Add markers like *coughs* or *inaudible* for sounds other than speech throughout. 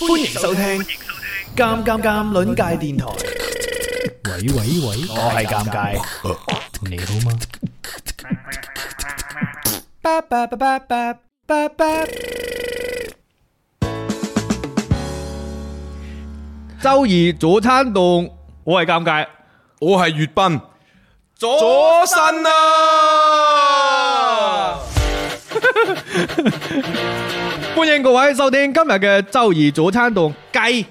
欢迎收听《尴尷尷》鄰界電台。喂喂喂，我係尷尬，你好嗎？巴巴巴巴巴巴巴。周二早餐檔，我係尷尬，我系粤斌，左身 *laughs* 啊！歡迎各位收聽今日嘅周二早餐檔雞。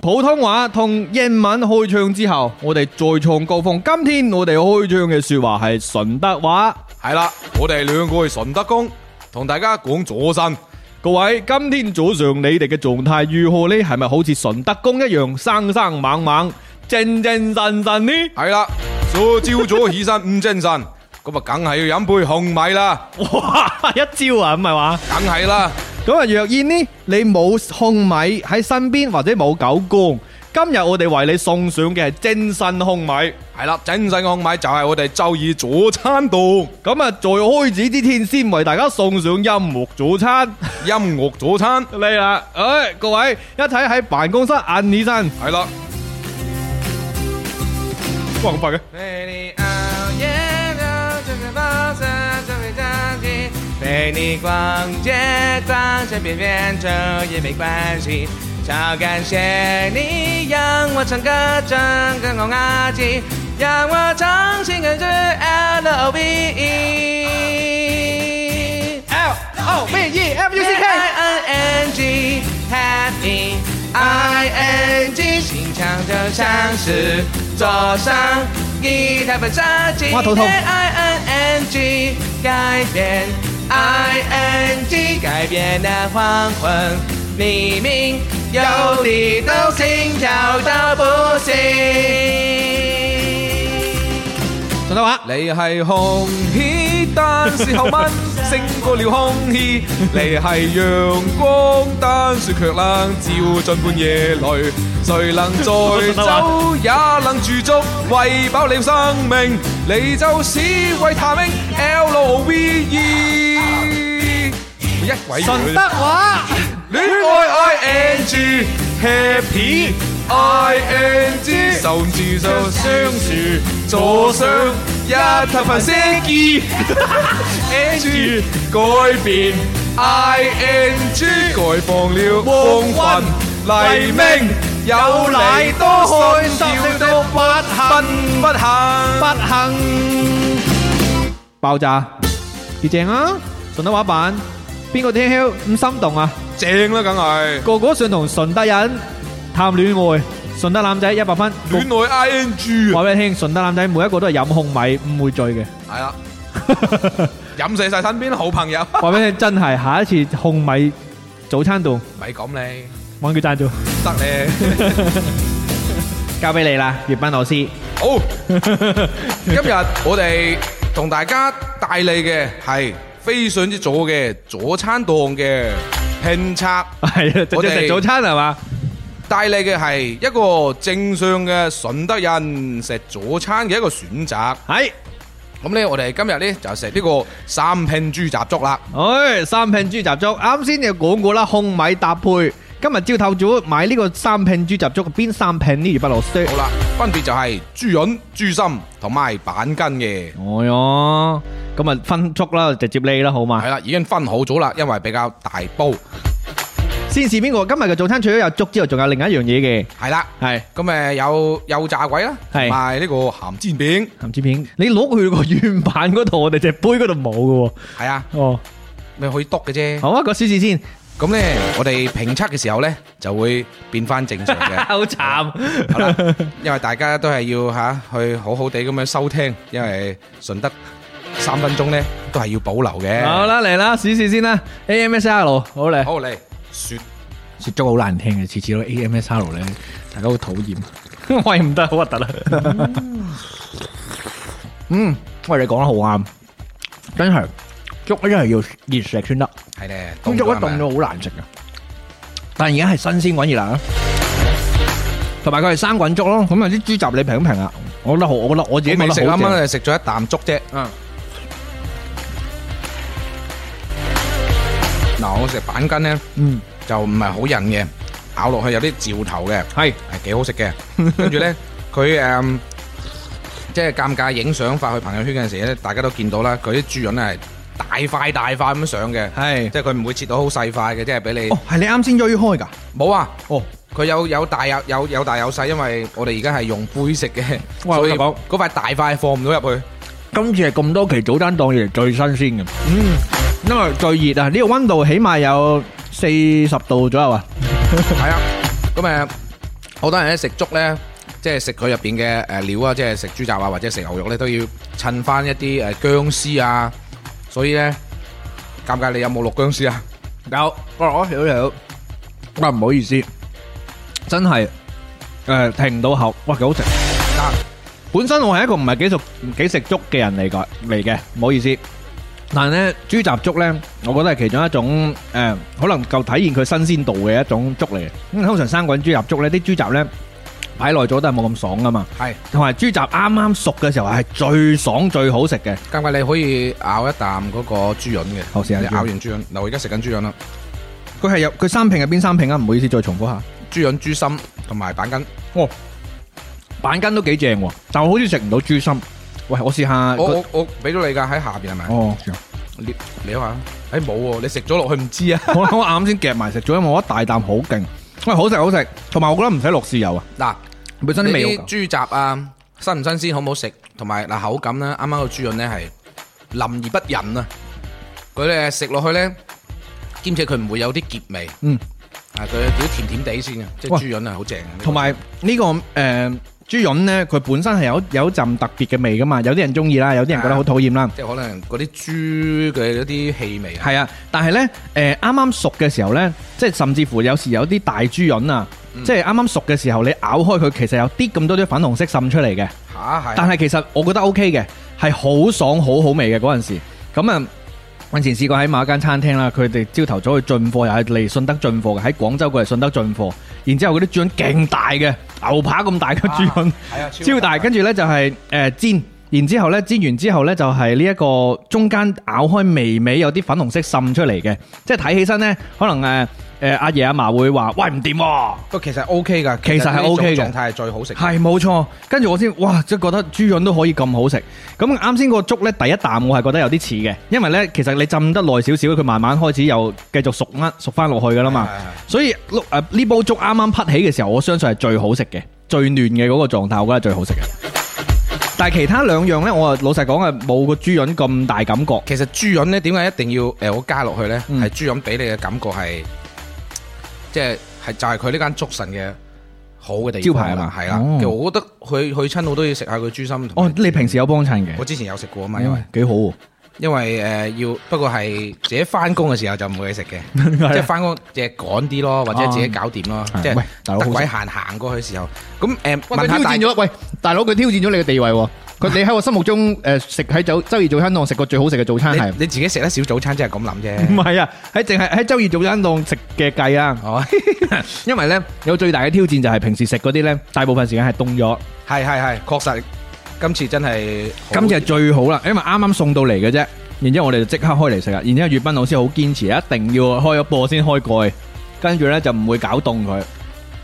普通話同英文開唱之後，我哋再創高峰。今天我哋開唱嘅说話係順德話。系啦，我哋两个去顺德公同大家讲左身，各位，今天早上你哋嘅狀態如何呢？係咪好似順德公一樣生生猛猛、精精神神呢？系啦，所以朝早起身唔精神，咁啊，梗系要饮杯红米啦，哇！一招啊，唔係話。梗系啦，咁啊，若燕呢，你冇控米喺身邊或者冇狗公，今日我哋為你送上嘅係精神控米。系啦，整身红米就系我哋周二早餐度咁啊，在開始之前，先為大家送上音樂早餐音乐早餐，嚟啦！诶、各位一睇喺辦公室硬起身，系啦。哇咁快嘅，陪你熬夜，聊这个包子，这回家庭；陪你逛街，逛街边边走也没关系。超感谢你让我唱歌，整个我阿姐，让我重新认识 L O V E。L O V E F U C K I N G Happy I N G，心肠就像是左上一台本杀机。哇头痛 I N G 改变 I N G 改变了黄昏，明明有你都心跳到不行。順德話。你係空氣，但是後蚊勝過了空氣；你係陽光，但是卻冷照進半夜裏。誰能再走，也能駐足，喂飽了生命。你就是維他命 L V E。一鬼順德話，戀愛 I N G happy I N G，甚至就相處，坐上一頭份些記 N G 改變 I N G 改放了黃昏黎明，有你多開心到不幸不幸。不幸爆炸，幾正啊！順德話版，邊個聽起咁心動啊？正啦，梗係個個想同順德人談戀愛，順德男仔一百分。戀愛 I N G 話俾你聽，順德男仔每一個都係飲控米，唔會 *laughs* 醉嘅。係啦，飲死晒身邊好朋友，話俾你聽，真係下一次控米早餐度咪咁你揾佢贊助，得咧。 *laughs* *laughs* 交俾你啦，粵斌老師。好，今日我哋同大家帶嚟嘅係非常之早嘅早餐檔嘅拼插， *laughs* 係啊，直我接哋食早餐係嘛？帶嚟嘅係一個正常嘅順德人食早餐嘅一個選擇。係，咁咧，我哋今日咧就食呢個三拼豬雜粥啦。唉，三拼豬雜粥，啱先就講過啦，控米搭配。今日朝頭早買呢個三拼豬雜粥，邊三拼呢？粵斌老師好。啦，分別就係豬潤、豬心同埋板筋嘅。哦哟，咁啊分粥啦，直接你啦，好嘛係？啦，已經分好咗啦，因為比較大煲。先試邊個？今日嘅早餐除咗有粥之外，仲有另一樣嘢嘅，係啦，係咁誒有有炸鬼啦，同係埋呢個鹹煎餅。鹹煎片。你攞去 *laughs* 個原版嗰度，我哋隻杯嗰度冇嘅喎。係啊。哦，你可以篤嘅啫。好啊，個試試先。咁呢，我哋評測嘅時候呢，就會變翻正 *laughs* 常 *laughs* 嘅。好慘。好啦， *laughs* 因為大家都係要吓、去好好地咁樣收聽，因為順德三分鐘呢，都係要保留嘅。好，啦，嚟啦，試試先啦。AMSR，好嚟。好嚟雪雪粥好難聽嘅，次次都 AMSR 咧，大家好討厭。 *laughs* 喂，唔得，好核突啦。嗯，喂，你講得好啱，真係粥真係要熱食先得，係咧，咁凍粥一咗係凍咪？咗好難食啊！但而家係新鮮滾熱辣啦，同埋佢係生滾粥咯，咁啊啲豬雜你評一評啊，我覺得好，我覺得我自己覺我未得食啱好正。啱，食咗一啖粥啫。嗯，嗱，我食板筋呢，嗯，就唔係好韌嘅，咬落去有啲嚼頭嘅，係係幾好食嘅。跟住咧，佢誒即係尷尬影相發去朋友圈嗰陣時咧，大家都見到啦，佢啲豬潤咧係大塊大塊咁上嘅，係即係佢唔會切到好細塊嘅，即係俾你哦，係你啱先追開㗎。冇啊。哦，佢有有大有有有大有細，因為我哋而家係用杯食嘅，哇所以老實講嗰塊大塊放唔到入去。今次係咁多期早餐檔以嚟最新鮮嘅，因為最熱啊，呢、個温度起碼有四十度左右啊。係啊，咁誒，好多人咧食粥咧，即係食佢入邊嘅誒料啊，即係食豬雜啊，或者食牛肉咧，都要襯翻一啲誒姜絲啊。所以咧，尷尬，你有冇落姜絲啊？有，我攞少少。哇，唔好意思，真係誒、呃停唔到口，哇，幾好食。嗱，本身我係一個唔係幾熟幾食粥嘅人嚟嘅嚟嘅，唔好意思。但係咧豬雜粥咧，我覺得係其中一種誒、呃可能夠體現佢新鮮度嘅一種粥嚟嘅。咁通常生滾豬雜粥咧，啲豬雜咧擺耐咗都係冇咁爽噶嘛。係同埋豬雜啱啱熟嘅時候係最爽最好食嘅。尷尬，你可以咬一啖嗰個豬潤嘅。好試下你先咬完豬潤，嗱，我而家食緊豬潤啦，佢係有佢三拼係邊三拼啊？唔好意思，再重複下。豬潤、豬心同埋板筋。板筋都幾正喎，但我好似食唔到豬心。喂，我試下我個。我我俾咗你㗎，喺下邊係咪？哦，你你下，誒冇喎，你食咗落去唔知啊。我 *laughs* 我啱先夾埋食咗，因為我一大啖好勁。喂，好食好食，同埋我覺得唔使落豉油啊。嗱，本身啲味好呢啲豬雜啊，新唔新鮮，好唔好食，同埋嗱口感啦，啱啱個豬潤咧係腍而不韌啊，佢咧食落去咧，兼且佢唔會有啲澀味，嗯，啊佢有啲甜甜地先嘅，即係哇豬潤係好正嘅，呢個同埋呢個誒豬潤咧，佢本身係有有一陣特別嘅味噶嘛，有啲人中意啦，有啲人覺得好討厭啦。即係可能嗰啲豬嘅嗰啲氣味啊，係啊，但係咧誒啱啱熟嘅時候咧，即係甚至乎有時有啲大豬潤啊，即係啱啱熟嘅時候，你咬開佢，其實有啲咁多啲粉紅色滲出嚟嘅。嚇係，但係其實我覺得 O K 嘅，係好爽好好味嘅嗰陣時。咁啊，我以前試過喺某一間餐廳啦，佢哋朝頭早去進貨，又係嚟順德進貨嘅，喺廣州過嚟順德進貨。然之後嗰啲豬潤勁大嘅，牛扒咁大嘅豬潤，係啊 *laughs* 超大。跟住呢就係誒煎，然之後咧煎完之後呢，就係呢一個中間咬開微微有啲粉紅色滲出嚟嘅，即係睇起身呢，可能誒誒阿爺阿嫲會話：喂唔掂喎！不過其實 O K 㗎，其實係呢種 OK 嘅狀態係最好食嘅，係冇錯，跟住我先，哇！即係覺得豬潤都可以咁好食。咁啱先個粥呢，第一啖我係覺得有啲似嘅，因為呢，其實你浸得耐少少，佢慢慢開始又繼續熟翻熟翻落去噶啦嘛係。係係所以碌誒呢煲粥啱啱匹起嘅時候，我相信係最好食嘅，最嫩嘅嗰個狀態，我覺得係最好食嘅。但係其他兩樣呢，我啊老實講啊，冇個豬潤咁大感覺。其實豬潤咧，點解一定要誒我加落去咧？係、嗯豬潤俾你嘅感覺係，即係係就係佢呢間粥神嘅好嘅地招方牌啊嘛係啦，哦其實我覺得去去親我都要食下佢豬心同埋。哦，你平時有幫襯嘅我，之前有食過啊嘛，因為哦幾好喎。因為誒、呃要，不過係自己翻工嘅時候就唔會 *laughs* 去食嘅，即係翻工即係趕啲咯，或者自己搞掂咯，係即係啊喂大佬得好食鬼閒行過去時候，咁誒喂，佢問下挑大戰咗，喂，大佬佢挑戰咗你嘅地位喎。佢啊你喺我心目中，誒食喺早周二早餐檔食過最好食嘅早餐你係你自己食得少早餐，即係咁諗唔啫。係啊，喺淨係喺周二早餐檔食嘅計啊。哦，因為呢，有最大嘅挑戰就係平時食嗰啲呢，大部分時間係凍咗，係係係，確實今次真係好今次係最好啦，因為啱啱送到嚟嘅啫。然之後我哋就即刻開嚟食啦。然之後粵斌老師好堅持，一定要開咗播先開蓋，跟住呢就唔會搞凍佢。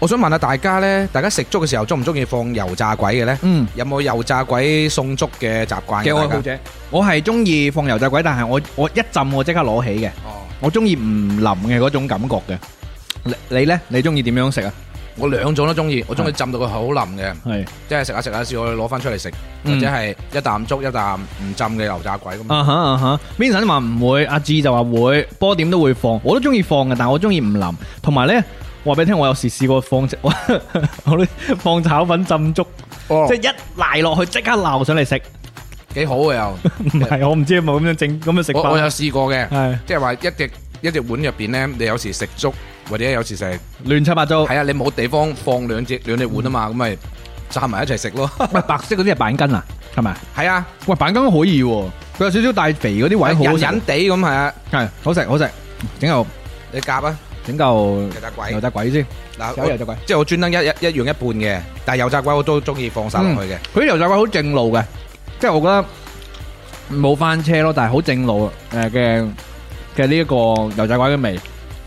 我想問下大家呢，大家食粥嘅時候中唔中意放油炸鬼嘅呢？嗯，有冇油炸鬼送粥嘅習慣嘅嘅？愛大好家者，我係中意放油炸鬼，但係我我一浸我即刻攞起嘅，哦，我中意唔淋嘅嗰種感覺嘅。你你呢？你中意點樣食啊？我兩種都中意，我中意浸到佢好腍嘅，係即係食下食下先，我攞翻出嚟食，嗯或者係一啖粥一啖唔浸嘅油炸鬼咁。啊哈啊哈，Vincent 話唔會，阿志就話會，波點都會放，我都中意放嘅，但係我中意唔淋。同埋呢，我話俾你聽，我有時試過放 *laughs* 我都放炒粉浸粥，哦即係一賴落去即刻鬧上嚟食。幾好 *laughs* 嘅又，唔係，我唔知有冇咁樣整咁樣食我我有法，試過嘅，係即係話一隻一隻碗入邊呢，你有時食粥或者有時食，亂七八糟。係啊，你冇地方放兩隻兩隻碗啊嘛，咁咪炸埋一齊 *laughs* 食咯。喂，白色嗰啲係板筋啊，係咪？係啊，喂，板筋可以喎，佢有少少大肥嗰啲位好好隱食，隱地咁係啊，係好食好食。整嚿你夾啊整嚿油炸鬼油。炸鬼先，嗱，有我油炸鬼。即係我專登一一一樣一半嘅，但係油炸鬼我都中意放晒落去嘅。佢啲油炸鬼好正路嘅，即係我覺得 à, 冇翻車咯，但係好正路誒嘅嘅呢一個油炸鬼嘅味。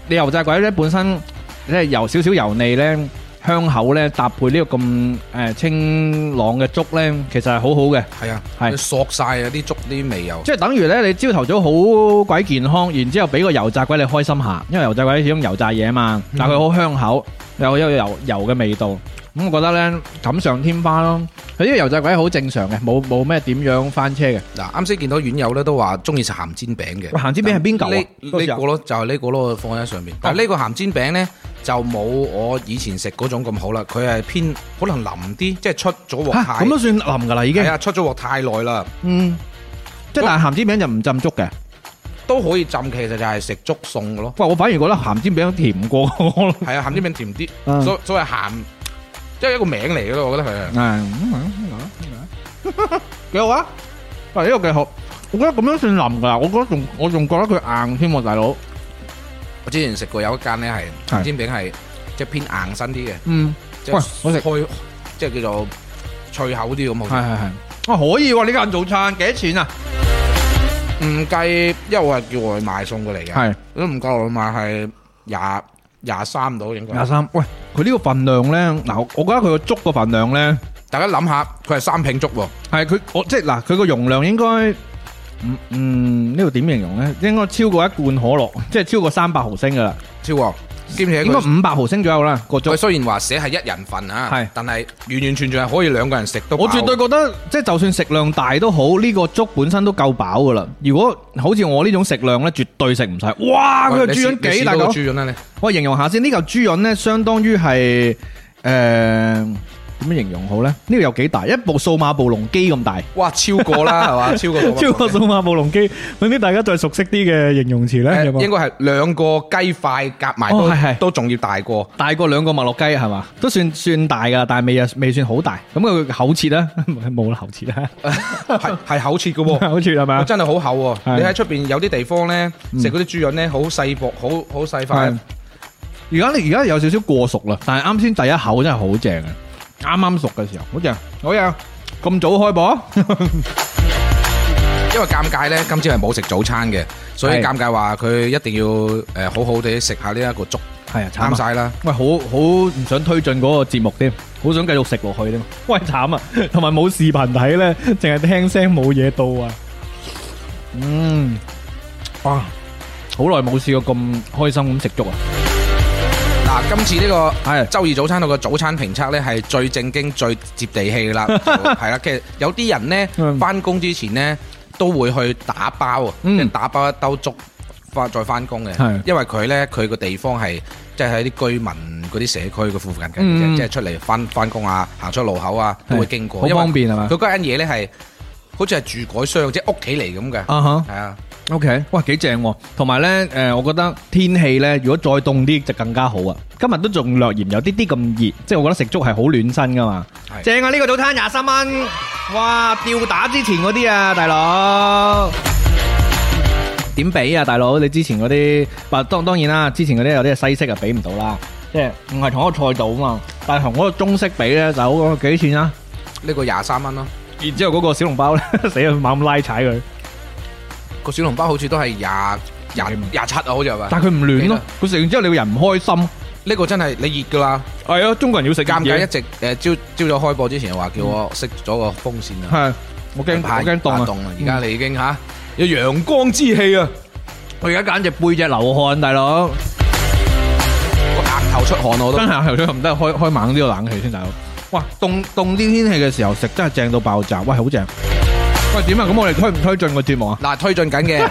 你油炸鬼咧本身即係油少少油膩咧，香口咧搭配呢個咁誒清朗嘅粥咧，其實係好好嘅。係啊，係佢索晒啊啲粥啲味又。即係等於咧，你朝頭早好鬼健康，然之後俾個油炸鬼你開心下，因為油炸鬼始終油炸嘢嘛，但佢好香口，又有油油嘅味道，咁我覺得咧錦上添花咯。佢呢個油炸鬼好正常嘅，冇冇咩點樣翻車嘅。嗱，啱先見到院友咧都話中意食鹹煎餅嘅，喂鹹煎餅係邊嚿啊啊呢嗰時呢候個咯，就係呢個咯，放喺上面。但係呢個鹹煎餅咧就冇我以前食嗰種咁好啦，佢係偏可能腍啲，即係出咗鑊嚇太咁都算淋㗎啦，已經係。啊，出咗鑊太耐啦，嗯，即係但係鹹煎餅就唔浸粥嘅。都可以浸，其實就係食粥餸嘅咯。喂，我反而覺得鹹煎餅甜過我 *laughs* 咯。係啊，鹹煎餅甜嗯啲，所所謂鹹，即係一個名嚟嘅咯，我覺得佢係。誒，幾好啊！喂，呢個幾好，我覺得咁樣算淋㗎啦。我覺得仲我仲覺得佢硬添喎，大佬。我之前食過有一間咧係係鹹煎餅係即係偏硬身啲嘅，嗯。即喂係我食開即係叫做脆口啲咁系好似。系系，啊可以喎！呢間早餐幾多錢啊？唔計，因為我係叫外賣送過嚟嘅。係都唔夠外賣係廿廿三到應該廿。三。喂，佢呢個份量咧，嗱，我覺得佢個粥個份量咧，大家諗下，佢係三拼粥喎，係佢我即係嗱，佢個容量應該，嗯嗯，呢度點形容咧？應該超過一罐可樂， *laughs* 即係超過三百毫升噶啦，超過。兼且應該佢五百毫升左右啦個粥佢。雖然話寫係一人份啊係，但係完完全全係可以兩個人食都飽。我絕對覺得，即係就算食量大都好，呢、個粥本身都夠飽噶啦。如果好似我呢種食量咧，絕對食唔晒。哇！佢喂個你試豬潤你幾試大到個嚿？豬潤啦你。我形容下先，呢嚿豬潤咧，相當於係誒點樣形容好咧？呢、個有幾大？一部數碼暴龍機咁大，哇，超過 *laughs* 啦，係嘛？超過嗰個超過數碼暴龍機，揾啲大家再熟悉啲嘅形容詞咧，有誒冇應？該係兩個雞塊夾埋哦係係都都仲要大過。大過兩個麥樂雞係嘛？都算算大噶，但係未啊未算好大。咁佢厚 *laughs* 切啦，冇啦，後次啦， *laughs* 係係厚切嘅喎。好似係咪我啊？真係好厚係喎！你喺出邊有啲地方咧，食嗰啲豬潤咧，好細薄，好好細塊係。而家你而家有少少過熟啦，但係啱先第一口真係好正啊！啱啱熟嘅時候，好正，好嘢！咁早開 *laughs* 播，因為尷尬咧，今朝係冇食早餐嘅，所以係尷尬話佢一定要誒、呃好好地食下呢一個粥，係啊，啱晒啦。喂，好好唔想推進嗰個節目添，好想繼續食落去添。喂，慘啊！同埋冇視頻睇咧，淨係聽聲冇嘢到啊！嗯，哇，好耐冇試過咁開心咁食粥啊！嗱，今次呢個係周二早餐度嘅早餐評測咧，係最正經、最接地氣㗎 *laughs* 啦，係啦。其實有啲人咧，嗯翻工之前咧都會去打包啊，嗯即係打包一兜粥翻再翻工嘅係，因為佢咧佢個地方係即係喺啲居民嗰啲社區嘅附近嘅，嗯即係出嚟翻翻工啊，行出路口啊都會經過，好因為方便啊係嘛？佢嗰間嘢咧係好似係住改商，即係屋企嚟咁嘅，啊哈係啊， ，OK，哇，幾正喎！同埋咧，誒，我覺得天氣咧，如果再凍啲就更加好啊！今日都仲略嫌有啲啲咁熱，即係我覺得食粥係好暖身噶嘛。係正啊！呢個早餐廿三蚊，哇！吊打之前嗰啲啊，大佬。點俾啊，大佬？你之前嗰啲，嗱當當然啦，之前嗰啲有啲係西式啊，俾唔到啦，即係唔係同一個賽道啊嘛。但係同嗰個中式比咧，就好幾錢啊？呢個廿三蚊咯，然之後嗰個小籠 *laughs* 包咧，死啊！猛咁拉踩佢，個小籠包好似都係廿廿廿七啊，好似係咪？但係佢唔暖咯，佢食完之後你個人唔開心。呢個真係你熱噶啦，係啊，中國人要食尷尬一直誒朝朝早開播之前話叫我熄咗個風扇啊，係，我驚怕我驚凍怕啊！凍啊！而家你已經吓有陽光之氣啊，我而家簡直背脊流汗，大佬，個額頭出汗我都真。係頭先唔得，開開猛啲個冷氣先，大佬。哇，凍凍啲天氣嘅時候食真係正到爆炸，喂，好正。喂，點啊？咁我哋推唔推進個節目啊？嗱，推進緊嘅， *laughs*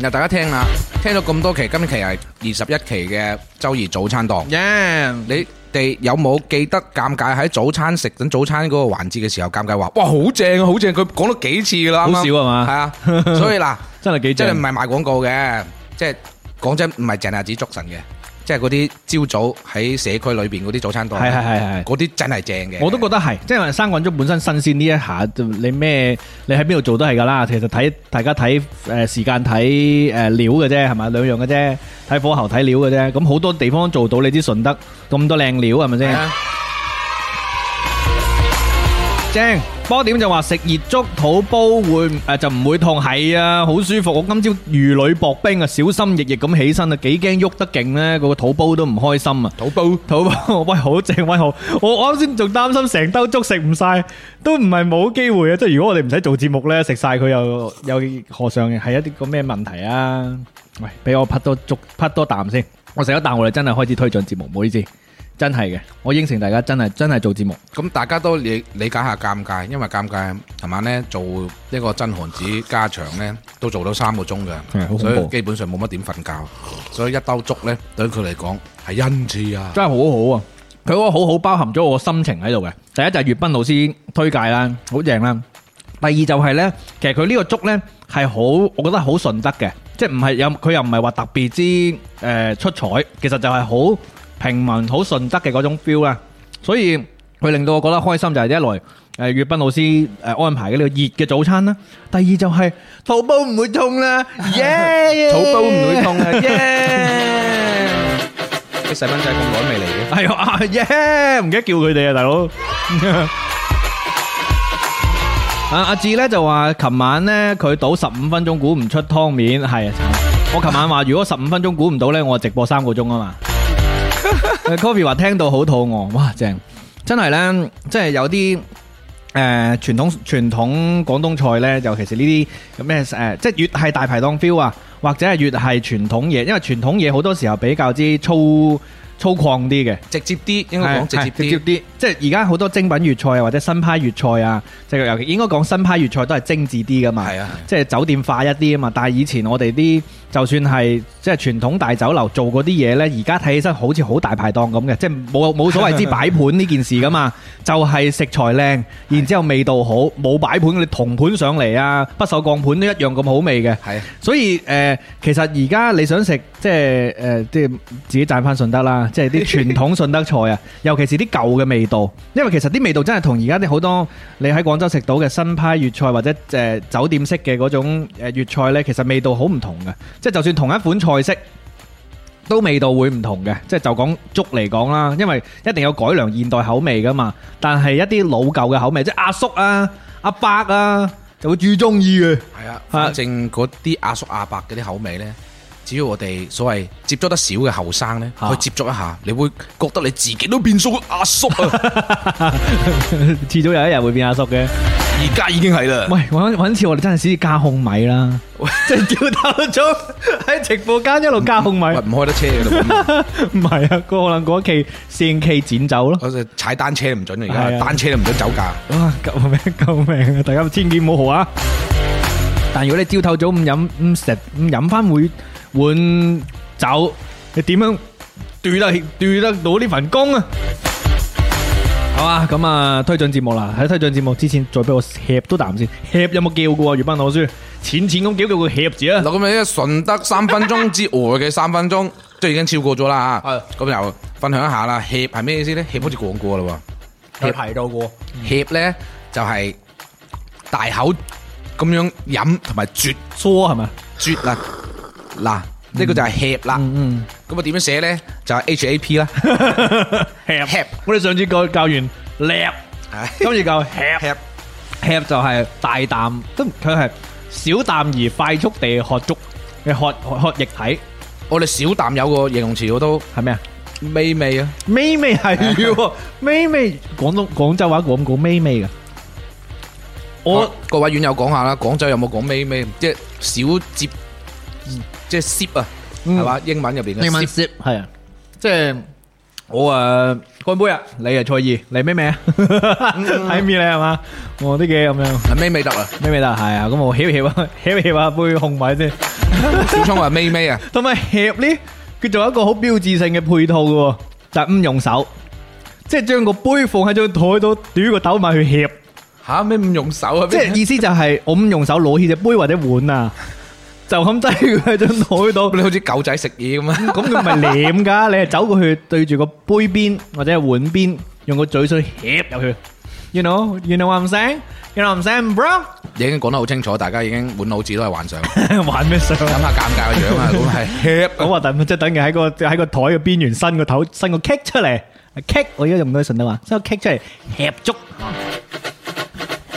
嗱大家聽啦，聽咗咁多期，今期係二十一期嘅周二早餐檔。耶！你哋有冇記得尷尬喺早餐食緊早餐嗰個環節嘅時候，尷尬話：哇，好正啊，好正！佢講咗幾次噶啦，好少係嘛係啊，所以 *laughs* 嗱，真係幾即係唔正。係賣廣告嘅，即係講真，唔係淨係指捉神嘅，即係嗰啲朝早喺社區裏邊嗰啲早餐檔，係係係係嗰啲真係正嘅。我都覺得係，即係生滾粥本身新鮮呢一下，就你咩你喺邊度做都係㗎啦。其實睇大家睇誒、呃、時間睇誒、呃料嘅啫，係咪兩樣嘅啫？睇火候睇料嘅啫。咁好多地方做到，你知順德咁多靚料係咪係先？啊。正波點就話食熱粥肚煲會誒、就唔會痛，係啊，好舒服。我今朝如履薄冰啊，小心翼翼咁起身啊，幾驚喐得勁咧，個肚煲都唔開心啊。土煲土包喂好正喂好，我我啱先仲擔心成兜粥食唔晒，都唔係冇機會啊！即係如果我哋唔使做節目咧，食晒佢又又何嘗係一啲個咩問題啊？喂，俾我拍多粥，拍多啖先。我食咗啖，我哋真係開始推進節目，唔好意思，真係嘅，我應承大家真係真係做節目。咁大家都理理解下尷尬，因為尷尬琴晚咧做一個真寒子加長咧，都做到三個鐘係好嘅，恐怖所以基本上冇乜點瞓覺，所以一兜粥咧對佢嚟講係恩賜啊！真係好好啊！佢嗰個好好包含咗我心情喺度嘅。第一就係粵斌老師推介啦，好正啦。第二就係呢，其實佢呢個粥呢係好，我覺得好順德嘅，即係唔係有佢又唔係話特別之誒、呃出彩，其實就係好平民、好順德嘅嗰種 feel 啦。所以佢令到我覺得開心就係一來。誒粵斌老師誒安排嘅呢個熱嘅早餐啦，第二就係肚煲唔會痛啦，耶！肚煲唔會痛啊！耶！啲細蚊仔咁耐未嚟嘅，系啊，耶！唔記得叫佢哋啊，大 *laughs* 佬。啊，阿志咧就話，琴晚咧佢賭十五分鐘估唔出湯面，係啊。我琴晚話，如果十五分鐘估唔到咧，我直播三個鐘啊嘛。Coffee 話聽到好肚餓，哇，正！真係咧，即係有啲。誒、傳統傳統廣東菜呢，尤其是呢啲咁咩誒，即係越係大排檔 feel 啊，或者係越係傳統嘢，因為傳統嘢好多時候比較之粗粗犷啲嘅。直接啲應該講直接啲。啲，即係而家好多精品粵菜啊，或者新派粵菜啊，即係尤其應該講新派粵菜都係精緻啲噶嘛，係啊係啊即係酒店化一啲啊嘛。但係以前我哋啲就算係即係傳統大酒樓做嗰啲嘢呢，而家睇起身好似好大排檔咁嘅，即係 *laughs* 冇冇所謂之擺盤呢件事噶嘛，就係食材靚，然之後味道好，冇擺盤你銅盤上嚟啊，不鏽鋼盤都一樣咁好味嘅。係啊所以誒、呃其實而家你想食即係誒，即係自己賺翻順德啦，即係啲傳統順德菜啊，尤其是啲舊嘅味道，因為其實啲味道真係同而家啲好多你喺廣州食到嘅新派粵菜或者誒、呃酒店式嘅嗰種誒粵菜呢，其實味道好唔同嘅，即係就算同一款菜式。都味道會唔同嘅，即係就講粥嚟講啦，因為一定有改良現代口味噶嘛。但係一啲老舊嘅口味，即係阿叔啊、阿伯啊，就會注中意嘅。係啊，反正嗰啲阿叔阿伯嗰啲口味呢，只要我哋所謂接觸得少嘅後生呢，啊去接觸一下，你會覺得你自己都變咗個阿叔啊！ *laughs* 遲早有一日會變阿叔嘅。 *laughs* 而家已經係啦，喂，揾揾次我哋真係試加控米啦，即係朝頭早喺直播間一路 *laughs* 加控米，喂唔唔開得車嘅 *laughs* 啦，係啊，可能嗰期成期剪走咯。我就踩單車唔準啊而係家啊單車都唔準走架。哇！救命救命啊！大家千祈唔好豪啊！但如果你朝頭早唔飲唔食唔飲翻碗碗酒，你點樣對得起對得到呢份工啊？好啊，咁啊，推進節目啦！喺推進節目之前，再俾我吃多啖先。吃有冇叫過啊？粵斌老師，淺淺咁叫叫佢吃字啊！嗱，咁樣順德三分鐘之外嘅三分鐘，都已經超過咗啦嚇。咁又分享一下啦，協係咩意思咧？協好似講過啦喎，協提到過。協咧就係大口咁樣飲同埋啜梳係咪？啜啦，嗱呢個就係協啦。 *laughs* 嗯咁啊點樣寫咧？就係 H A P *laughs* 啦，嗯，吃吃。我哋上次教教完 lap，今次教吃。協 hap 就係大啖，都唔佢係小啖而快速地喝粥，你喝喝喝液體我哋小啖有個形容詞我都係咩啊？美味啊，美味係 *laughs* 喎，美味廣東廣州話講唔講美味噶？我各位院友講下啦，廣州有冇講美味？即係小接，即係 sip 啊，係嘛？英文入邊嘅英文 sip 係啊，即係我誒乾杯啊！你係蔡意，你咩咩 *laughs* 啊？睇面你係嘛？我啲嘅咁樣係咩味得啊？咩味啦？係啊，咁我協協啊，協協啊，杯紅米先。小聰話咩咩 *laughs* 啊？同埋協呢，佢仲有一個好標誌性嘅配套嘅喎， *laughs* 就係唔用手，即係將個杯放喺張台度，懟個斗埋去協，吓咩唔用手啊？即係意思就係我唔用手攞起只杯或者碗啊， *laughs* 就咁擠佢喺張台度， *laughs* 你好似狗仔食嘢咁啊！咁佢咪舐㗎？你係走過去對住個杯邊或者係碗邊，用個嘴水協入去，you know，you know what I'm saying，you know what I'm saying bro， *laughs* 已經講得好清楚，大家已經滿腦子都係幻 *laughs* 想，諗玩咩相？下尷尬嘅樣 *laughs* 啊！咁係好核突，即係等於喺個喺個台嘅邊緣伸個頭，伸個棘出嚟，棘我而家用到順德話，伸個棘出嚟，夾足。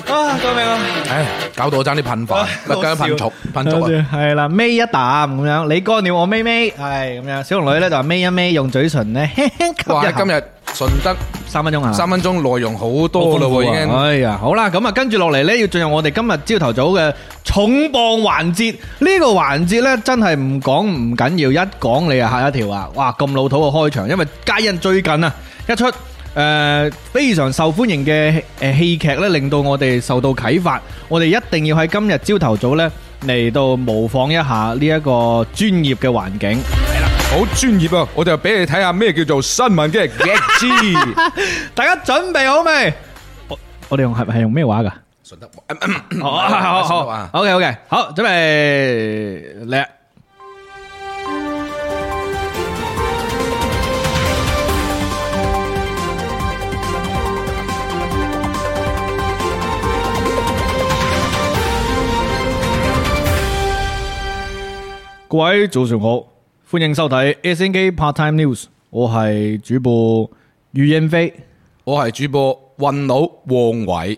啊，救命啊！唉，搞到我爭啲噴飯， *laughs* 咪好加笑噴醋，噴醋啊！系啦，尾一啖咁样，你干了我咪咪，系咁样。小龙女咧就話咪一咪，用嘴唇咧轻轻吸哇，一今口，日順德三分钟啊。三分鐘內容好多嘞啊喎，已經。哎呀，好啦，咁啊，跟住落嚟呢，要進入我哋今日朝頭早嘅重磅環節。呢、個環節呢，真係唔講唔緊要，一講你啊嚇一跳啊！哇，咁老土嘅開場，因為皆因最近啊一出誒、呃非常受歡迎嘅誒戲劇呢，令到我哋受到啟發，我哋一定要喺今日朝頭早呢，嚟到模仿一下呢一個專業嘅環境。好專業啊！我就俾你睇下咩叫做新聞嘅 *laughs* get 知。大家準備好未？我我哋用係係用咩話㗎？順德，好好好好，OK OK，好，准备嚟。各位早上好，歡迎收睇 S N G Part Time News，我係主播余燕飛。我係主播運佬黃偉，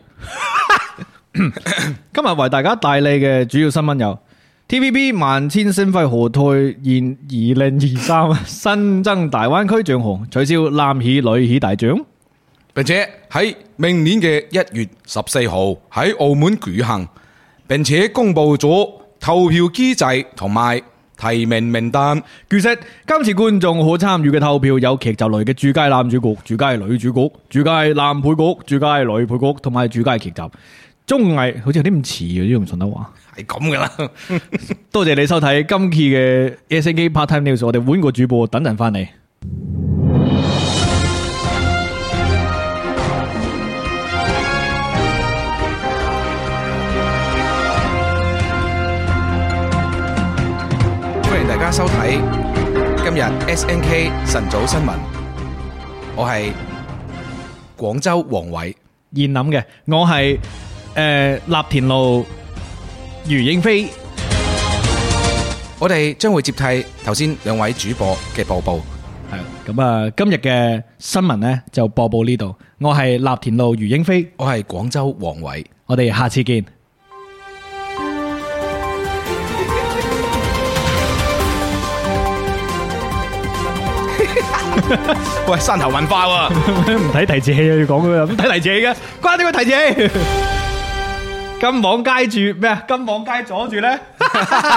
今日為大家帶嚟嘅主要新聞有 TVB 萬千星輝賀退現二零二三 *laughs* 新增大灣區獎項，取消男喜女喜大獎。並且喺明年嘅一月十四號喺澳門舉行，並且公布咗投票機制同埋提名名單。據悉，今次觀眾可參與嘅投票有劇集類嘅主佳男主角、主佳女主角、主佳男配角、主佳女配角同埋主佳劇集。綜藝好似有啲唔似嘅，呢用順德話。 *laughs* 係咁噶啦，多謝你收睇今期嘅 S N G Part Time News，我哋換個主播，等陣翻嚟。歡迎大家收睇今日 SNK 晨早新聞，我係廣州黃偉。現諗嘅，我係诶立田路余英飛。我哋將會接替頭先兩位主播嘅播報。系咁啊！今日嘅新聞呢就播報呢度，我係立田路余英飛，我係廣州黃偉。我哋下次見。喂，山頭文化喎、 *laughs* *laughs* 唔睇提字器啊，要講佢啊，唔睇提字器 *laughs* 嘅，關呢個提字器。金網街住咩啊？金網街阻住呢？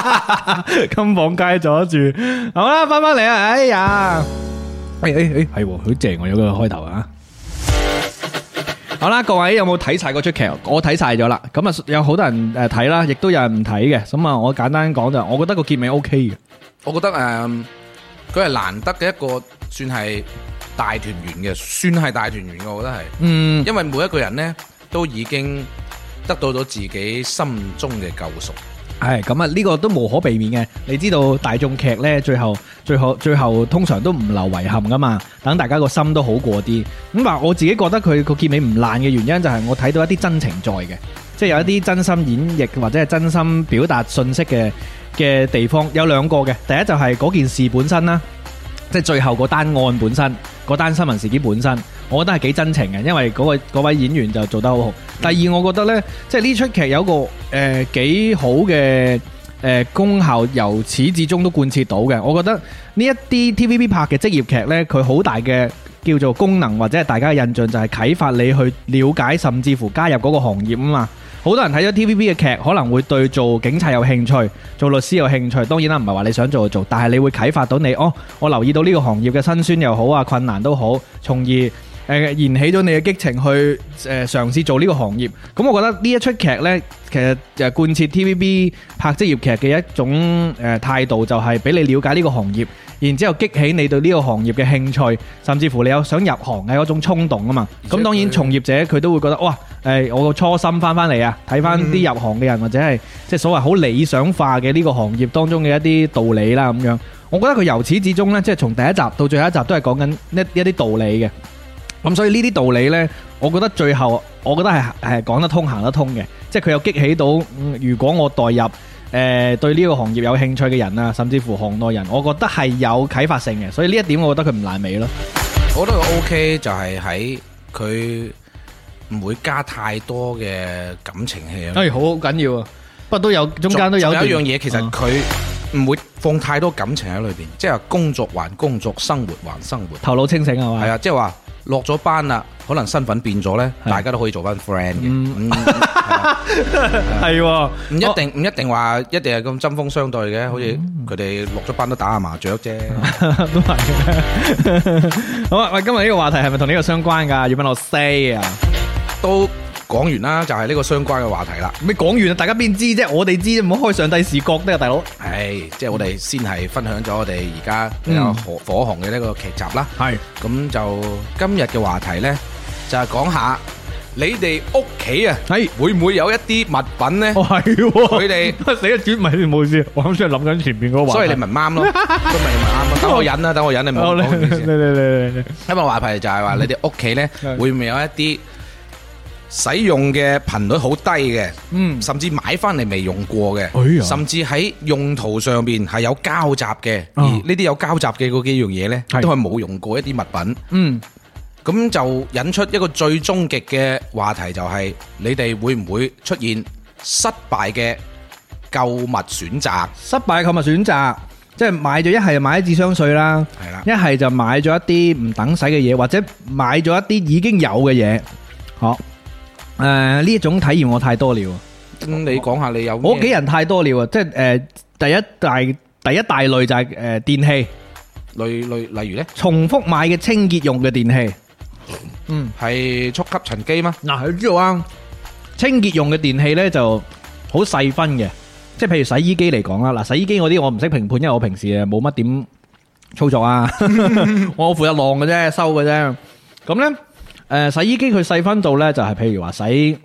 *laughs* 金網街阻住。好啦，翻翻嚟啊！哎呀，哎哎哎，系好正我有個開頭啊！好啦，各位有冇睇晒嗰出劇？我睇晒咗啦。咁啊，有好多人诶睇啦，亦都有人唔睇嘅。咁啊，我簡單講就，我覺得個結尾 O K 嘅。我覺得誒，嗯佢、係難得嘅一個算係大團圓嘅，算係大團圓嘅，我覺 *laughs* 得係。嗯，因為每一個人呢，都已經得到咗自己心中嘅救贖。系咁啊！呢個都無可避免嘅。你知道大眾劇呢，最後最後最後通常都唔留遺憾噶嘛，等大家個心都好過啲。咁話我自己覺得佢個結尾唔爛嘅原因就係我睇到一啲真情在嘅，即係有一啲真心演繹或者係真心表達信息嘅嘅地方有兩個嘅。第一就係嗰件事本身啦，即係最後嗰單案本身，嗰單新聞事件本身，我覺得係幾真情嘅，因為嗰位嗰位演員就做得好好。第二，我覺得呢，即係呢出劇有個誒、呃、幾好嘅誒、呃功效，由始至終都貫徹到嘅。我覺得呢一啲 TVB 拍嘅職業劇呢，佢好大嘅叫做功能或者係大家嘅印象就係啟發你去了解，甚至乎加入嗰個行業啊嘛。好多人睇咗 TVB 嘅劇，可能會對做警察有興趣，做律師有興趣。當然啦，唔係話你想做就做，但係你會啟發到你，哦，我留意到呢個行業嘅辛酸又好啊，困難都好，從而。誒燃起咗你嘅激情去誒、呃、嘗試做呢個行業，咁我覺得呢一出劇呢，其呃實誒貫徹 TVB 拍職業劇嘅一種誒、呃、態度，就係俾你了解呢個行業，然之後激起你對呢個行業嘅興趣，甚至乎你有想入行嘅嗰種衝動啊嘛。而且咁當然佢從業者佢都會覺得哇誒、我個初心翻翻嚟啊，睇翻啲入行嘅人或者係即係所謂好理想化嘅呢個行業當中嘅一啲道理啦咁樣。我覺得佢由始至終呢，即係從第一集到最後一集都係講緊一一啲道理嘅。咁所以呢啲道理呢，我覺得最後我覺得係係講得通行得通嘅，即係佢又激起到、嗯如果我代入誒、呃、對呢個行業有興趣嘅人啊，甚至乎行內人，我覺得係有啟發性嘅，所以呢一點我覺得佢唔爛尾咯。我覺得佢 OK 就係喺佢唔會加太多嘅感情戲咯。哎，好緊要啊！不過都有中間都有仲有一樣段啊嘢，其實佢唔會放太多感情喺裏邊，即係工作還工作，生活還生活。頭腦清醒係嘛？係啊，即係話落咗班啦，可能身份變咗咧，大家都可以做翻 friend 嘅。嗯係喎，唔一定唔一定話一定係咁針鋒相對嘅，好似 Ừ. 佢哋落咗班都打下麻雀啫。 *laughs* *laughs* 都係。 *laughs* 好啊，喂，今日呢個話題係咪同呢個相關㗎？要問我 say 啊？都講完啦，就係呢個相關嘅話題啦。咩講完啊？大家邊知啫？我哋知，唔好開上帝視角得啊，大佬。唉，即係我哋先係分享咗我哋而家比較火火紅嘅呢個劇集啦。係咁就今日嘅話題呢，就係講下你哋屋企啊，係會唔會有一啲物品呢？哦，係喎。佢 *laughs* 哋死啊！轉咪唔好意思，我啱先係諗緊前面嗰個話題。所以你咪唔 *laughs* 啱咯，都咪唔啱咯。等我忍啦，等我忍，你咪好，講你呢你件 *laughs* 事你你你你今日話題就係話你哋屋企咧會唔會有一啲使用嘅頻率好低嘅，嗯，甚至買翻嚟未用過嘅，甚至喺用途上邊係有交集嘅，而呢啲有交集嘅嗰幾樣嘢咧，都係冇用過一啲物品，嗯，咁就引出一個最終極嘅話題，就係你哋會唔會出現失敗嘅購物選擇？失敗購物選擇，即係買咗一係就買啲智商税啦，係啦一，係就買咗一啲唔等使嘅嘢，或者買咗一啲已經有嘅嘢。好，誒呢一種體驗我太多了，咁你講下你有我屋咩企人太多了啊！即係誒、呃第一大第一大類就係、誒、電器，類類例如咧重複買嘅清潔用嘅電器。係速吸塵機嗎？ *laughs* 嗱，佢知道啊，清潔用嘅電器呢就好細分嘅，即係譬如洗衣機嚟講啦，嗱，洗衣機嗰啲我唔識評判，因為我平時誒冇乜點操作啊，我負責晾嘅啫，收嘅啫。咁呢，誒、洗衣機佢細分到呢，就係譬如話洗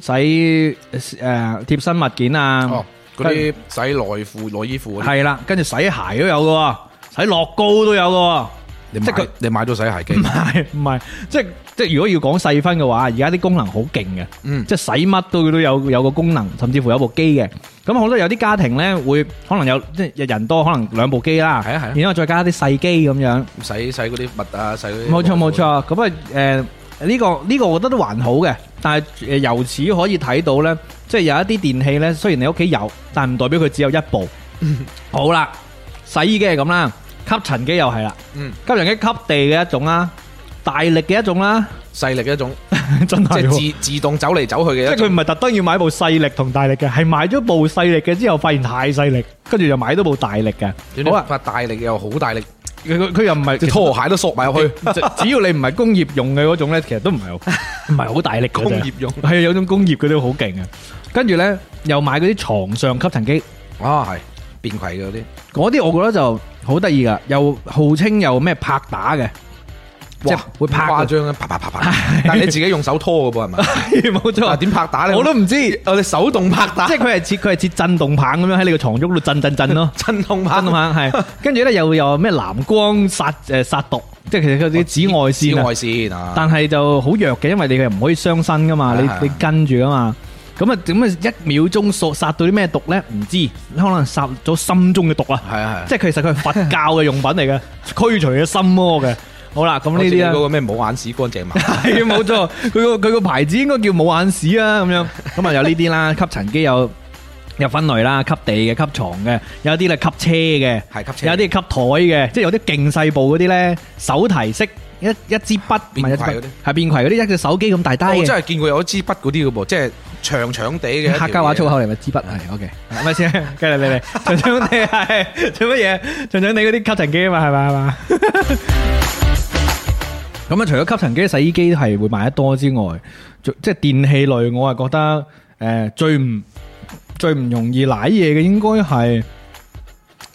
洗誒、呃、貼身物件啊。哦，嗰啲洗內褲、內衣褲嗰啲，系啦，跟住洗鞋都有嘅喎，洗樂高都有嘅你即係佢買你買咗洗鞋機，喎，唔係唔係，即係即係如果要講細分嘅話，而家啲功能好勁嘅，嗯即係洗乜都都有有個功能，甚至乎有部機嘅。咁好多有啲家庭咧會可能有即係人多，可能兩部機啦，係啊係啊然之後再加啲細機咁樣。洗洗嗰啲物啊，洗嗰啲冇錯內褲冇。錯，咁啊誒呢個呢、個我覺得都還好嘅，但係誒由此可以睇到呢，即係有一啲電器呢，雖然你屋企有，但唔代表佢只有一 *laughs* 部。好啦，洗衣機係咁啦，吸塵機又係啦，嗯吸塵機吸地嘅一種啦，大力嘅一種啦，勢力嘅一種， *laughs* 真 *laughs* 即係喎係自自動走嚟走去哎即嘅係一種佢唔係特登要買部細力同大力嘅，係買咗部細力嘅之後發現太細力，跟住就買多部大力嘅。點好解啊，發大力又好大力，佢佢佢又唔係隻拖鞋都索埋入去。只只要你唔係工業用嘅嗰種咧，其實都唔 *laughs* 係好唔係好大力嘅啫工業用係啊，有種工業嗰啲好勁啊。跟住咧又買嗰啲床上吸塵機，啊，係便攜嘅嗰啲，嗰啲我覺得就好得意噶，又號稱有咩拍打嘅，即係哇會拍誇嘅。張嘅，啊啪啪啪啪。但係你自己用手拖嘅噃係咪？ *laughs* 冇啊錯，點拍打咧？我都 *laughs* 唔知，我哋手動拍打即，係佢係切佢係切震動棒咁樣喺你個床褥度震震震 *laughs* 咯。震動震拍動棒係，跟住咧又有咩藍光殺誒殺毒，即係其實嗰啲紫外線紫啊外線啊。但係就好弱嘅，因為你係唔可以傷身噶嘛，係你係你跟住噶嘛。咁啊，點啊一秒鐘殺殺到啲咩毒咧？唔知，可能殺咗心中嘅毒啊！係啊係啊即係其實佢係佛教嘅用品嚟嘅，驅除嘅心魔嘅。好啦，咁呢好似你啲啊嗰，個咩冇眼屎乾淨嘛？係冇錯，佢個佢個牌子應該叫冇眼屎啊，咁樣。咁啊有呢啲 *laughs* 啦，吸塵機有有分類啦，吸地嘅、吸床嘅，有啲咧吸車嘅。係吸車有啲係吸台嘅，即係有啲勁細部嗰啲咧，手提式一一支筆，唔係一支便攜筆嗰啲，哦係變攜嗰啲，一隻手機咁大我單真嘅。係見過有一支筆嗰啲嘅噃，即係長長地嘅一條嘢。客家話粗口嚟咪支筆係 OK，係咪先？ *laughs* 繼續你嚟，長長你係 *laughs* 做乜嘢？長長你嗰啲吸塵機啊嘛，係咪係嘛？咁啊，除咗吸塵機、洗衣機係會買得多之外，最即係電器類，我係覺得誒、呃最唔最唔容易舐嘢嘅應該係，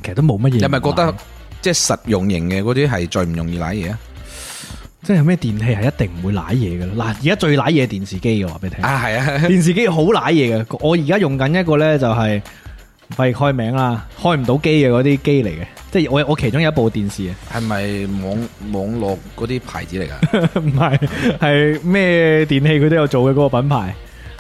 其實都冇乜嘢。你係咪覺嗯得即係實用型嘅嗰啲係最唔容易攋嘢啊？即係有咩電器係一定唔會舐嘢嘅啦？嗱，而家最舐嘢係電視機嘅話俾你聽，啊，係 *laughs* 啊，電視機好舐嘢嘅。我而家用緊一個咧就係、唔係開名啦，開唔到機嘅嗰啲機嚟嘅，即係我我其中有一部電視啊， *laughs* 係咪網網絡嗰啲牌子嚟㗎？唔係係咩電器佢都有做嘅嗰、個品牌，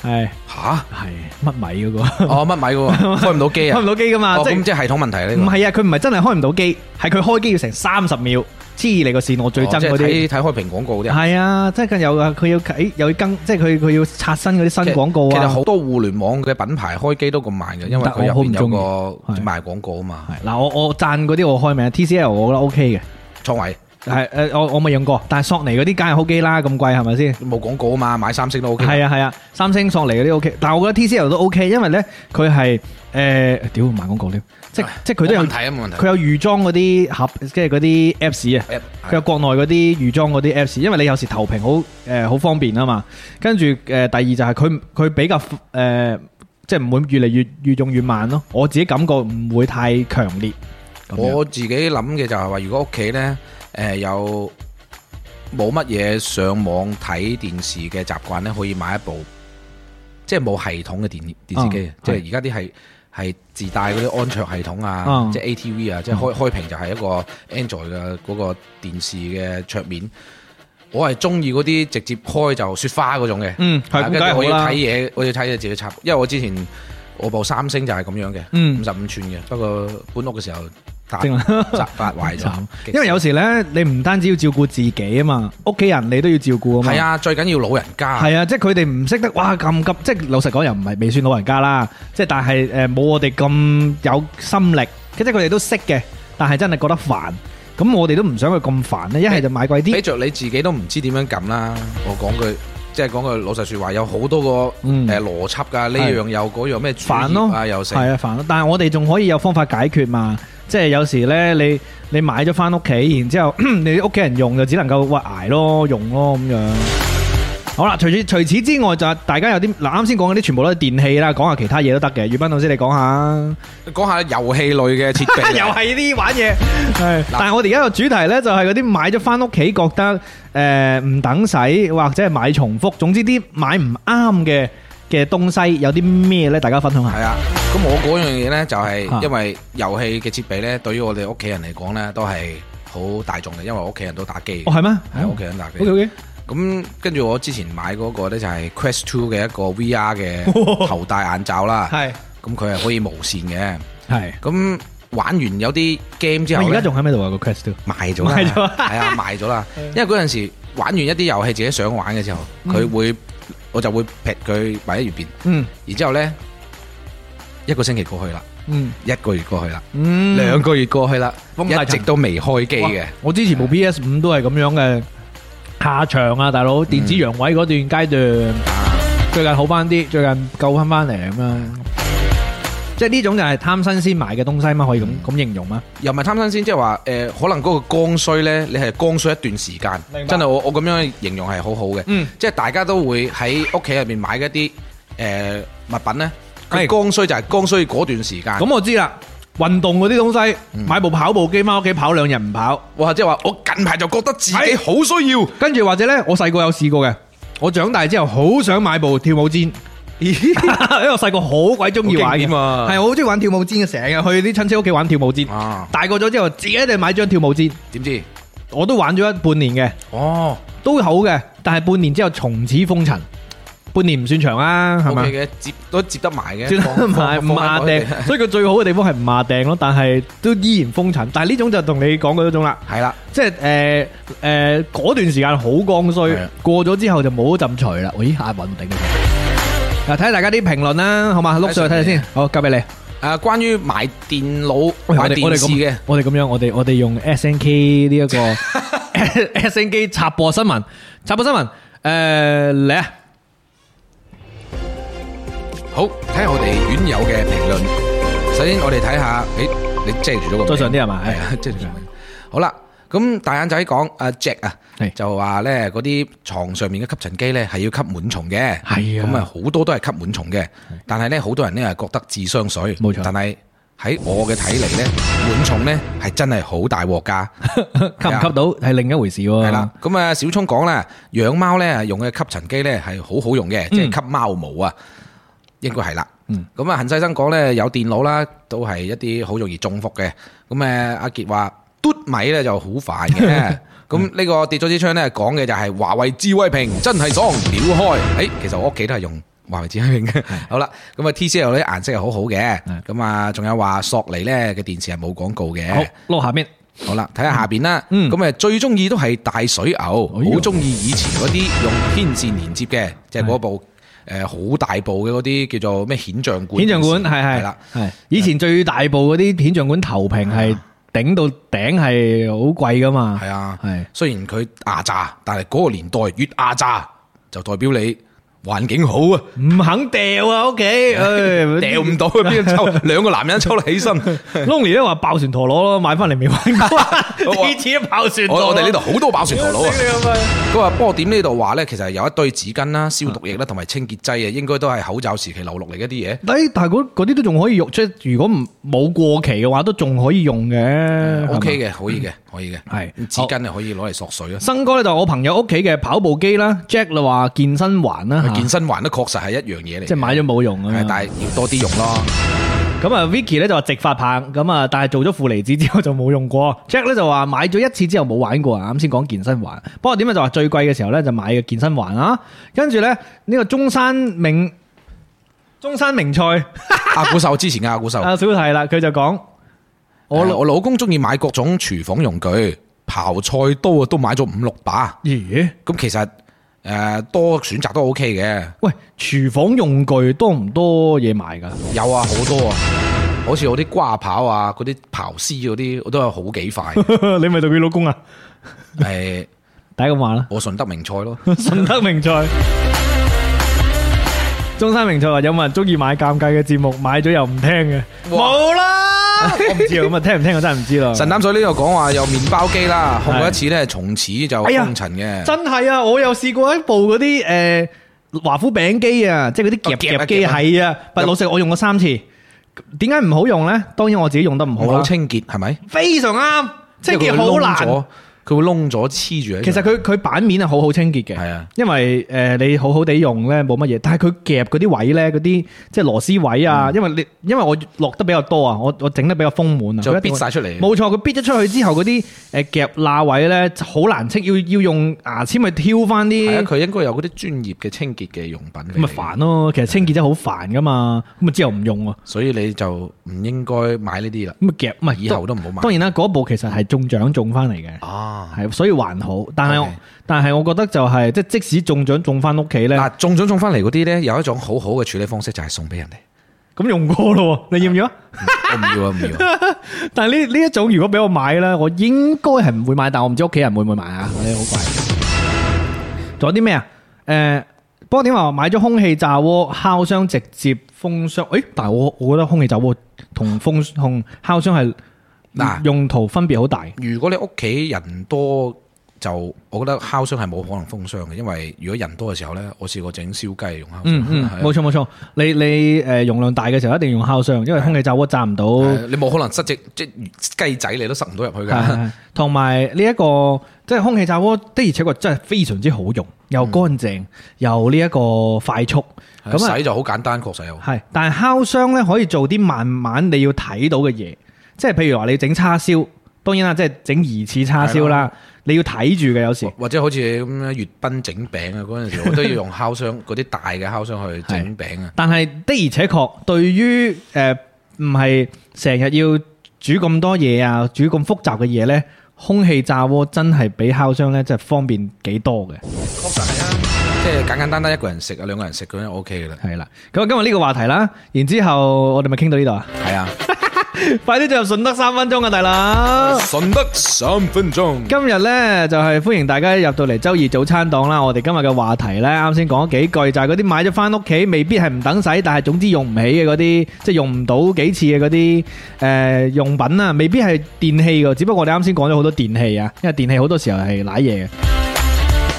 系吓？系乜米嗰个哦，乜 *laughs* 米嘅喎，開唔到機啊？開唔到機㗎嘛哦，即係咁即係系統問題唔呢系啊，佢唔系真系开唔到机，系佢开机要成三十秒，黐你个线，我個。最憎嗰哦即啲。係睇睇開屏廣告嗰啲啊。系啊，即系佢有啊，佢要啟又要更，即系佢佢要刷新嗰啲新廣告其實啊。好多互聯網嘅品牌開機都咁慢嘅，因為但佢我入好唔邊有中意個係賣廣告啊嘛。係嗱，我我赞嗰啲我開名，TCL 我覺得 OK 嘅，創維係诶我我未用過，但係索尼嗰啲梗係好機啦，咁貴係咪先？冇廣告啊嘛，買三星都 OK。係啊係啊，三星索尼嗰啲 OK，但係我覺得 TCL 都 OK，因為咧佢係诶屌賣廣告添，即即係佢都有冇問題啊，冇問題。哎佢有預裝嗰啲盒，即係嗰啲 Apps 啊。 App，佢有國內嗰啲預裝嗰啲 Apps，因為你有時投屏好誒好方便啊嘛。跟住誒第二就係佢佢比較誒、呃即係唔會越嚟越越用越慢咯。我自己感覺唔會太強烈。咁樣我自己諗嘅就係話，如果屋企呢，誒、有冇乜嘢上網睇電視嘅習慣呢，可以買一部即係冇系統嘅電電視機，嗯即係而家啲係係自帶嗰啲安卓系統啊，嗯即係 ATV 啊，即係開開屏就係一個 Android 嘅嗰個電視嘅桌面。我係中意嗰啲直接開就雪花嗰種嘅，嗯係啊咁跟梗係住好我要啦睇嘢，我要睇嘢自己插，因為我之前我部三星就係咁樣嘅，嗯五十五寸嘅，不過搬屋嘅時候打正 *laughs* 啊砸發壞咗慘， *laughs* 因為有時咧，你唔單止要照顧自己啊嘛，屋企人你都要照顧啊嘛。係，啊，最緊要老人家係啊，即係佢哋唔識得哇咁急，即係老實講又唔係未算老人家啦，即係但係誒冇我哋咁有心力，即係佢哋都識嘅，但係真係覺得煩。咁我哋都唔想佢咁煩咧，一係就買貴啲俾。着你自己都唔知點樣撳啦。我講句，即係講句老實説話，有好多個誒嗯邏輯㗎，呢樣又嗰樣咩主業煩咯啊，又係成啊，煩咯。但係我哋仲可以有方法解決嘛？即係有時咧，你你買咗翻屋企，然之後 *clears throat* 你屋企人用就只能夠喂捱咯，用咯咁樣。好啦，除此除此之外就係大家有啲嗱，啱先講嗰啲全部都係電器啦，講下其他嘢都得嘅。宇斌老師你講下，講下遊戲類嘅設備，啊 *laughs* 又係呢啲玩嘢。係，但係我哋而家個主題呢，就係嗰啲買咗翻屋企覺得誒唔等使或者係買重複，總之啲買唔啱嘅嘅東西有啲咩呢？大家分享下係。啊。咁我嗰樣嘢呢，就啊係因為遊戲嘅設備呢，對於我哋屋企人嚟講呢，都係好大眾嘅，因為我屋企人都打機，哦，係咩？係屋企人打機 O K。O K。咁跟住我之前買嗰個呢，就係 Quest Two 嘅一個 *laughs* VR 嘅頭戴眼罩啦，系咁佢係可以無線嘅。系。咁玩完有啲 game 之我後而呢家仲喺咩度啊？個 quest 都賣咗啦，賣咗嗯係 *laughs* 啊賣咗啦。因為嗰陣時玩完一啲遊戲自己想玩嘅時候，佢會我就會劈佢擺喺一邊，嗯然之後呢，一個星期過去啦，嗯一個月過去啦，嗯兩個月過去啦，一直都未開機嘅。我之前部 PS 五都係咁樣嘅下場啊，大佬電子陽痿嗰段階段，最近好翻啲，最近救翻翻嚟咁樣。即係呢種就係貪新鮮買嘅東西嘛，可以咁咁形容嗎？又唔係貪新鮮，即係話誒，呃可能嗰個剛需呢，你係剛需一段時間，真係我我咁樣形容係好好嘅，嗯即係大家都會喺屋企入面買一啲誒、呃物品呢，佢剛需就係剛需嗰段時間，咁我知啦，運動嗰啲東西，買部跑步機翻屋企跑兩日唔跑，哇！即係話我近排就覺得自己好需要，跟住或者呢，我細個有試過嘅，我長大之後好想買部跳舞毡，因為我細個好鬼中意玩嘅。啊系我好中意玩跳舞毡嘅，成日去啲親戚屋企玩跳舞毡。啊！大個咗之後，自己一定買張跳舞毡，點知我都玩咗一半年嘅，哦都好嘅。但係半年之後從此風塵，半年唔算長啊，係咪，OK？嘅，接都接得埋嘅，算啦放唔係唔放壓放喺嗰定，所以佢最好嘅地方係唔壓定咯，但係都依然風塵。但係呢種就同你講嘅嗰種啦，度係啦，即係誒誒嗰段時間好剛需係啊，過咗之後就冇咗陣除啦。咦，下穩定嘅。嗱，睇下大家啲評論啦，好嘛？碌上去睇下先，好，交俾你。誒，關於買電腦喂我買哋我電哋視咁嘅，我哋咁樣，我哋我哋用 S N K 呢 *laughs* 一個 *laughs* S N K 插播新聞，插播新聞，诶嚟啊！好睇下我哋院友嘅評論。首先我哋睇下，誒，你遮住咗個名再上啲係嘛係啊，遮住個名。好啦，咁大眼仔講阿 Jack 啊係，就話咧嗰啲床上面嘅吸塵機咧係要吸螨蟲嘅，係啊咁啊好多都係吸螨蟲嘅，但係咧好多人咧係覺得智商水，冇錯但係喺我嘅睇嚟咧，螨蟲咧係真係好大鑊㗎。 *laughs* 吸唔吸到係另一回事喎。系啦，，咁啊，小聰講啦，養貓咧用嘅吸塵機咧係好好用嘅，即係吸貓毛啊，應該係啦。咁啊，陳世生講咧有電腦啦，都係一啲好容易中伏嘅。咁誒，阿傑話嘟米咧就好煩 *laughs* 嘅。咁呢個跌咗支槍咧講嘅就係華為智慧屏真係爽，屌開！誒，其實我屋企都係用話為之興嘅。好啦，咁啊 TCL 呢啲顏色係好好嘅，咁啊仲有話索尼呢嘅電池係冇廣告嘅。好，落下面。好啦，睇下下邊啦。嗯哎咁誒最中意都係大水牛，好中意以前嗰啲用天線連接嘅，即係嗰部誒好大部嘅嗰啲叫做咩顯像管。顯像管係係係啦，係以前最大部嗰啲顯像管投屏係頂到頂係好貴噶嘛，係啊。係雖然佢壓榨，但係嗰個年代越壓榨就代表你環境好 *laughs* 啊，唔肯掉啊 *laughs* 屋企，唉掉唔到啊，*laughs* 邊度抽兩個男人抽得起身。 Lonny 都話爆旋陀螺咯，買翻嚟未玩過， *laughs* 我呢次都爆旋陀我螺。我哋呢度好多爆旋陀螺 *laughs* 啊！佢話波點呢度話咧，其實有一堆紙巾啦、消毒液啦同埋清潔劑啊，應該都係口罩時期留落嚟嘅一啲誒，嘢。嗯哎但係嗰嗰啲都仲可以用，即係如果唔冇過期嘅話，都仲可以用嘅。 O K 嘅。嘅，可以嗯嘅，可以嘅。係紙巾係可以攞嚟索水啊。生哥咧就我朋友屋企嘅跑步機啦，Jack 就話健身環啦，啊健嚇身環都確實係一樣嘢嚟嘅，啊即係買咗冇用啊係，嘛。但係要多啲用咯。 *laughs* 咁啊，Vicky 咧就話直發棒，咁啊，但係做咗負離子之後就冇用過。Jack *laughs* 咧就話買咗一次之後冇玩過啊。啱先講健身環，不過點解就話最貴嘅時候咧就買嘅健身環啦。跟住咧呢個中山名中山名菜阿古獸之前嘅阿古獸，啊，小提啦，佢就講我我老公中意買各種廚房用具，刨菜刀啊都買咗五六把。咦，咁其實誒多選擇都 O K 嘅，喂，廚房用具多唔多嘢賣㗎？ *laughs* 有啊好多啊，好似我啲瓜刨啊，嗰啲刨絲嗰啲，我都有好幾 *laughs* 塊。你咪做佢老公啊？誒，第一咁話啦，我順德名菜咯，順德名菜。中山名菜話有冇人中意買尷尬嘅節目，買咗又唔聽嘅，冇啦，我唔知啊，咁啊聽唔聽我真係唔知啦。神擔水呢度講話有麵包機啦，控過一次咧，從此就哎呀封塵嘅。真係啊！我又試過一部嗰啲诶华夫餅機啊，即係嗰啲夾夾啊夾機夾啊係啊，但老實我用過三次，點解唔好用呢？當然我自己用得唔好好啦，清潔係咪？非常啱，清潔好因難。為佢會窿咗，佢會窿咗黐住喺度。其實佢佢版面係好好清潔嘅，係啊，因為誒你好好地用咧冇乜嘢，但係佢夾嗰啲位咧，嗰啲即係螺絲位嗯啊，因為你因為我落得比較多啊，我我整得比較豐滿啊，就佢一定逼會晒出嚟。冇錯，佢逼咗出去之後嗰啲誒夾罅位咧好難清，要要用牙籤去挑翻係啊，啲，佢應該有嗰啲專業嘅清潔嘅用品。咁咪煩。咯。其實清潔真係好煩噶嘛，咁咪之後唔用喎，所以你就唔應該買呢啲啦，啊咁咪夾咪以後都唔好買。當然啦，嗰部其實係中獎中翻嚟嘅。啊，係，所以還好，但係我 OK 但係我覺得就係、即係即使中獎中翻屋企咧，嗱，中獎中翻嚟嗰啲咧，有一種好好嘅處理方式，就係送俾人哋。咁用過咯 *laughs* 喎，你要唔要啊？我唔要啊，唔要 *laughs* 啊。但係呢呢一種如果俾我買咧，我應該係唔會買，但我唔知屋企人會唔會買啊？嗰啲好貴。仲有啲咩啊？誒、不過點話買咗空氣炸鍋、烤箱直接封箱？誒、但係我我覺得空氣炸鍋同封同烤箱係嗱用途分別好大。如果你屋企人多，就我覺得烤箱係冇可能封箱嘅，因為如果人多嘅時候咧，我試過整燒雞用烤箱。嗯嗯，係啊冇錯冇錯，你你誒容量大嘅時候一定用烤箱，因為空氣炸鍋炸唔到。係啊你冇可能塞只即係雞仔，你都塞唔到入去係係㗎。係同埋呢一個即係空氣炸鍋的而且確真係非常之好用，又乾淨又呢一個快速。咁啊洗就好簡單，確實有。係，但係烤箱咧可以做啲慢慢你要睇到嘅嘢，即係譬如話你整叉燒，當然啦，即係整疑似叉燒啦，你要睇住嘅有時。或者好似咁樣粵賓整餅啊，嗰陣時我都要用烤箱嗰啲大嘅烤箱去整餅啊。但係的而且確對於誒唔係成日要煮咁多嘢啊，煮咁複雜嘅嘢咧，空氣炸鍋真係比烤箱咧真係方便幾多嘅。確實係啊，即係簡簡單單一個人食啊，兩個人食咁樣 O K 噶啦。系啦，咁啊今日呢個話題啦，然之后我哋咪傾到呢度啊，係啊， *laughs* 快啲進入順德三分鐘啊，大佬！順德三分鐘。今日呢，就係歡迎大家入到嚟周二早餐檔啦，我哋今日嘅話題呢，啱先講咗幾句，就係嗰啲買咗翻屋企未必係唔等使，但係總之用唔起嘅嗰啲，即係用唔到幾次嘅嗰啲诶用品啊，未必係電器啊嘅，只不過我哋啱先講咗好多電器啊，因為電器好多時候係濑嘢嘅。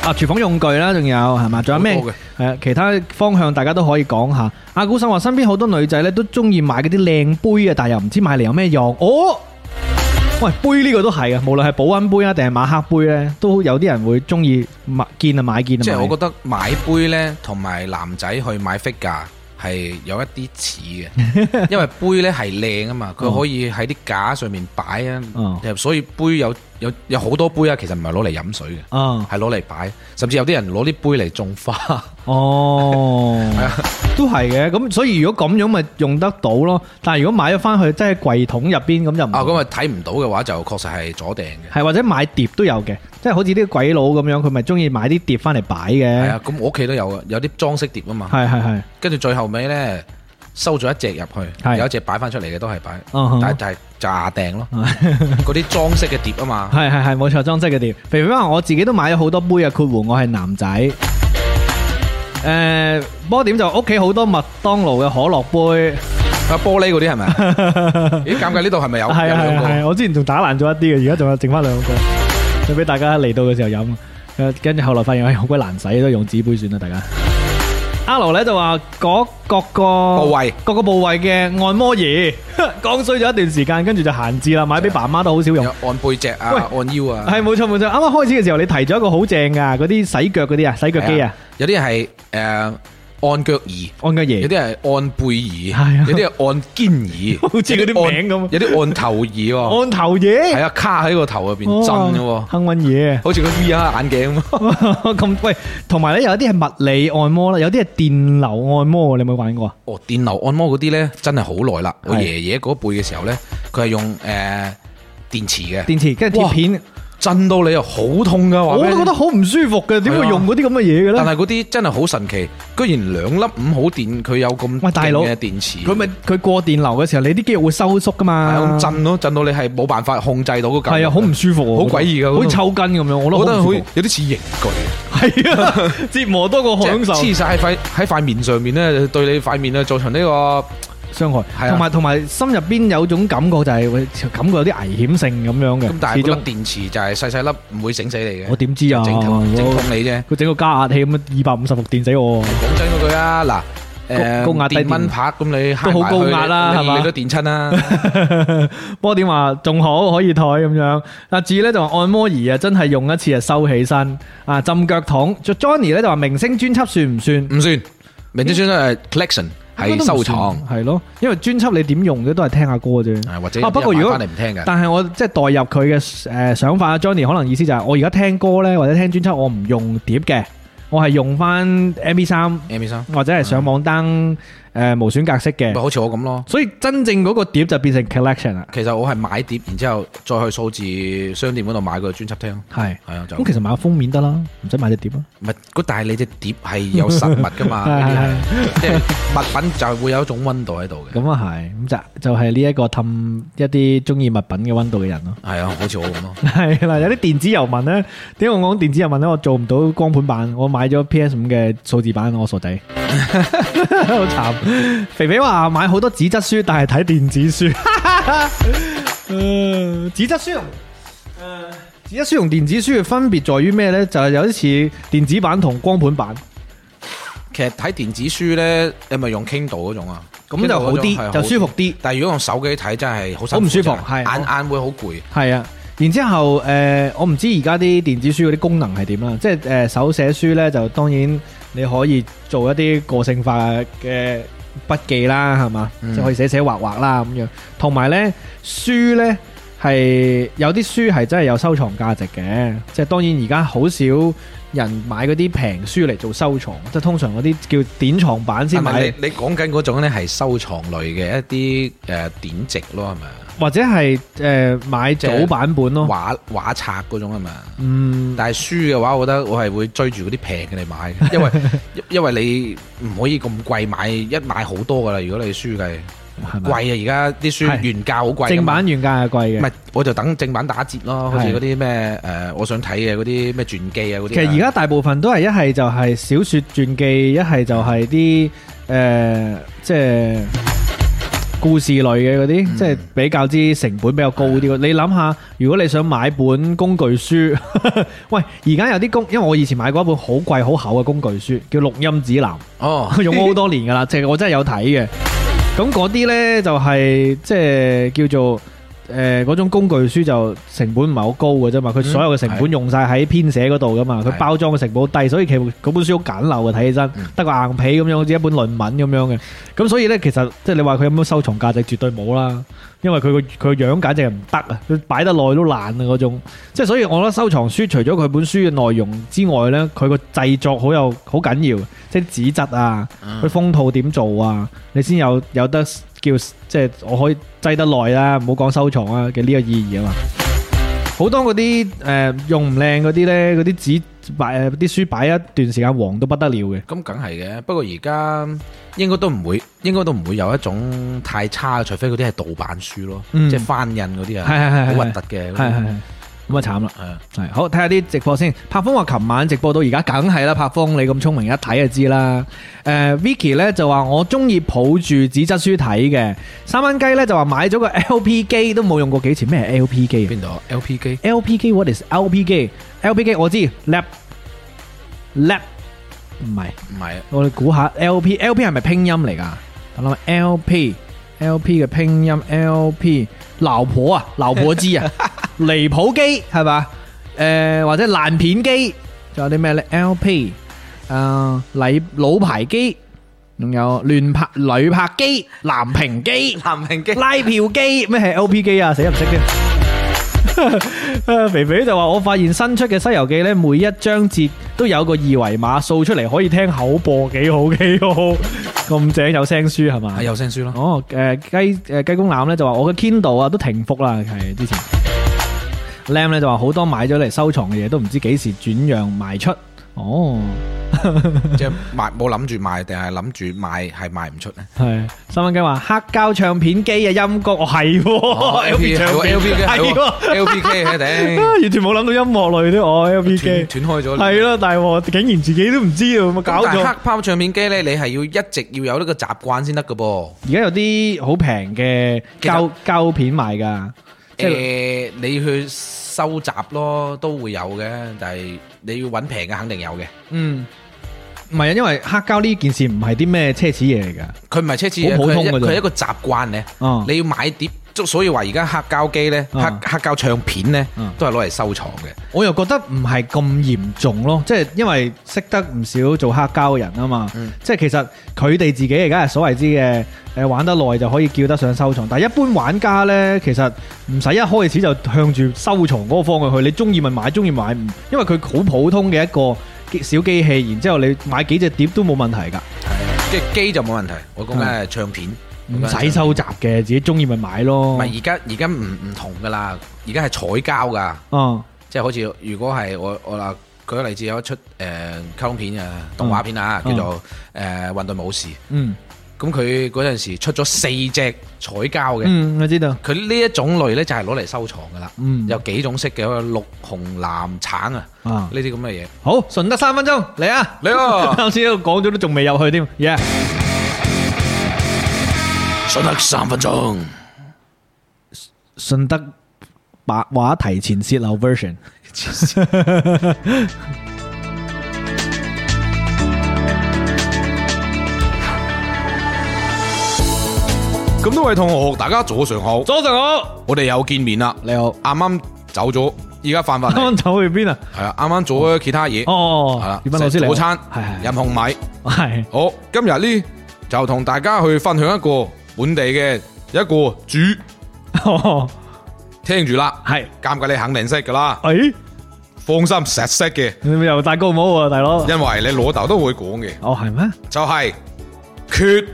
啊，廚房用具啦，仲有係嘛？仲有咩好多嘅？係啊其他方向大家都可以講下。阿古生話身邊好多女仔呢都中意買嗰啲靚杯啊嘅，但係又唔知買嚟有咩用。哦，喂，杯呢個都係嘅，無論係保温杯啊定係馬克杯呢，都有啲人會中意買見啊買見啊。即係我覺覺得買杯呢，同埋男仔去買 figure 係有一啲似嘅， *laughs* 哦因為杯呢係靚啊嘛，佢可以喺啲架上面擺啊嗯，所以杯有有有好多杯啊，其實唔係攞嚟飲水嘅，啊，係攞嚟擺，甚至有啲人攞啲杯嚟種花。 *laughs* 哦，都係嘅。咁所以如果咁樣咪用得到咯。但係如果買咗翻去，即係櫃桶入邊咁就唔啊，咁啊睇唔到嘅話就確實係阻訂嘅。係或者買碟都有嘅，即係好似啲鬼佬咁樣，佢咪中意買啲碟翻嚟擺係嘅。啊，咁我屋企都有啊，有啲裝飾碟啊嘛，係係係，跟住最後尾咧收咗一隻入係去，有一隻擺翻出嚟嘅都係擺，嗯哼但係但係就牙訂咯，嗰啲裝飾嘅碟 *laughs* 啊嘛，係係係冇錯，裝飾嘅碟。譬如話我自己都買咗好多杯啊，括弧我係男仔。誒、不過點就屋企好多麥當勞嘅可樂杯。啊玻璃嗰啲 *laughs* 係咪？咦，尷尬呢度係咪有係有啊係啊係兩啊，我之前仲打爛咗一啲嘅，而家仲有剩翻兩個，就俾大家嚟到嘅時候飲。誒跟住後來發現，哎，好鬼難洗，都用紙杯算啦，大家。阿羅咧就話各各個部位各個部位嘅按摩 *laughs* 儀，講衰咗一段時間，跟住就閒置啦，買啊俾爸媽都好少用個？。有按背脊啊，喂按腰啊， *laughs* 係冇錯冇錯，啱啱開始嘅時候你提咗一個好正噶，嗰啲洗腳嗰啲啊，洗腳機係啊，，有啲係誒按腳儀。按腳有 *laughs* 儀，啲係按背儀，係啊有啲係按肩 *laughs* 儀，好似嗰啲名咁啊有啲按頭儀喎，按頭儀，係啊，卡喺個頭入邊震嘅喎哦，幸運嘢。好似個 VR 眼鏡 *laughs* 咁。*laughs* 咁喂，同埋咧有一啲係物理按摩啦，有啲係電流按摩，你有冇玩過啊？哦，電流按摩嗰啲咧真係好耐啦。我係爺爺嗰輩嘅時候咧，佢係用誒、呃、電池嘅，電池跟住貼片，震到你啊好痛噶。話我俾你都覺得好唔舒服嘅，點會用嗰啲咁嘅嘢嘅但咧？係嗰啲真係好神奇，居然兩粒五號電佢有咁喂大佬勁嘅電池，佢咪佢過電流嘅時候，你啲肌肉會收縮噶係嘛咁？震咯，震到你係冇辦法控制到嗰嚿。係啊，好唔舒服喎，好詭異㗎好似嗰種抽筋咁樣，我我都 *laughs* 覺得好唔好舒有服啲似刑具，係啊，折磨多過即享係受黐晒喺塊喺塊面上面咧，對你塊面啊造成呢個傷係害，啊同埋同埋心入邊有種感覺就係喂感覺有啲危險性咁樣嘅。咁，但係始嗰終粒電池就係細細粒，唔會整死你嘅。我點知啊？整痛整痛我你啫。佢整個加壓器咁樣二百五十伏電死我。 *laughs* 講真嗰句啊，嗱，誒高高壓低電電蚊拍咁你都好高壓啦你係嘛你都電親啦， *laughs* 不過點話仲好可以抬咁樣。阿志咧就話按摩儀啊，真係用一次啊收起身啊浸腳桶。Johnny 咧就話明星專輯算唔算？唔算。明珠專輯係 collection 係收藏，係咯，因為專輯你點用嘅都係聽下歌啫。係或者啊不過如果翻嚟唔聽嘅，但係我即係代入佢嘅誒想法啊，Johnny 可能意思就係我而家聽歌咧或者聽專輯，我唔用碟嘅，我係用翻 MP 三 M 醫生或者係上網 down 誒無損格式咪嘅，好似我咁咯。所以真正嗰個碟就變成 collection 啦。其實我係買碟，然之後再去數字商店嗰度買個專輯聽咯。係係啊，就咁，其實買個封面得啦，唔使買隻碟啦。唔係嗰，但係你隻碟係有實物噶 *laughs* 嘛，係嗰啲係係即係物品就會有一種温度喺度嘅。咁啊係，咁就就係呢一個氹一啲中意物品嘅温度嘅人咯。係啊，好似我咁 *laughs* 咯。係啦，有啲電子郵文咧，點解我講電子郵文咧？我做唔到光盤版，我買咗 PS 五嘅數字版，我傻仔， *laughs* 好慘。肥肥話買好多紙質書，但係睇電子書。 *laughs* 誒紙質書同誒紙質書同電子書嘅分別在於咩咧？就係有啲似電子版同光盤版，其實睇電子書咧，你咪用 Kindle 嗰種啊，咁就好 Kindle 嗰種係啲，就舒服啲。但係如果用手機睇真係好辛苦好唔舒服真啊係係眼眼會好攰。係啊，然之後誒、呃我唔知而家啲電子書嗰啲功能係點啦，即係誒、呃手寫書呢，就當然你可以做一啲個性化嘅筆記啦，係嘛，嗯即係可以寫寫畫畫啦咁樣。同埋呢，書呢係有啲書係真係有收藏價值嘅，即係當然而家好少人買嗰啲平書嚟做收藏，即係通常嗰啲叫典藏版先係咪買你，你講緊嗰種咧係收藏類嘅一啲誒典籍咯，係咪啊？或者係誒、呃、買即係早版本咯。畫畫冊嗰種係咪啊？嗯，但係書嘅話，我覺得我係會追住嗰啲平嘅嚟買 *laughs* 嘅，因為因因為你唔可以咁貴買，一買好多噶啦。如果你書計係咪貴啊，而家啲書係原價好貴㗎嘛。正版原價係貴嘅唔。係，我就等正版打折咯，好似係嗰啲咩誒，我想睇嘅嗰啲咩傳記啊嗰啲啊。其實而家大部分都係一係就係小說傳記，一係就係啲嗯誒即係故事類嘅嗰嗯啲，即係比較之成本比較高啲嗰。你諗下，如果你想買本工具書， *laughs* 喂，而家有啲工，因為我以前買過一本好貴好厚嘅工具書，叫《錄音指南》。 *laughs* 哦，用咗好多年噶啦，即係我真係有睇嘅。咁嗰啲呢，就係即係叫做誒、诶嗰種工具書就成本唔係好高嘅啫嘛，嗯佢所有嘅成本用晒喺編寫嗰度噶嘛，佢係包裝嘅成本好低，所以其實嗰本書好簡陋嘅，啊睇起身得個硬皮咁樣，好似一本論文咁樣嘅。咁所以咧，其實即係你話佢有冇收藏價值，絕對冇啦，因為佢個佢個樣簡直係唔得啊，佢擺得耐都爛啊嗰種。即係所以我覺得收藏書除咗佢本書嘅內容之外咧，佢個製作好有好緊要，即係紙質啊，佢封套點做啊，你先有有得叫即係我可以擠得耐啦，唔好講收藏啊嘅呢個意義啊嘛。好多嗰啲誒用唔靚嗰啲咧，嗰啲紙擺誒呃啲書擺一段時間黃到不得了嘅。咁梗係嘅，不過而家應該都唔會，應該都唔會有一種太差嘅，除非嗰啲係盜版書咯，嗯即係翻印嗰係啲啊，係係好係核突嘅。係係係咁啊慘啦！係啊系好睇下啲直播先。柏峰話：琴晚直播到而家，梗係啦。柏峰你咁聰明，一睇就知啦。诶、Vicky 咧就話：我中意抱住紙質書睇嘅。三蚊雞咧就話買咗個 LP 機都冇用過幾次，咩係 LP 機啊邊度？LP 機？LP 機 what is LP 機？LP 機我知，lap lap 唔係，唔係啊我哋估下 LP LP 係咪拼音嚟㗎？我諗 LP LP 嘅拼音 LP 老婆啊，老婆知啊，離譜機係嘛？诶、或者爛片機，仲有啲咩咧？LP 诶、呃，禮老牌機，仲有亂拍女拍機、藍屏機、藍屏機、拉票機，咩係 LP 機啊？死唔識 *laughs* 添。啊肥肥就話：我發現新出嘅《西遊記》呢，每一章節都有個二維碼掃出嚟，可以聽口播，幾好幾好，咁正有聲書係嘛係？有聲書咯。哦，誒雞誒雞公欖咧就話我嘅 Kindle 啊都停服啦，係之前。Lam 咧就話好多買咗嚟收藏嘅嘢都唔知幾時轉讓賣出。哦，即係賣冇諗住賣定係諗住賣係賣唔出咧係三蚊雞話黑膠唱片機啊陰公，哦係喎，LP 唱片 LP 機係喎， *laughs* ，LP 機喺頂啊完全冇諗到音樂類啲我 LP 機斷。斷開咗。系咯，大镬！竟然自己都唔知道，咪搞咁但係咗。黑泡唱片機咧，你係要一直要有呢個習慣先得嘅噃。而家有啲好平嘅膠胶片賣㗎，即係诶、你去收集咯，都會有嘅，但係你要揾平嘅肯定有嘅。嗯，唔係啊，因為黑膠呢件事唔係啲咩奢侈嘢嚟㗎。佢唔係奢侈嘢，好普佢係通一嘅啫佢係一個習慣咧。哦你要買碟，所以話而家黑膠機咧，黑啊黑膠唱片咧嗯，都係攞嚟收藏嘅。我又覺得唔係咁嚴重咯，即係因為識得唔少做黑膠嘅人啊嘛，嗯即係其實佢哋自己而家係所謂之嘅誒玩得耐就可以叫得上收藏，但係一般玩家呢，其實唔使一開始就向住收藏嗰個方向去，你中意咪買，中意買唔，因為佢好普通嘅一個機小機器，然之後你買幾隻碟都冇問題㗎，即係機就冇問題，我講緊係唱片，唔使收集嘅，自己中意咪買唔咯。係而家而家唔唔同噶啦，而家係彩膠噶，啊，即係好似如果係我我嗱舉個例子有一出誒、呃、卡通片啊動畫片啊，嗯叫做誒、呃、運動武士，嗯咁佢嗰陣時出咗四隻彩膠嘅。嗯，我知道，佢呢一種類咧就係攞嚟收藏噶啦，嗯有幾種色嘅，好似綠、紅、藍、橙啊，呢啊啲咁嘅嘢。好，順德三分鐘嚟啊！你 *laughs* 啊，啱先喺度講咗都仲未入去添，yeah。信得三分鐘，順德白話提前泄漏 version。咁多位同學，大家早上好，早晨好，我哋又見面啦。你好，啱啱走咗，而家翻返 *laughs* 啱嚟，啱走去邊啊？係啊，啱啱做咗其他嘢，哦，係啦葉斌老師食嚟，早餐係飲紅米。係係好，今日呢，就同大家去分享一個本地嘅一個煮，哦聽住啦，係，尷尬你肯定識噶啦，誒，放心實識嘅，你又戴高帽喎，大佬。因為你老豆都會講嘅，哦，係咩？ *laughs* 就係缺。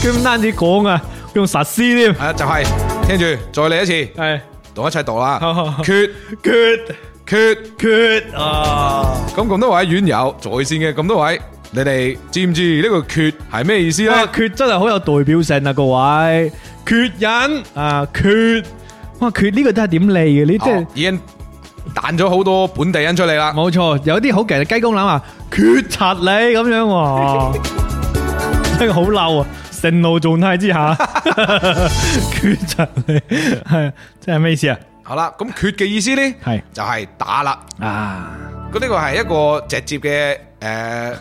佢唔單止講啊，佢用實施添。啊，就係聽住，再嚟一次，係同我一齊讀啦好好好。缺缺缺，缺啊！咁咁多位院友在線嘅咁多位，你哋知唔知呢個缺係咩意思哇咧？缺真係好有代表性啊，各位。缺人啊，缺哇，缺呢個真係點嚟嘅？呢即係哦。已經彈咗好多本地人出嚟啦。冇錯，有啲好勁嘅雞公欖話缺柒你咁樣喎， *laughs* 真係好嬲啊！盛怒狀態之下， *laughs* 缺柒你係即係咩意思啊？好啦，咁缺嘅意思咧係就係打啦。啊，咁呢個係一個直接嘅诶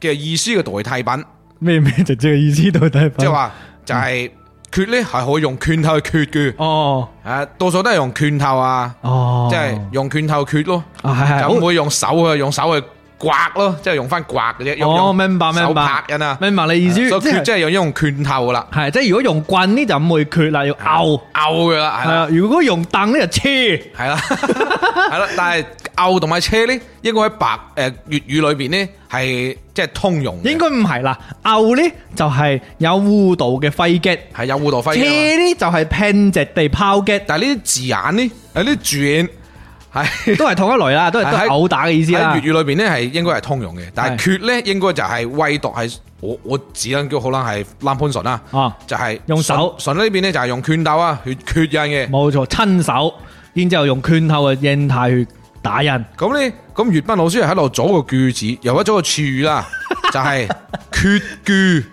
嘅意思嘅代替品，嗯咩咩就即係意思到底係即係話就係決咧係可以用拳頭去決嘅，哦啊，多數都係用拳頭啊，哦，即係用拳頭決咯，啊係係就唔會用手去用手去刮咯，即係用翻刮嘅啫，用哦用明白明白手拍人啊，明白你意思，所以即決係即係用用拳頭噶啦，係即係如果用棍呢就唔會缺啦，要拗拗噶啦，係係啦啊，如果用凳呢就黐。系啦， *laughs* 系啦，但系拗同埋車咧，應該喺白诶粤语裏边咧係即係通用嘅，應該唔係啦，拗呢就係有弧度嘅揮擊，係有互道揮車嘅嘛。呢就係拼直地拋 *laughs* 擊，但係呢啲字眼咧，诶呢啲字眼係都係同一 *laughs* 類啦，都係係都係喺殴打嘅意思啊啦喺粵。語裏边咧係應該係通用嘅，但係決咧應該就係威度係我我只能叫可能係攬潘純啦，啊，就係用手純呢邊咧就係用拳頭啊去決人嘅。冇錯，親手，然之後用拳頭嘅印太去打人。 *laughs* 咁咧咁粵斌老師喺度組個句子，又一組個詞語 *laughs* 啦，就係決句。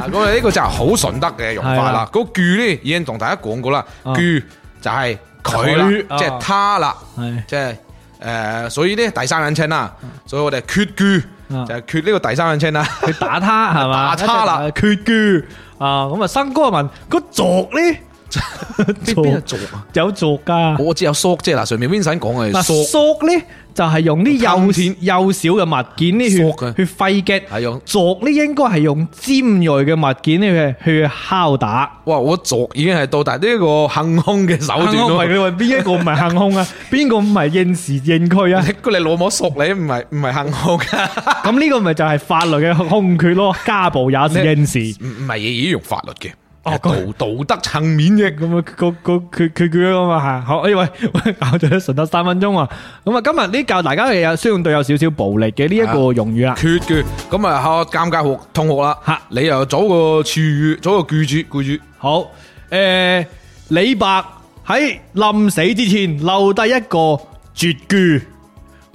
啊，咁啊呢個就係好順德嘅用法啦。嗰句咧已經同大家講過啦，啊句就係佢佢啦，啊即係他啦，係即係誒，所以咧第三人稱啦，所以我哋缺句嗯啊就係缺呢個第三人稱啦。佢打他係嘛？打他啦一隻打，決決啊！咁啊，生哥問個鑿 *laughs* 咧，邊度做啊？鑿有鑿㗎。我只有索啫嗱，上面 Vincent 講嘅嗱，索索咧就係用啲幼貪錢幼小嘅物件呢去索嘅去揮擊，係用鑿呢應該係用尖鋭嘅物件呢去去敲打。哇！我作已經係到達呢個行凶嘅手段行空唔係咯。你話邊一個唔係行空啊？邊個唔係應時應區 *laughs* 啊？你你老母索你唔係唔係行 *laughs* 凶噶，咁呢個咪就係法律嘅空缺咯，家暴也是應時。唔唔係已經用法律嘅，哦係道道德層面嘅。咁啊，個個佢佢佢啊嘛吓，好， *laughs* 哎喂，喂搞咗都順德三分鐘啊！咁啊，今日呢教大家有相對有少少暴力嘅呢一個用語啦，缺嘅，咁啊考尷尬學同學啦，嚇你又組個處語，組個句主，句主，好，诶、李白喺冧死之前留低一個絕句，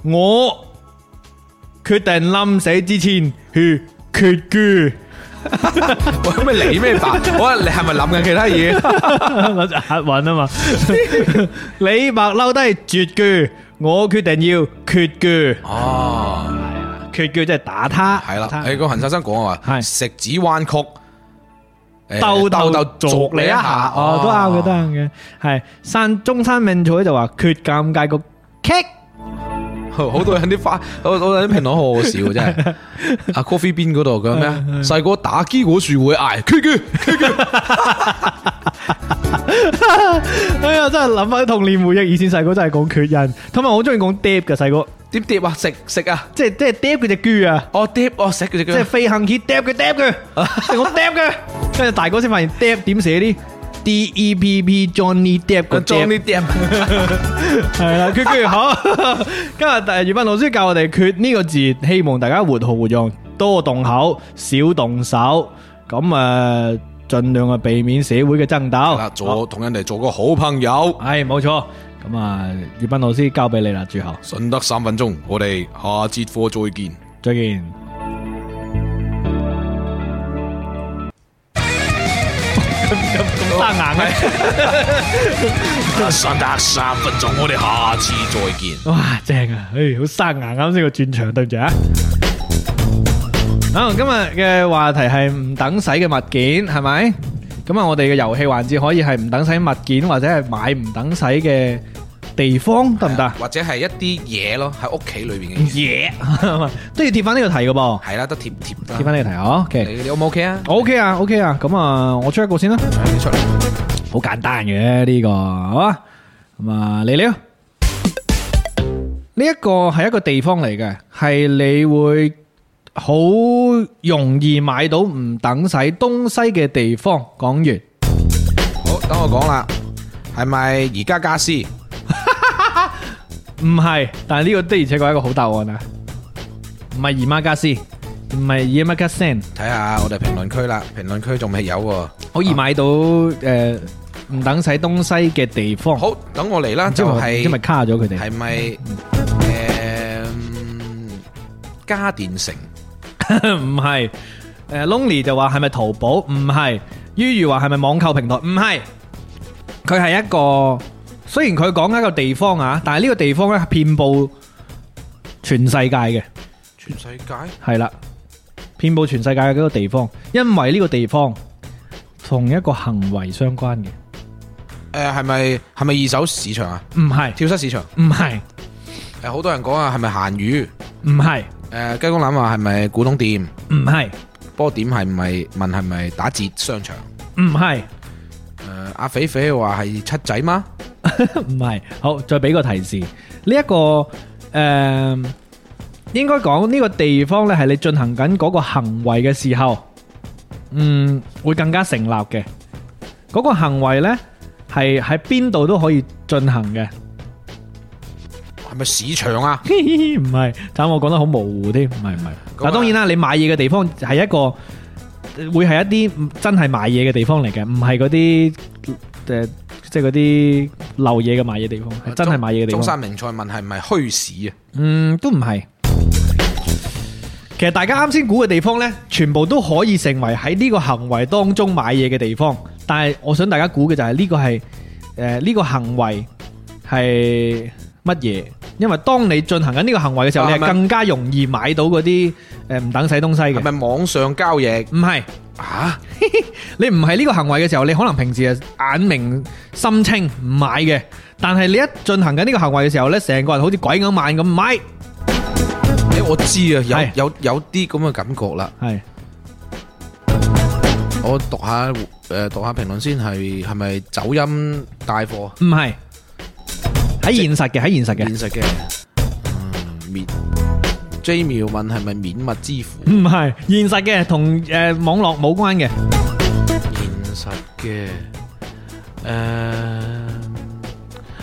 我決定冧死之前去決句。喂咩你咩白？ *laughs* 我你係咪諗緊其他嘢？我就客运啊嘛。 *laughs* 李白嬲低絕句，我決定要決句。啊哦，決句即係打他，係啦打，他你個陳先生講啊話，係食指彎 *laughs* 曲，誒兜兜兜捉啄你一下，哦，都啱嘅，都啱嘅。系山中山命草就話缺尷尬個棘， *laughs* 好多人啲花，好好多人啲評論好好笑真係。阿 Coffee 邊嗰度佢話咩 *laughs* 啊？細個打機嗰樹會嗌，缺缺缺缺，哎呀，真係諗翻童年回憶，以前細個真係講缺人，同埋我好中意講碟嘅細個，點碟啊？食食啊！即係即系碟佢只豬啊，哦碟哦食佢只即係飛行棋碟佢碟 *laughs* 佢，我碟佢，跟住大哥先發現碟點寫啲 D E P P 啊 Johnny Depp 個 Depp 呢碟，啊系啦，缺缺好。 *laughs* 今日誒葉斌老師教我哋缺呢個字，希望大家活學活用，多動口，少動手。咁誒，呃盡量啊避免社會嘅係爭鬥啦，。做同人哋做個好朋友。係冇錯。咁啊，葉斌老師交俾你啦，最後順德三分鐘，我哋下節課再見。再見。咁生硬啊嘅，順德三分鐘，我哋下次再見。哇，正啊！唉，好生硬，啱先個轉場，對唔住啊。好，今日嘅話題係唔等使嘅物件，係咪？咁啊，我哋嘅遊戲環節可以係唔等使物件，或者係買唔等使嘅地方，得唔得？ *laughs* 或者係一啲嘢咯，喺屋企裏邊嘅嘢， *laughs* 嘢都要貼翻呢個題嘅噃，係啦，得貼貼啦。貼翻呢個題啊。OK，你你 O 唔 OK 啊？我 OK 啊，OK à. 啊。咁啊，我出一個先啦，你出嚟，好簡單嘅呢個，好啊。咁啊，嚟了。呢一個係一個地方嚟嘅，係你會好容易買到唔等使東西嘅地方。講完。好，等我講啦。係咪宜家家私？唔係，但係呢個的而且確係一個好答案啊！唔係姨媽家私，唔係姨媽家聲，睇下我哋評論區啦，評論區仲未有喎。好易買到诶唔、等使東西嘅地方。好，等我嚟啦，唔知就咪唔知咪係卡咗佢哋？係咪誒家電城？ *laughs* 唔係诶 Lonely 就話係咪淘寶？唔係。於如話係咪網購平台？唔係。佢係一個雖然佢講緊一個地方啊，但係呢個地方咧遍佈全世界嘅。全世界系啦，遍布全世界嘅嗰個地方，因為呢個地方同一個行為相關嘅，诶，系咪系咪二手市場啊？唔係跳蚤市場唔係诶，好多人講啊，係咪閒魚？唔係诶，雞公腩話係咪古董店？唔係波點係咪問係咪打折商場？唔係诶，阿肥肥話係七仔嗎？唔係，好，再俾個提示，呢、一個诶、呃，应该讲呢個地方咧係你進行緊嗰個行為嘅時候，嗯，會更加成立嘅。嗰、個行為咧係喺邊度都可以進行嘅，係咪市場啊？唔係，慘我講得好模糊添，唔係 *laughs* 唔係。咁啊嗱，當然啦，你買嘢嘅地方係一個會係一啲真係買嘢嘅地方嚟嘅，唔係嗰啲誒即係嗰啲漏嘢嘅買嘢地方，係真係買嘢嘅地方。中山名菜問係咪虛市啊？嗯，都唔係。其實大家啱先估嘅地方呢，全部都可以成為喺呢個行為當中買嘢嘅地方。但係我想大家估嘅就係呢個係誒呢個行為係乜嘢？因為當你進行緊呢個行為嘅時候，啊你係咪係更加容易買到嗰啲誒唔等使東西係嘅。咪網上交易唔係啊？你唔係呢個行為嘅時候，你可能平時係眼明心清唔買嘅，但係你一進行緊呢個行為嘅時候呢，成個人好似鬼咁慢咁買。诶，我知啊，係有有有啲咁嘅感覺啦。係我讀下诶，讀下評論先，係係咪走音帶貨？唔係喺現實嘅，喺現實嘅現，實嘅，嗯，免 J 苗問係咪免密支付？唔係現實嘅，同诶网络冇關嘅，現實嘅，诶，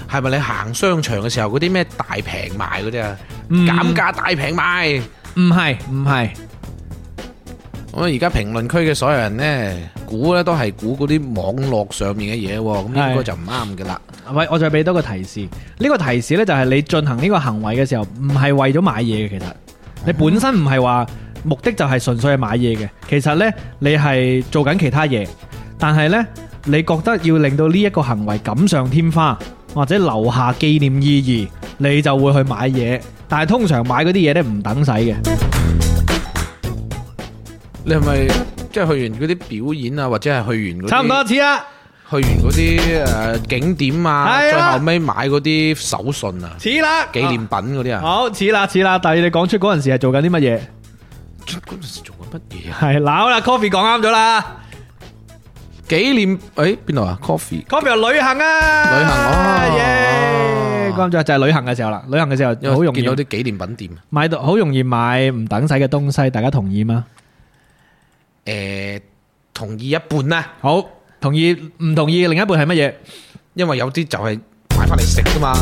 係咪你行商場嘅時候嗰啲咩大平賣嗰啲啊？嗯減價大平賣。唔係唔係咁啊而家評論區嘅所有人呢，估呢都係估嗰啲網絡上面嘅嘢喎，咁應該係就唔啱嘅啦。喂，我再俾多個提示，呢、個提示呢，就係你進行呢個行為嘅時候，唔係為咗買嘢嘅，其實你本身唔係話目的就係純粹係買嘢嘅，其實呢，你係做緊其他嘢，但係呢，你覺得要令到呢一個行為錦上添花或者留下紀念意義，你就會去買嘢，但係通常買嗰啲嘢呢，唔等使嘅。你係咪即係去完嗰啲表演啊，或者係去完嗰啲差唔多，似啦，去完嗰啲誒景點啊，係最啊後尾買嗰啲手信啊、似啦，紀念品嗰啲啊，好，似啦似啦，但系你講出嗰陣時係做緊啲乜嘢？嗰陣時做緊乜嘢啊？係嗱好啦，Coffee 講啱咗啦紀念誒邊度啊？Coffee ，Coffee 話旅行啊，旅行哦耶，啱咗就係旅行嘅時候啦，旅行嘅時因候好為容見到易啊啲紀念品店，買到，好容易買唔等使嘅東西，大家同意嗎？誒呃同意一半啦，好，同意唔同意？另一半係乜 *laughs* 嘢？因為有啲就係買翻嚟食噶嘛，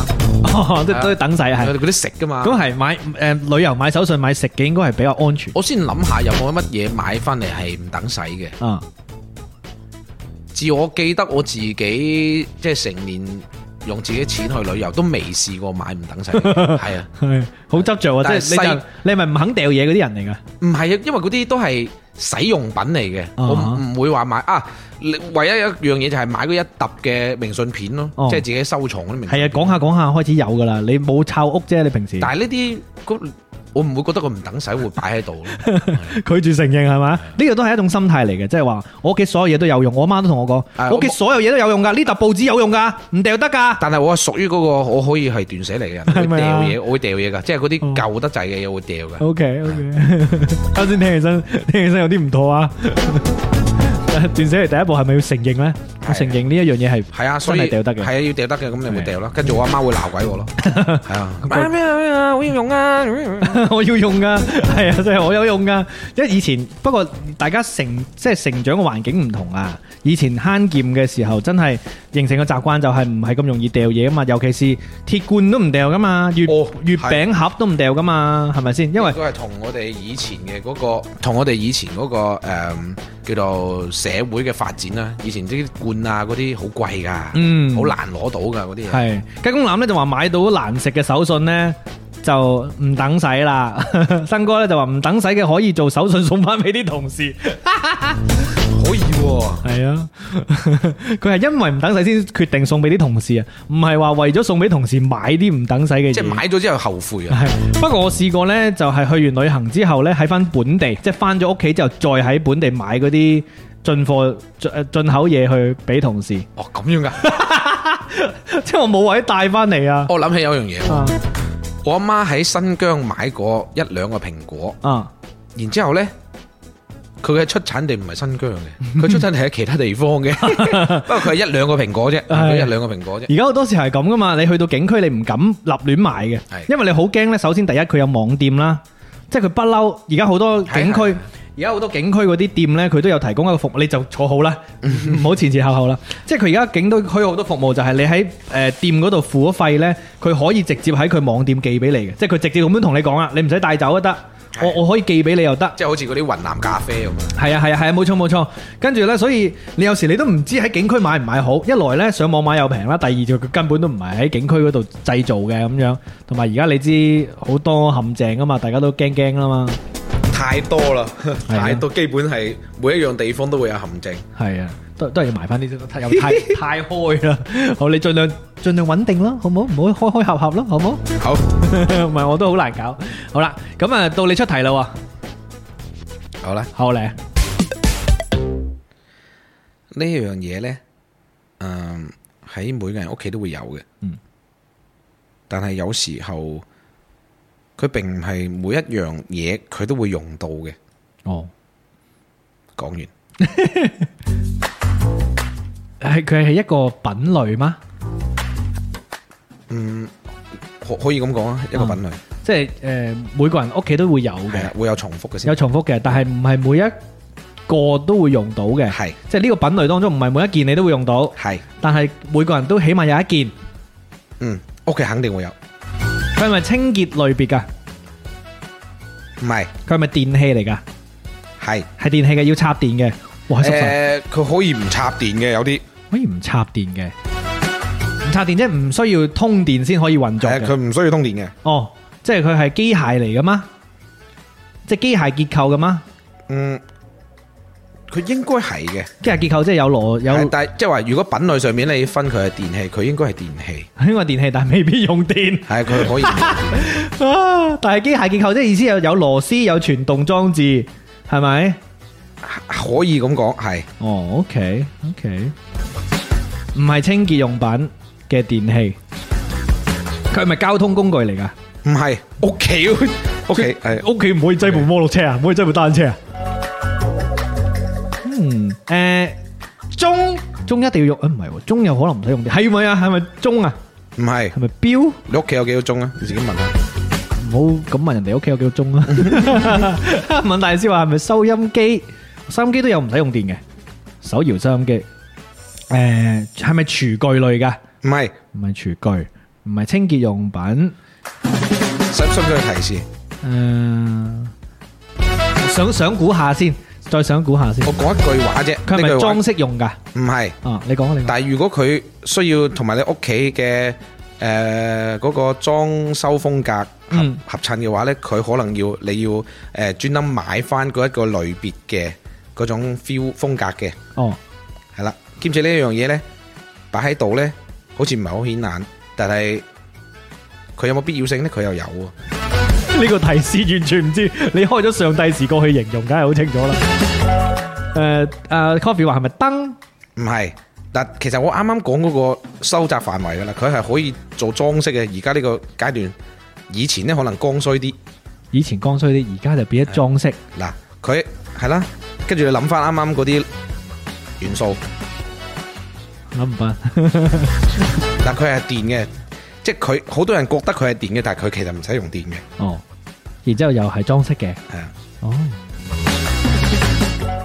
哦都係啊都等使有係，嗰啲食噶嘛。咁係買诶旅遊買手信買食嘅應該係比較安全我先諗下有冇乜嘢買翻嚟係唔等使嘅。啊。自我記得我自己即係成年用自己錢去旅遊，都未試過買唔 *laughs* 等使嘅，係啊，係好執着啊！但係即係你西就你係咪唔肯掉嘢嗰啲人嚟㗎？唔係啊，因為嗰啲都係使用品嚟嘅，哦我唔唔會話買啊。你唯一一樣嘢就係買嗰一沓嘅明信片咯，哦即係自己收藏嗰啲明信係啊，片。講下講下開始有㗎啦，你冇抄屋啫，你平時。但係呢啲嗰我唔會覺得佢唔等使會擺喺度 *laughs* 咯。拒絕承認係嘛？呢個都係一種心態嚟嘅，即係話我屋企所有嘢都有用。我媽都同我啊講，我屋企我所有嘢都有用㗎，呢沓報紙有用㗎，唔掉得㗎。但係我係屬於嗰個我可以係斷捨離嘅人，我會 *laughs* 係咪掉啊嘢，我會掉嘢㗎，即係嗰啲哦舊得滯嘅嘢會掉嘅。 O K O *laughs* K，啱先聽起身聽起身有啲唔妥啊。 *laughs* 段寫嚟第一步係咪要承認呢？係我承認呢一樣嘢係係啊，所真以係掉得嘅係啊，要掉得嘅，咁你咪掉咯。跟住我阿媽會鬧 *laughs* 鬼我咯，係啊，買咩啊咩啊，好要用啊， *laughs* 我要用噶，係啊，即係我有用噶。因為以前不過大家成即係成長嘅環境唔同啊。以前慳儉嘅時候，真係形成個習慣就係唔係咁容易掉嘢啊嘛。尤其是鐵罐都唔掉噶嘛，月哦月係餅盒都唔掉噶嘛，係咪先？ *laughs* 因為都係同我哋以前嘅嗰個，同我哋以前嗰個誒叫做社會嘅發展啦。以前啲罐啊嗰啲好貴㗎，嗯好難攞到㗎嗰啲嘢。係雞公腩咧就話買到難食嘅手信呢，就唔等使啦， *laughs* 新哥咧就話唔等使嘅可以做手信送翻俾啲同事，可以喎，係啊， *laughs* 佢係因為唔等使先決定送俾啲同事啊，唔係話為咗送俾同事買啲唔等使嘅嘢。即係買咗之後後悔啊！係不過我試過呢，就係去完旅行之後呢，喺翻本地，即係翻咗屋企之後，再喺本地買嗰啲進貨進誒進呃口嘢去俾同事，哦咁樣噶，即係我冇位帶翻嚟啊！我諗起有一樣嘢啊喎，我阿媽喺新疆買過一兩個蘋果，啊，然之後咧。佢嘅出產地唔係新疆 *laughs* 嘅，佢出產地喺其他地方嘅，不過佢係一兩個蘋果啫，佢一兩個蘋果啫。而家好多時係咁噶嘛，你去到景區你唔敢立亂買嘅，係因為你好驚咧。首先第一佢有網店啦，即係佢不嬲。而家好多景係係區，而家好多景區嗰啲店咧，佢都有提供一個服務，你就坐好啦， *laughs* 唔好前前後後啦。即係佢而家景區好多服務就係你喺誒店嗰度付咗費咧，佢可以直接喺佢網店寄俾你嘅，即係佢直接咁樣同你講啊，你唔使帶走都得，我我可以寄俾你又得。即係好似嗰啲雲南咖啡咁啊！係啊係啊係啊，冇錯冇錯。跟住呢，所以你有時你都唔知喺景區買唔買好。一來呢，上網買又平啦，第二就佢根本都唔係喺景區嗰度製造嘅咁樣。同埋而家你知好多陷阱啊嘛，大家都驚驚啦嘛。太多啦，啊太多，基本係每一樣地方都會有陷阱。係啊，都都係要埋翻啲先得，太又 *laughs* 太太開啦。好，你盡量盡量穩定啦，好唔好？唔好開開合合啦， *laughs* 好唔好？好，唔係我都好難搞。好啦，咁啊到你出題啦喎，好啦，好咧，呢樣嘢呢，嗯，喺每個人屋企都會有嘅。嗯。但係有時候佢並唔係每一樣嘢佢都會用到嘅。哦，講完，係佢係一個品類嗎？可可以咁講啊，一個品類即係誒每個人屋企都會有嘅係。啦，會有重複嘅先有。重複嘅，但係唔係每一個都會用到嘅，係即係呢個品類當中唔係每一件你都會用到，係，但係每個人都起碼有一件。嗯，屋企肯定會有，佢係咪清潔類別㗎？唔係佢係咪電器嚟㗎？係係電器嘅，要插電嘅。哇，十神誒，佢可以唔插電嘅，有啲可以唔插電嘅，唔插電即係唔需要通電先可以運作係嘅。佢唔需要通電嘅。哦，即係佢係機械嚟㗎嘛？即係機械結構㗎嘛？嗯，佢應該係嘅。機械結構即係有螺有，係但係即係話，如果品類上面你分佢係電器，佢應該係電器， *laughs* 因為電器但係未必用電。係佢可以啊！但係機械結構即係意思有有螺絲有傳動裝置，係咪？啊可以咁講，係哦，OK OK，唔係清潔用品嘅電器，佢係咪交通工具嚟噶？唔係屋 *laughs* 企屋企係屋企唔可以擠部摩托車啊，唔可以擠部單車啊。嗯，誒、鐘鐘一定要用，啊唔係喎，鐘有可能唔使用電，係咪啊？係咪鐘啊？唔係係咪錶？你屋企有幾個鐘啊？你自己問下。唔好咁問人哋屋企有幾個鐘啦。 *laughs* 問大師話係咪收音機？收音機都有唔使用電嘅，手搖收音機。誒係咪廚具類㗎？唔係，唔係廚具，唔係清潔用品。誒、使唔使佢提示？想想估下先，再想估下先。我講一句話啫，佢係哦呢句咪話裝飾用㗎？唔係，啊，你講啊，你講。但係如果佢需要同埋你屋企嘅誒嗰個裝修風格嗯合合襯嘅話呢，佢可能要你要誒專登買翻嗰一個類別嘅嗰種 feel 風格嘅。哦，系啦，兼且呢一樣嘢咧，擺喺度咧，好似唔係好顯眼，但係佢有冇必要性咧？佢又有喎。呢個提示完全唔知，你開咗上帝視角去形容，梗係好清楚啦。誒、誒、c o f f e e 話係咪燈？唔係，但其實我啱啱講嗰個收窄範圍噶啦，佢係可以做裝飾嘅。而家呢個階段，以前咧可能剛需啲，以前剛需啲，而家就變咗裝飾。嗱，佢係啦，跟住你諗翻啱啱嗰啲元素，諗唔翻，嗱，佢係電嘅，即係佢好多人覺得佢係電嘅，但係佢其實唔使用電嘅，哦，然之後又係裝飾嘅，係啊，哦， *laughs*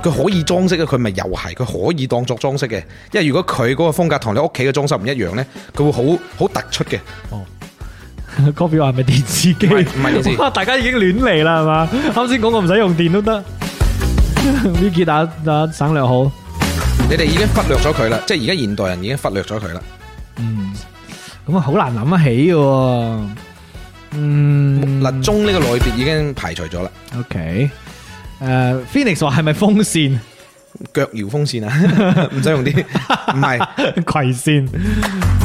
佢可以裝飾嘅，佢咪又係佢可以當作裝飾嘅，因為如果佢嗰個風格同你屋企嘅裝修唔一樣呢，佢會好好突出嘅。嗰表係咪電視機？唔係唔係電視哇！大家已經亂嚟啦，係嘛？啱先講過唔使用電都得 *laughs* ，Vicky 打打省略號，你哋已經忽略咗佢啦，即係而家現代人已經忽略咗佢啦。咁啊好難諗得起嘅喎。嗯，嗱、鐘呢個類別已經排除咗啦， OK，誒、Phoenix 話係咪風腳搖風扇啊， *laughs* 唔使 *laughs* 用啲，唔係扇、 *laughs* 葵扇？啊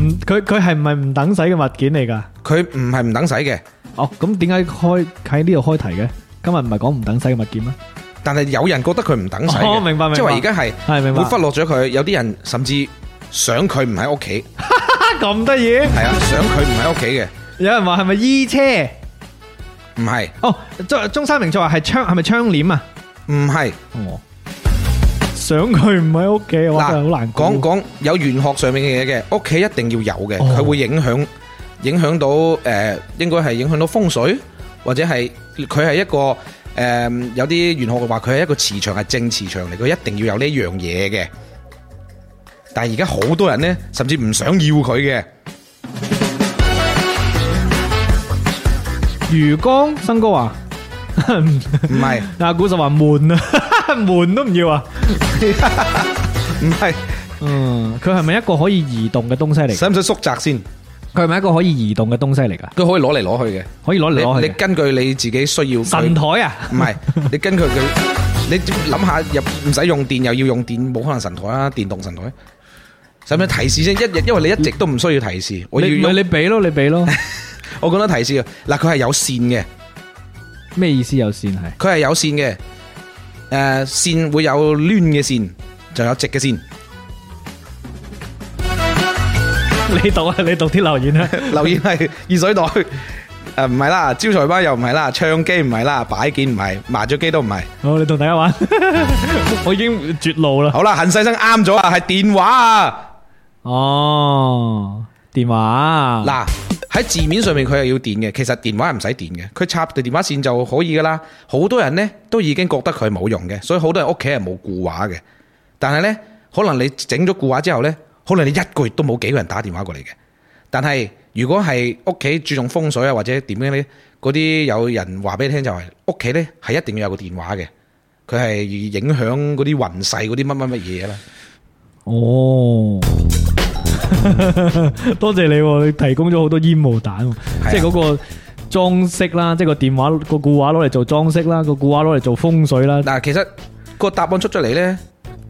唔佢佢係咪唔等使嘅物件嚟㗎？佢唔係唔等使嘅，哦，咁點解開喺呢度開題嘅？今日唔係講唔等使嘅物件咩？但係有人覺得佢唔等使嘅哦明白明白即係話而家係係明白會忽略咗佢，有啲人甚至想佢唔喺屋企，咁得意，係啊，想佢唔喺屋企嘅，有人話係咪衣車？唔係哦，中中山明就話係窗，係咪窗簾啊？唔係。想佢唔喺屋企，我真係好嗱難，講講。講有玄學上面嘅嘢嘅，屋企一定要有嘅，哦佢會影響影響到誒，應該係影響到風水，或者係佢係一個誒有啲玄學話佢係一個磁場係正磁場嚟，佢一定要有呢樣嘢嘅。但係而家好多人呢，甚至唔想要佢嘅， *laughs* 魚缸，生哥 *laughs* 話，唔係阿古就話門啊， *laughs* 門都唔要啊。唔係，嗯，佢係咪一個可以移動嘅東西嚟㗎？使唔使縮窄先？佢係咪一個可以移動嘅東西嚟㗎？佢可以攞嚟攞去嘅，可以攞嚟攞你去你嘅。根據你自己需要佢神台啊！唔係，你根據佢，你諗下入唔使用電又要用電，冇可能神台啦，電動神台。使唔使提示先？一日因為你一直都唔需要提示，我要你咪用你俾咯，你俾 *laughs* 咯。我講得提示啊！嗱，佢係有線嘅，咩意思有線係？佢係有線嘅，誒線會有攣嘅線，就有直嘅 *laughs* 線。你讀啊，你讀啲留言啊。留言係熱水袋，誒唔係啦，招財包又唔係啦，唱機唔係啦，擺件唔係，麻雀機都唔係。好，你同大家 *laughs* 玩。我已經絕路啦。好啦，恨細生啱咗啊，係電話啊！哦，電話。嗱喺字面上面佢係要電嘅，其實電話係唔使電嘅，佢插條電話線就可以噶啦。好多人呢都已經覺得佢冇用嘅，所以好多人屋企係冇固話嘅。但係呢，可能你整咗固話之後呢，可能你一個月都冇幾個人打電話過嚟嘅。但係如果係屋企注重風水啊，或者點樣呢？嗰啲有人話俾你聽就係屋企呢係一定要有個電話嘅，佢係影響嗰啲運勢嗰啲乜乜乜嘢啦。哦，多謝你喎，你提供咗好多煙霧彈喎，係啊即係嗰個裝飾啦，即係個電話個固話攞嚟做裝飾啦，個固話攞嚟做風水 *laughs* 啦。嗱，其實個答案出咗嚟呢，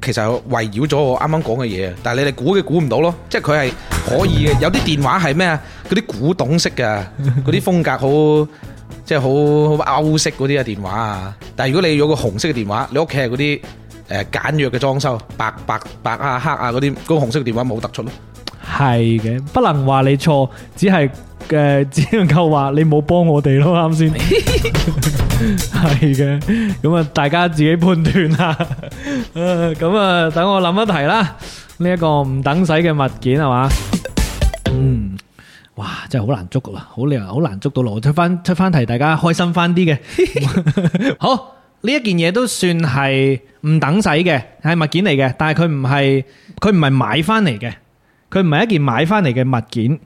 其實係圍繞咗我啱啱講嘅嘢，但係你哋估嘅估唔到咯，即係佢係可以嘅。有啲電話係咩啊？嗰啲古董式嘅，嗰啲風格好，即係好好歐式嗰啲嘅電話啊。但係如果你有個紅色嘅電話，你屋企係嗰啲誒簡約嘅裝修，白白白啊黑啊嗰啲，嗰個紅色嘅電話冇突出咯。係嘅，不能話你錯，只係誒、呃只能夠話你冇幫我哋咯，啱先。係嘅，咁啊，大家自己判斷啦。 *laughs* 啊咁啊，等我諗一題啦。呢、一個唔等使嘅物件係嘛？嗯，哇，真係好難捉噶啦，好難好難捉到路。出翻出翻題，大家開心翻啲嘅。 *laughs* 好，呢一件嘢都算係唔等使嘅，係物件嚟嘅，但係佢唔係佢唔係買翻嚟嘅。佢唔係一件買翻嚟嘅物件，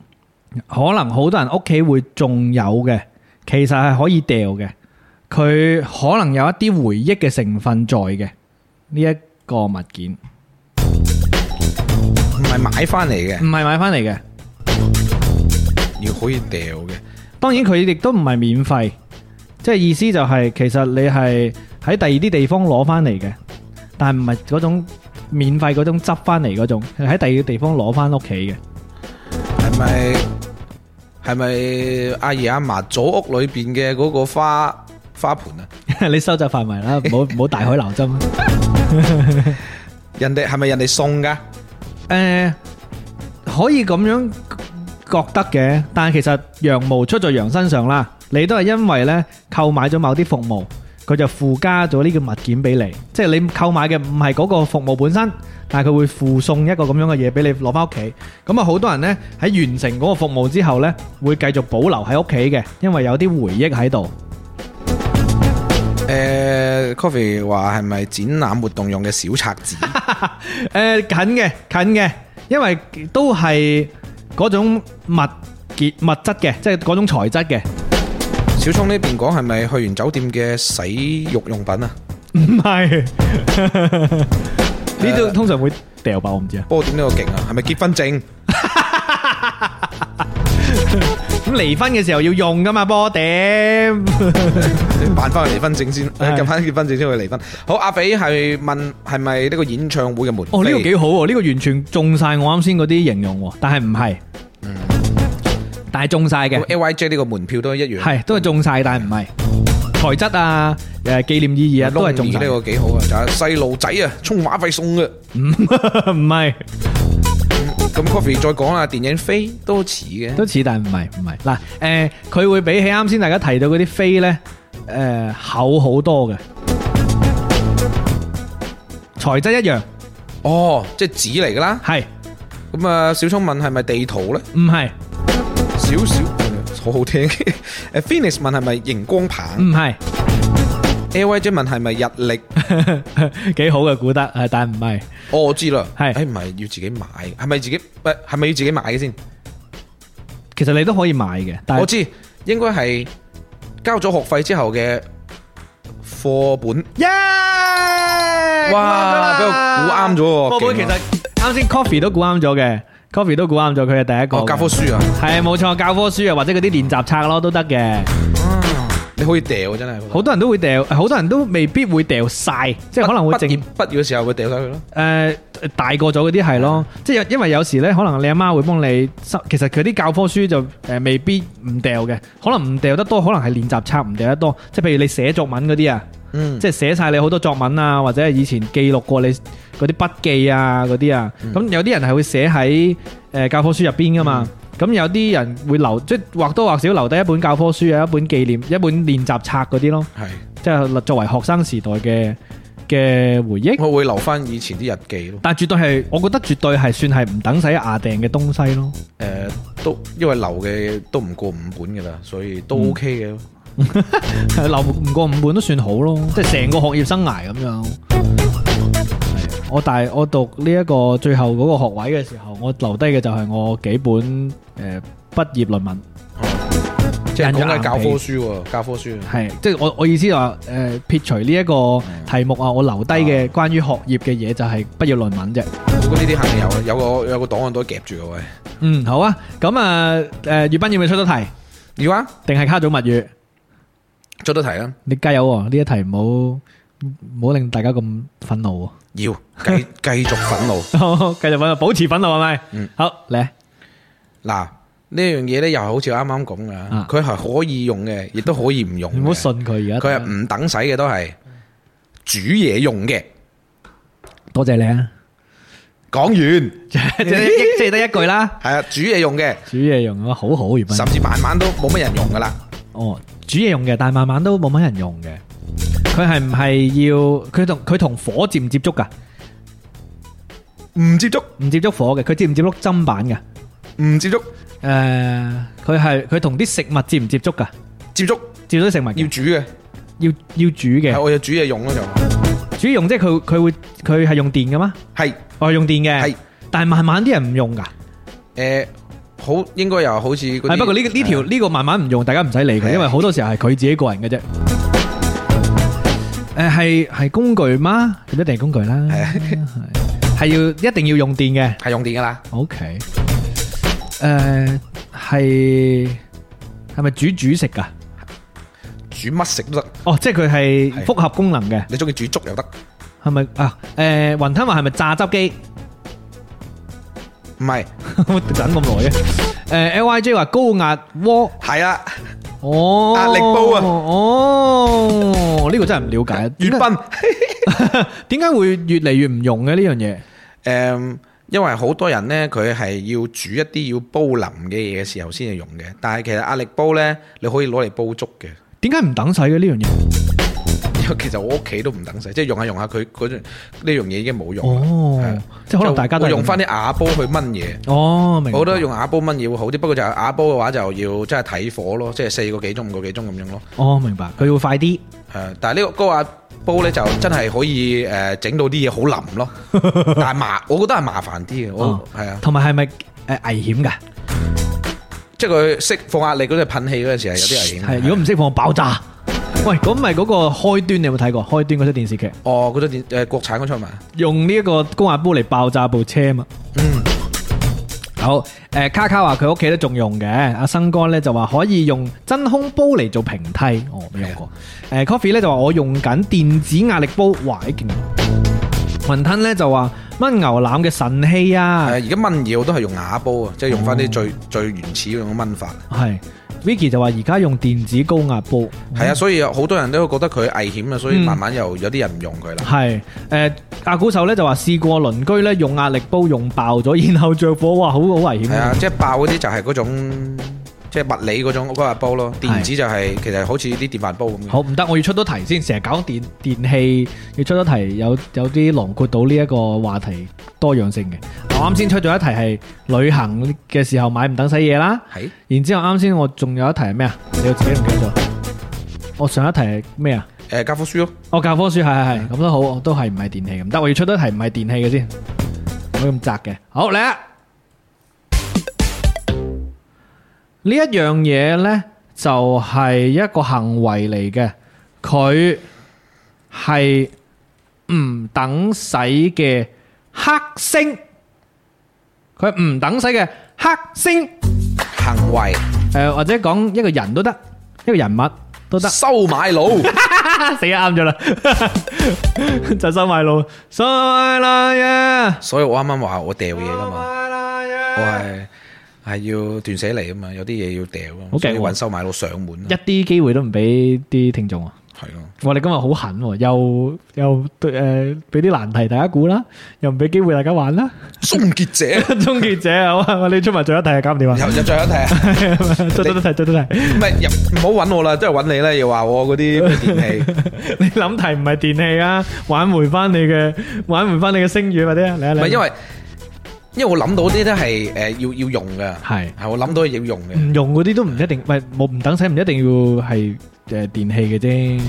可能好多人屋企會仲有嘅，其實係可以掉嘅。佢可能有一啲回憶嘅成分在嘅呢一個物件，唔係買翻嚟嘅唔，係買翻嚟嘅。要可以掉嘅。當然佢亦都唔係免費，即係意思就係、其實你係喺第二啲地方攞翻嚟嘅，但係唔係嗰種免費嗰種執翻嚟嗰種，係喺第二個地方攞翻屋企嘅。 *laughs* 係咪係咪阿爺阿嫲祖屋裏邊嘅嗰個花花盆啊？你收集範圍啦，唔好唔好大海撈針。啊人哋係咪人哋送噶？誒、可以咁樣覺得嘅，但係其實羊毛出在羊身上啦，你都係因為呢購買咗某啲服務，佢就附加咗呢個物件俾你，即係你購買嘅唔係嗰個服務本身，但係佢會附送一個咁樣嘅嘢俾你攞翻屋企。咁啊，好多人呢喺完成嗰個服務之後呢，會繼續保留喺屋企嘅，因為有啲回憶喺度。誒、c o f f e e 話係咪展覽活動用嘅小冊 *laughs* 子？誒、近嘅近嘅，因為都係嗰種物結物質嘅，即係嗰種材質嘅。小聰呢邊講係咪去完酒店嘅洗浴用品啊？唔係， *laughs* 呢度通常會掉吧，我唔知啊。不過點都個勁啊？係咪結婚證？咁離婚嘅時候要用噶嘛，波點？你辦翻個離婚證 *laughs* 先，係入翻結婚證先去離婚。好，阿肥係問係咪呢個演唱會嘅門飛？哦，呢個幾好喎，呢個完全中晒我啱先嗰啲形容喎，但係唔係，但係中晒嘅， L Y J 呢個門票都一樣。係都係中晒，但係唔係。材質啊、誒紀念意義啊，都係重呢視。個幾好啊，就係細路仔啊，充話費送嘅。唔係，咁 Coffee 再講啦，啊電影飛都似嘅。都似， *laughs* 但係唔係唔係。嗱，誒，佢會比起啱先大家提到嗰啲飛咧，誒厚好多嘅，材質一樣，哦，即係紙嚟噶啦。係咁啊，小聰問係咪地圖咧？唔係少少，嗯好好 *laughs* 聽。誒，Phoenix 問係咪熒光唔棒係 *laughs* ？LYJ 問係咪日曆？幾好嘅估得，誒，但係唔係。哦，我知啦。係誒唔係要自己買？係咪自己？喂，係咪要自己買嘅先？其實你都可以買嘅，但我係知應該係交咗學費之後嘅課本。耶！哇，啊俾我估啱咗喎。波波其勁啊實啱先 coffee 都估啱咗嘅，coffee 都估啱咗佢係第一個哦嘅。教科書啊，係冇錯，教科書啊，或者嗰啲練習冊咯都得嘅。你可以掉真係。好多人都會掉，好多人都未必會掉晒，即係可能會畢淨業畢業嘅時候會掉晒佢咯。誒大個咗嗰啲係咯，即係因為有時咧，可能你阿媽會幫你收，其實佢啲教科書就誒未必唔掉嘅，可能唔掉得多，可能係練習冊唔掉得多，即係譬如你寫作文嗰啲啊。嗯，即係寫晒你好多作文啊，或者係以前記錄過你嗰啲筆記啊嗰啲啊。咁、有啲人係會寫喺誒教科書入邊噶嘛。咁、有啲人會留，即係或多或少留低一本教科書啊，一本紀念、一本練習冊嗰啲咯，係即係作為學生時代嘅嘅回憶。我會留翻以前啲日記咯。但絕對係，我覺得絕對係算係唔等使牙定嘅東西咯。 *laughs* 誒，都因為留嘅都唔過五本噶啦，所以嗯都 OK 嘅。留唔過五本都算好咯，即係成個學業生涯咁樣。啊我大我讀呢一個最後嗰個學位嘅時候，我留低嘅就係我幾本誒、呃、畢業論文，即係印講咗緊硬教科皮書喎，教科啊書。係即係我我意思話誒、呃撇除呢一個題目啊，我留低嘅關於學業嘅嘢就係畢業論文啫。我覺得呢啲肯定有，有個有個檔案袋夾住嘅喂。嗯，好啊，咁啊誒，粵斌要唔要出多題？要啊，定係卡組物語？出得題啊啦，你加油喎、呢一題唔好唔好令大家咁憤 *laughs* 怒喎、要繼 *laughs* 繼續憤怒。好，繼續憤怒，保持憤怒係咪？嗯好嚟。嗱，呢樣嘢咧又係好似啱啱咁啊噶，佢係可以用嘅，亦都可以唔用嘅。你唔好信佢而家。佢係唔等使嘅，都係煮嘢用嘅。多謝你啊！講 *laughs* 完。即係即係得一句啦。系啊，煮嘢用嘅，煮嘢用啊，好好，葉斌甚。至慢慢都冇乜人用噶啦。哦，煮嘢用嘅，但係慢慢都冇乜人用嘅。佢係唔係要佢同佢同火接唔接觸噶？唔接觸，唔接觸火嘅，佢接唔接觸砧板噶？唔接觸，誒，佢係佢同啲食物接唔接觸噶？接觸接觸食物嘅要煮嘅，要要煮係嘅，我要煮嘢用咯就煮嘢用即係佢佢會佢係用電嘅嗎？係我係哦用電嘅，係但係慢慢啲人唔用噶。诶，誒好應該又好似嗰係啲啊不過呢個呢條呢個慢慢唔用，大家唔使理佢，係啊因為好多時候係佢自己個人嘅啫。誒係係工具嗎？咁一定係工具啦，啊係要一定要用電嘅。係用電噶啦， OK，誒係係咪煮煮食㗎？煮乜食都得，哦，即係佢係係複合功能嘅，你中意煮粥又得，係咪啊？誒雲吞話係咪榨汁機？ *laughs* 唔係我等咁耐啊嘅。誒 LYJ 話高壓鍋。係啊，哦，壓力煲啊哦，呢個真係唔了解。點粵解賓 *laughs* *laughs* 點解會越嚟越唔用嘅呢樣嘢？诶。因為好多人呢，佢係要煮一啲要煲腍嘅嘢嘅時候先係用嘅，但係其實壓力煲呢，你可以攞嚟煲粥嘅。 *laughs* 點解唔等使嘅呢樣嘢？因為其實我屋企都唔等使，即係用下用下佢嗰種呢樣嘢已經冇用啦。哦，即係可能大家都就係用翻啲瓦煲去炆嘢。哦，明白。我覺得用瓦煲炆嘢會好啲，不過就係瓦煲嘅話就要真係睇火咯，即係四個幾鐘、五個幾鐘咁樣咯。哦，明白。佢會快啲，誒，但係呢個高瓦煲咧就真係可以誒整到啲嘢好腍 *laughs* 咯，但係麻，我覺得係麻煩啲嘅，哦我係啊，同埋係咪誒危險㗎？即係佢釋放壓力嗰陣噴氣嗰陣時係啊有啲危險嘅。係啊如果唔識放爆炸。喂，咁咪嗰個開端你有冇睇過？開端嗰出電視劇哦嗰種電誒國產嗰出嘛，用呢一個高壓煲嚟爆炸部車嘛？嗯，好，誒卡卡話佢屋企都仲用嘅，阿生哥咧就話可以用真空煲嚟做平替，我未啊用過。誒 Coffee 咧就話我用緊電子壓力煲，哇！呢件雲吞咧就話燜牛腩嘅神器係啊啊，哦而家炆嘢我都係用瓦煲啊，即係用翻啲最最原始嗰種炆法。係 Vicky 就話而家用電子高壓煲，系啊，所以好多人都覺得佢危險啊，所嗯以慢慢又有啲人唔用佢啦。係誒呃阿古手咧就話試過鄰居咧用壓力煲用爆咗，然後着火，哇，好好危險係啊！啊，即係爆嗰啲就係嗰種即係物理嗰種嗰個煲咯，電子就係其實好似啲電飯煲咁嘅。好唔得，我要出多題先，成日講電電器，要出多題有有啲囊括到呢一個話題多樣性嘅。我啱先出咗一題係旅行嘅時候買唔等使嘢啦。係然之後啱先我仲有一題係咩啊？你要自己唔記得咗。我上一題係咩啊？誒教科呃書咯，我教科書係係係咁都好，我都係唔係電器嘅，唔得，我要出多題唔係電器嘅先，唔好咁窄嘅。好嚟啊！呢一樣嘢呢，就係、一個行為嚟嘅，佢係唔等使嘅黑星，佢唔等使嘅黑星。行為诶，或者講一個人都得，一個人物都得。收買佬 *laughs* 死啊，啱咗啦，就收買路，收買啦呀！所以我啱啱話我掉嘢噶嘛，我係係要斷捨離啊嘛，有啲嘢要掉啊，好勁喎所以揾收買佬上門啊，一啲機會都唔俾啲聽眾啊！係咯。我哋今日好狠喎，又又诶俾啲難題大家估啦，又唔俾機會大家玩 *laughs* 啦。終結者終結者啊，好啊你出埋最後一題啊，搞唔掂啊！又 *laughs* 又最後一題啊！出得得題，出得題。 *laughs* 唔係入唔好揾我啦，都係揾你啦，又話我嗰啲 *laughs* 咩電器。你諗題唔係電器啊，挽回翻你嘅挽回翻你嘅聲譽或者嚟啊唔嚟啊！係因為因為我諗到啲都係誒要要用嘅，係係我諗到要用嘅。唔 *coughs* 用嗰啲都唔一定，唔係冇唔等使，唔一定要係誒電器嘅啫。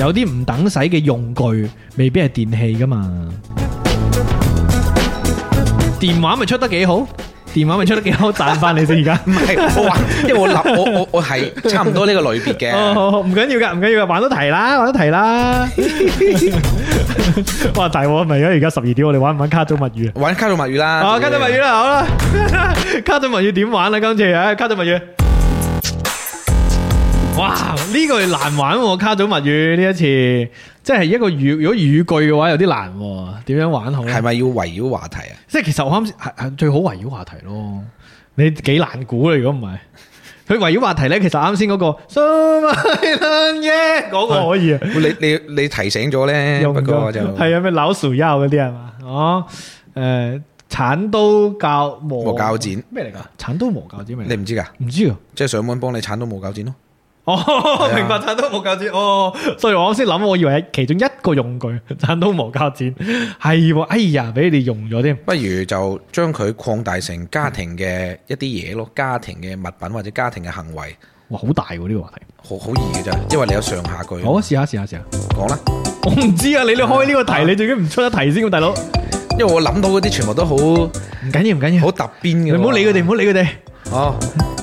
有啲唔等使嘅用具，未必係電器噶嘛。電話咪出得幾好，電話咪出得幾好，賺翻你先而家。唔係我話， *laughs* 因為我諗我我我係差唔多呢個類別嘅。 *laughs* 哦，好好唔緊要噶，唔緊要噶，玩多題啦， *laughs* 玩多題啦。哇，大鑊咪而家而家十二點，我哋玩唔玩卡組物語啊？玩卡套物語啦，啊，卡頓文語啦，好啦， *laughs* 卡頓文語點玩啊？今次啊，卡頓文語，哇，呢、個難玩喎、卡頓文語呢一次，即係一個語，如果語句嘅話有啲難喎、點樣玩好咧係？咪要圍繞話題啊？即係其實我啱先係係最好圍繞話題咯，你幾難估啊啦，如果唔係。佢圍繞話題咧，其實啱先嗰個 So my land 耶嗰個可以啊，你你你提醒咗咧，用不過就咗係啊咩老鼠藥嗰啲係嘛？哦，誒鏟刀教磨磨鉸剪咩嚟㗎？鏟刀磨鉸剪咩嚟㗎？你唔知㗎，唔知啊。 *laughs* 即係上門幫你鏟到冇鉸剪咯。哦，啊明白鏟刀磨鉸剪哦，所以我啱先諗，我以為係其中一個用具， *laughs* 鏟刀磨鉸剪係喎，哎呀，俾你哋用咗添。不如就將佢擴大成家庭嘅一啲嘢咯，家庭嘅物品或者家庭嘅行為，哇，好大喎呢個話題。好好易嘅咋，因為你有上下句。好啊，試下試下試下。 *laughs* 講啦。我唔知啊，你你開呢個題，你最緊唔出得題先喎，大佬。唔因為我諗到嗰啲全部都好緊要唔緊要好，特邊嘅你喎。唔好理佢哋，唔好理佢哋。哦，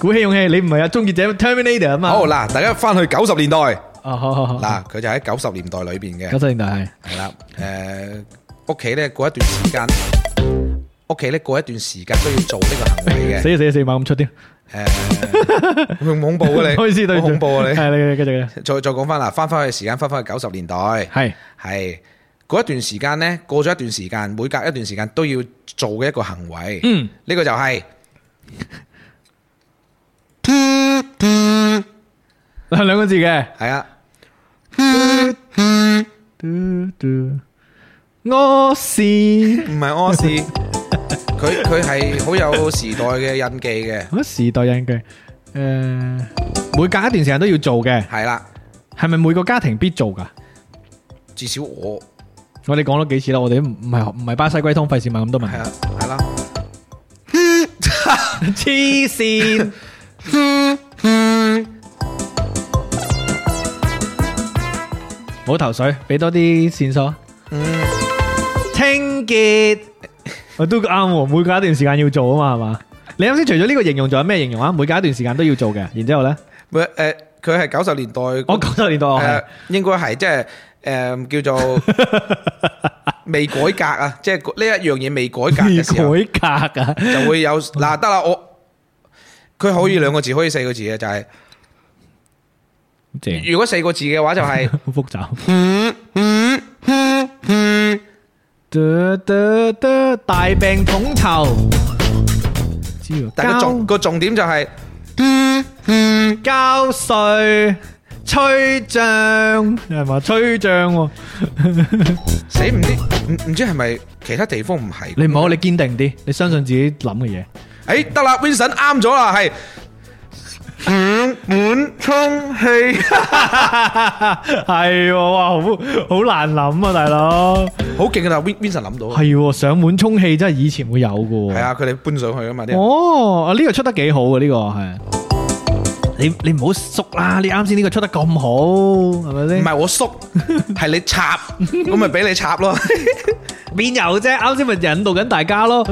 鼓起勇氣，你唔係啊，終結者 Terminator 啊嘛。好嗱，大家翻去九十年代，嗱啊，好好好。佢就喺九十年代裏邊九嘅，十年代係係啦，誒屋企咧過一段時間，屋企咧過一段時間都要做呢個行為嘅，死啊死啊死啊，猛咁出添。誒會唔恐 *laughs* 怖啊你，開始對唔好住恐怖啊你，係你你繼續嘅。再再講翻嗱，翻翻去時間，翻翻去九十年代，係係嗰一段時間咧，過咗一段時間，每隔一段時間都要做嘅一個行為，嗯，呢個就係兩個字嘅。係啊，我是唔係屙屎，佢佢係好有時代嘅印記嘅，乜時代印記？誒、Ờ, 每隔一段時間都要做嘅，係啦。係咪每個家庭必做噶？至少我我哋講咗幾次啦，我哋都唔唔係唔係巴西龜通，費事問咁多問係題。啊係啦，黐線，冇頭水，俾多啲線索。啊清潔，我都啱喎，每隔一段時間要做啊嘛，係嘛？你啱先除咗呢個形容，仲有咩形容啊？每隔一段時間都要做嘅，然之後咧，喂誒，佢係九十年代，我九十年代我係。誒應該係即係誒 *laughs* 叫做未改革啊，即係呢一樣嘢未改革嘅 *laughs* 時候未改革啊，就會有嗱得啦，我佢可以兩個字，可以四個字嘅就係，正，如果四個字嘅話就係好複雜。得得得，大病統籌，知喎。但係交個重個重點就係交税吹脹係嘛？吹脹喎，死唔知唔唔知係咪其他地方唔係？你唔好，你堅定啲，你相信自己諗嘅嘢。诶，得啦，Vincent 啱咗啦，係 *laughs* *laughs* 係喎，哇，好好難諗啊，大佬。好勁噶啦，Vin Vincent 諗到，啊係喎，上門充氣真係以前會有嘅喎。係啊，佢哋搬上去啊嘛啲人。哦，啊呢個出得幾好啊！呢個係你你唔好縮啦，你啱先呢個出得咁好，係咪唔先？係 *laughs* 我縮，係你插，咁咪俾你插咯。邊有啫？啱先咪引導緊大家咯。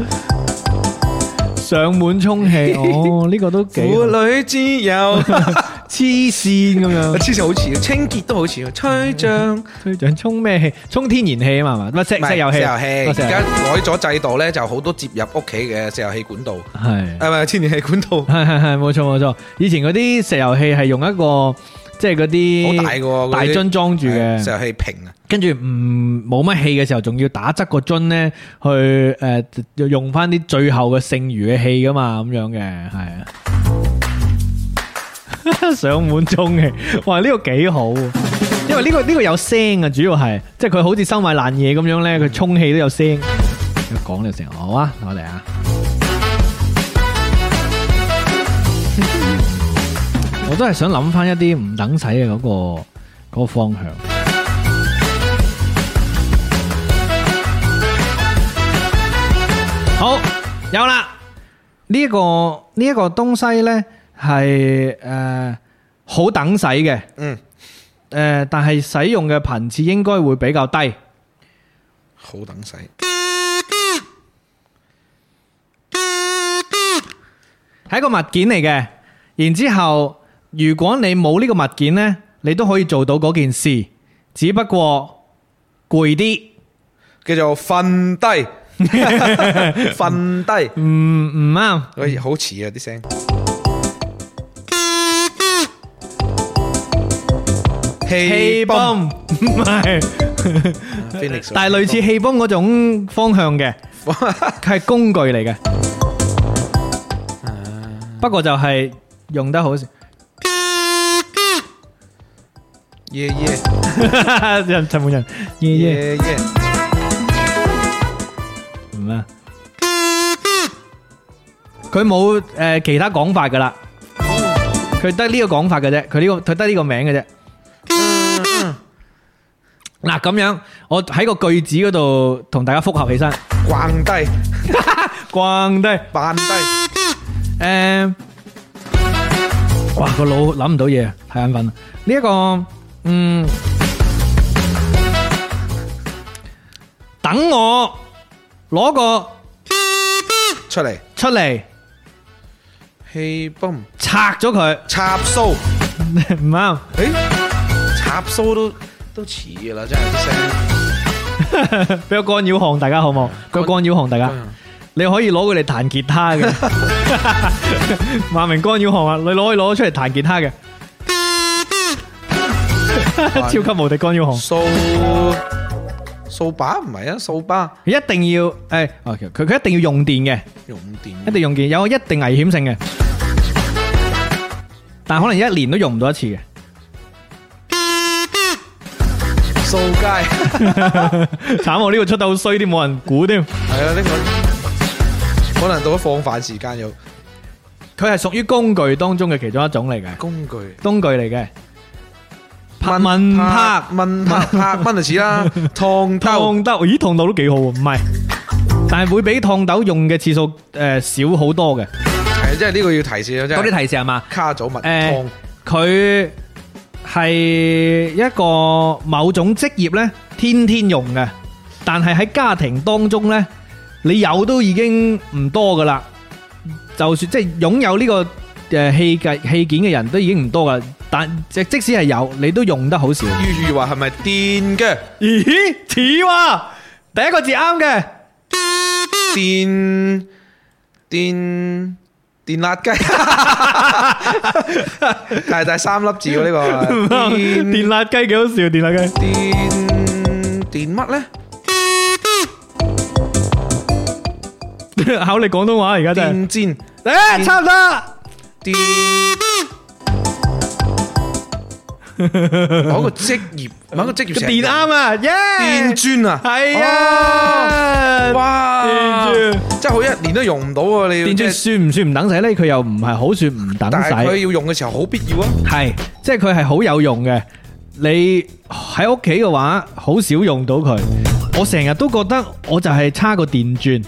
上門充氣，哦，呢個都 *laughs* 幾好婦女之 *laughs* 友，黐線咁樣。黐線好似，清潔都好似，吹脹。推長充咩氣？充天然氣啊嘛，係嘛？唔係石石油氣，油氣，哦而石油家改咗制度咧，就好多接入屋企嘅石油 *laughs* 氣管道，係。係咪天然氣管道？系系系，冇錯冇錯。以前嗰啲石油氣係用一個即係嗰啲好大嘅喎大嗰啲樽裝住係石嘅，油氣瓶啊，跟住唔冇乜氣嘅時候，仲要打側個樽咧去诶、呃用翻啲最後嘅剩餘嘅氣噶嘛，咁樣嘅係啊。 *laughs* 上滿中氣，哇！呢、個幾好啊，因為呢、個呢、個有聲啊，主要係即係佢好似收埋爛嘢咁樣咧，佢充氣都有聲。講呢個成好啊，我哋啊。 *laughs* 我都係想諗翻一啲唔等使嘅嗰個嗰、個方向。好，有啦，呢、個呢一、個東西呢係诶好等使嘅，嗯，诶、但係使用嘅頻次應該會比較低。好等使。系一个物件嚟嘅。然之后，如果你冇呢个物件呢，你都可以做到嗰件事，只不过攰啲。叫做瞓低，瞓低，唔嗯唔啱，喂，好似啊啲聲，氣氣泵唔系， *laughs* Phoenix，但系类似氣泵嗰種方向嘅，佢係工具嚟嘅。不過就係用得好，耶耶人 *laughs* 陳滿人耶耶耶耶，唔啱，佢冇诶其他講法噶啦，佢得呢個講法嘅啫，佢呢、個佢得呢個名嘅啫。嗱咁樣，我喺個句子嗰度同大家複合起身，逛低，逛低扮低，诶，誒哇個腦諗唔到嘢，太眼瞓啦。呢、一個嗯，等我攞個出嚟，出嚟氣泵，拆咗 *laughs* 佢，插蘇，唔啱。誒，插蘇都都似噶啦，真係啲聲，俾個干擾項大家好冇？個干擾項大家，你可以攞佢嚟彈吉他 *laughs* 嘅。萬明干擾項啊，你攞去攞出嚟彈吉他嘅。 *laughs* 超級無敵干擾項，掃掃把唔係啊，掃把佢一定要誒，哦佢佢一定要用電嘅，用電，一定用電，有一定危險性嘅。但可能一年都用唔到一次 *laughs* 嘅，掃街，慘我呢個出得好衰啲，冇人估添。係啊，呢個可能到咗放飯時間有佢係屬於工具當中嘅其中一種嚟嘅，工具。工具嚟嘅。拍問拍蚊拍拍蚊就似 *laughs* 啦，燙兜燙豆，咦，燙豆都幾好喎，唔係，但係會比燙豆用嘅次數诶少好多嘅。係即係呢個要提示啊，即嗰啲係提示係嘛？卡祖物誒燙佢係一個某種職業呢，天天用嘅，但係喺家庭當中呢，你有都已經唔多噶啦。就算即係擁有呢個诶器具器件嘅人都已經唔多噶，但即即使係有，你都用得好少。於如話係咪電嘅咦，似喎，第一個字啱嘅。電電電辣雞？ *laughs* 但係但係三粒字喎呢 *laughs* 個電 *laughs* 電辣雞幾好笑，電 *laughs* 辣雞。電電乜咧？考你廣東話而家真係。電煎誒，差唔多。 *laughs* 某一個職業，某一個職業成日電啱啊，耶！電 *laughs* 鑽啊，係啊，哇！電鑽即係好一年都用唔到啊！你要電即鑽係算唔算唔等使咧？佢又唔係好算唔等但係佢使，要用嘅時候好必要啊！係即係佢係好有用嘅。你喺屋企嘅話，好少用到佢。我成日都覺得我就係差個電鑽，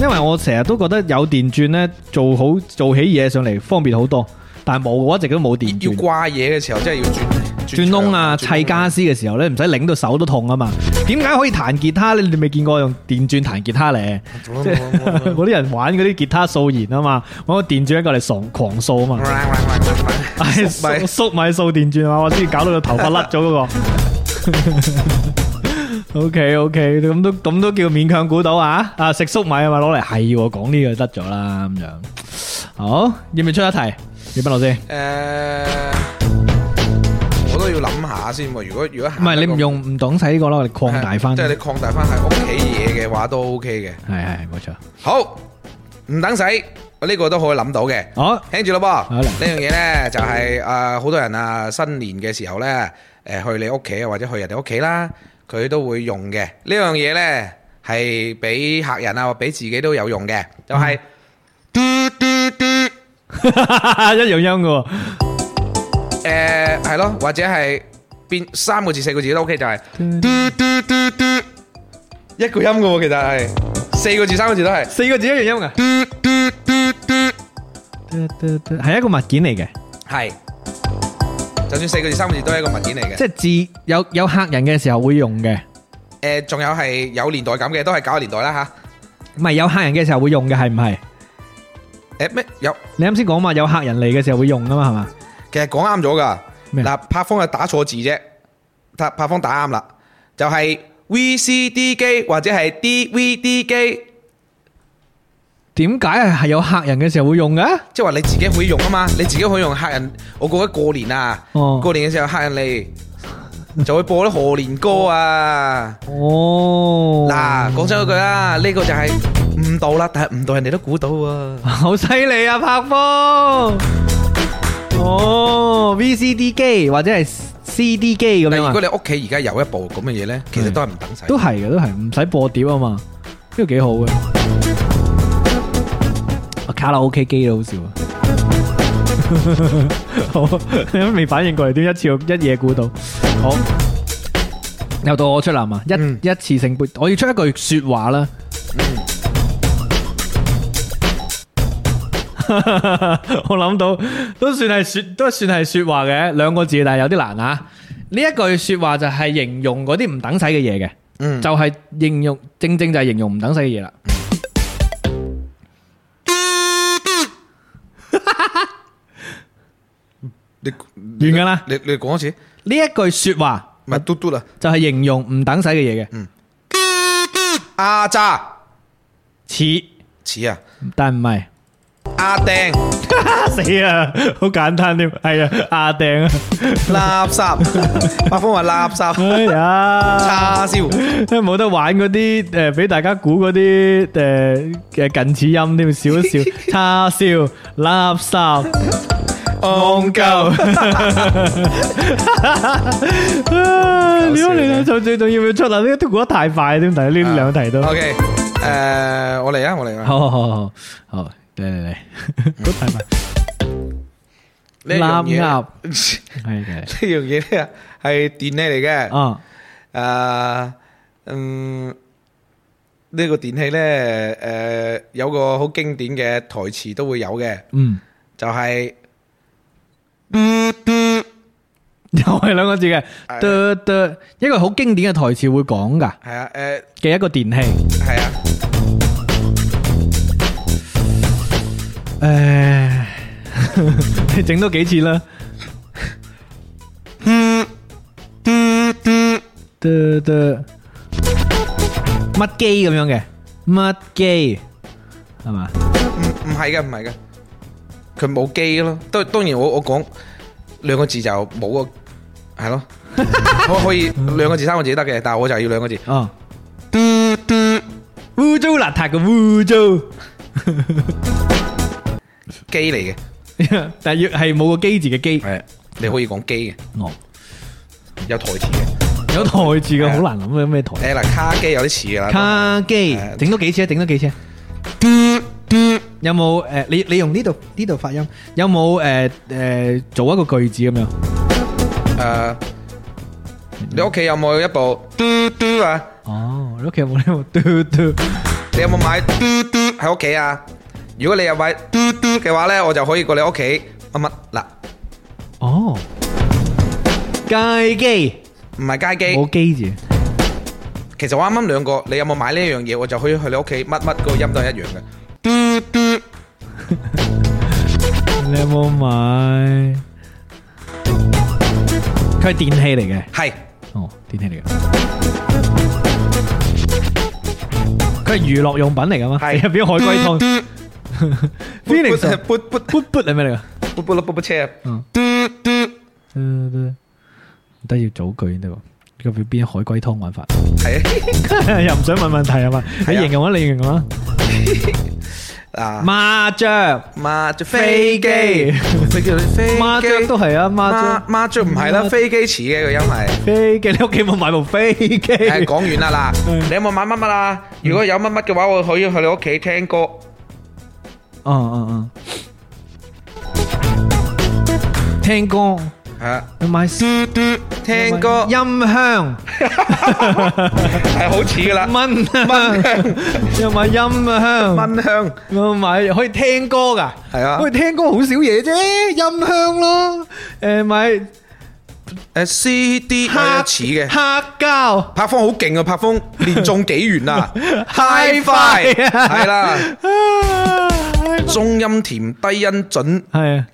因為我成日都覺得有電鑽呢，做好做起嘢上嚟方便好多。但係冇，我一直都冇電要鑽。掛嘢嘅時候，真係要轉轉窿啊、牆砌家私嘅時候咧，唔使擰到手都痛啊嘛。點解可以彈吉他咧？你哋未見過用電鑽彈吉他咧？即係 *laughs* 嗰啲人玩嗰啲吉他掃弦啊嘛，揾個電鑽過嚟掃狂掃啊 *laughs* 嘛。*laughs* 係咪縮縮米掃電鑽啊！我先搞到個頭髮甩咗 *laughs* 嗰個。O K O K，咁都咁都叫勉強估到啊！啊，食粟米啊嘛，攞嚟係喎，講呢個得咗啦咁樣。好，要唔要出一題？葉斌老師，誒，我都要諗下先喎。如果如果唔係你唔用唔懂使呢個咯，你擴大翻。即係你擴大翻係屋企嘢嘅話都 OK 嘅。係係冇錯。好，唔等使，我呢個都可以諗到嘅。 *laughs* 好。聽住咯好噃，啦呢樣嘢呢，就係誒好多人啊新年嘅時候呢，誒去你屋企啊或者去人哋屋企啦，佢都會用嘅。呢樣嘢呢，係俾客人啊或俾自己都有用嘅，就係一樣音嘅喎，誒係咯，或者係變三個字四個字都 OK，就係一個音嘅喎，其實係四個字三個字都係四個字一樣音嘅，係一個物件嚟嘅，係，就算四個字三個字都係一個文件嚟嘅。即係自有有客人嘅時候會用嘅，誒，仲有係有年代感嘅，都係九十年代啦唔係有客人嘅時候會用嘅，係唔係？吓。誒咩有？你啱先講嘛，有客人嚟嘅時候會用噶嘛，係嘛？其實講啱咗噶。咩嗱，柏峰係打錯字啫，柏柏峰打啱啦，就係 VCD 機或者係 DVD 機，點解係有客人嘅時候會用嘅？即係話你自己可以用啊嘛，你自己可以用客人。我覺得過年啊，哦過年嘅時候客人嚟就會播啲賀年歌啊。哦，嗱，講真嗰句啦，呢個就係誤導啦，但係誤導人哋都估到喎。好犀利啊，柏峰！哦，VCD 機或者係 CD 機咁但係樣如果啊，你屋企而家有一部咁嘅嘢呢，其實都係唔等使。都係嘅，都係唔使播碟啊嘛，呢個幾好嘅。啊卡拉 OK 機都好笑啊！ *laughs* 好，你都未反應過嚟，點一次過一夜估到？好，又到我出啦係嘛？一、嗯一次性杯，我要出一句说話啦。 *laughs* 我諗到都算係说，都算係说話嘅兩個字，但係有啲難啊。呢一句说話就係形容嗰啲唔等使嘅嘢嘅，嗯就係形容正正就係形容唔等使嘅嘢啦。你完噶啦！你你講一次，呢一句说話咪嘟嘟啦，就係形容唔等使嘅嘢嘅，阿渣似似啊，但唔係。阿掟。 *laughs* 死啊！好簡單添，係啊，阿掟啊，垃圾，白峰話垃圾，哎呀，叉燒， *laughs* 冇得玩嗰啲誒，俾大家估嗰啲誒嘅近似音添，笑一笑， *laughs* 叉燒、垃圾、戇鳩， *laughs* 啊！如果你兩就最重要要出啊啦，呢個都估得太快添，但係呢兩題都，好 OK，誒，ờ, 我嚟啊，我嚟啊，好好好好，嚟嚟嚟，估得太快，呢樣嘢， *laughs* 啱呢係嘅，樣嘢咧係電器嚟嘅，啊，誒，嗯，呢個電器咧，誒，有個好經典嘅台詞都會有嘅， *laughs* 嗯，就係又係兩個字嘅，係得得，一個好經典嘅台詞會講噶係啊，誒，嘅一個電器。係啊， *laughs* 唉，你整多幾次啦。嘟嘟，乜機咁樣嘅？乜機係嘛？唔唔係嘅，唔係嘅，佢冇機咯，當當然我我講兩個字就冇個係咯， *laughs* 可可以兩個字三個字都得嘅，但係我就要兩個字。哦，嘟嘟，污糟邋遢嘅污糟機嚟嘅， *laughs* 但系要系冇個機字嘅機，系你可以講機嘅，哦，有台詞嘅。有台字嘅係啊好難諗嘅咩台。誒嗱，卡機有啲似噶啦，卡機係整多幾次啊，整多幾次啊。有冇诶？你你用呢度呢度發音，有冇诶诶做一個句子咁樣？誒，你屋企有冇一部嘟嘟啊？哦，你屋企有冇呢個嘟嘟？你有冇買嘟嘟喺屋企啊？如果你有買嘟嘟嘅話咧，我就可以過你屋企乜乜嗱，哦，街機唔係街機。冇機字，其實我啱啱兩個，你有冇買呢樣嘢？我就可以去你屋企乜乜嗰個音都係一樣嘅。嘟嘟你有冇買？佢係電器嚟嘅，係哦，電器嚟嘅。佢係娛樂用品嚟噶嘛？係入邊海龜湯。Phoenix *laughs* 撥撥撥噗噗係 *laughs* 咩嚟噶？撥撥撥撥車啊嗯！嘟嘟嘟嗯嘟唔得要組句得喎。入邊邊海龜湯玩 *laughs* 法？係又唔想問問題係嘛？你係啊形容啊，你形容啊。啊！麻雀。麻雀飛機，飛機飛麻雀都係啊，麻麻雀麻雀唔係啦，麻飛機似嘅個音係。飛機，你屋企有冇買部飛機？誒講完啦嗱，你有冇買乜乜啊？如果有乜乜嘅話，我可以去你屋企聽歌。嗯嗯嗯，聽歌係啊，你買嘟嘟聽歌音響係好似噶啦，蚊香，又買音響，蚊香我買可以聽歌噶，係啊可以聽歌好少嘢啫，音響咯，誒買誒 CD 有黑啲似嘅。黑膠。柏峰好勁啊！柏峰連中幾 *laughs* 元啊 Hi-Fi ，HiFi 係啦，À, 中音甜低音準，系啊，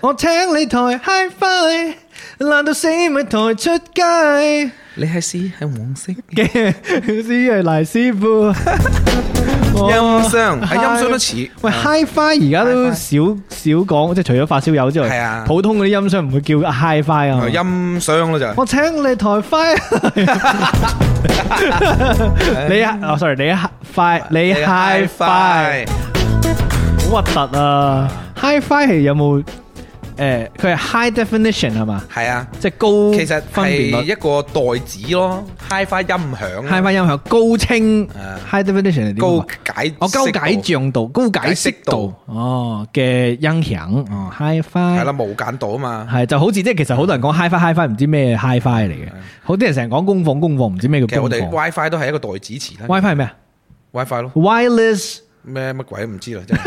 我请你台 high five，烂到死咪抬出街。你係屎係黃色，音嘅 *laughs* 師係賴師傅，哦箱係音箱都似。喂，HiFi 而家都 Hi-Fi 少少講，即係除咗發燒友之外，係啊普通嗰啲音箱唔會叫 Ờ, HiFi 啊。音箱咯就係我請你台 *laughs* Fi，你啊哦，sorry，你 Fi，你 HiFi，好核突啊！HiFi 係有冇誒？佢係 High Definition 係嘛？係啊，即係高其實分辨啊係率一個代指咯，HiFi 音響啊 HiFi 音響高清啊 High Definition 係點高講？解我高解釋度像度、高解釋度哦嘅音響哦，HiFi 係啦，無間道啊嘛。係就好似即係其實好多人講 HiFi HiFi 唔知咩 HiFi 嚟嘅，好啲人成日講功放功放唔知咩其實叫我功哋放。 WiFi 都係一個代指詞啦 WiFi 係咩啊，WiFi 咯， ？Wireless 咩乜鬼都唔知啦，真係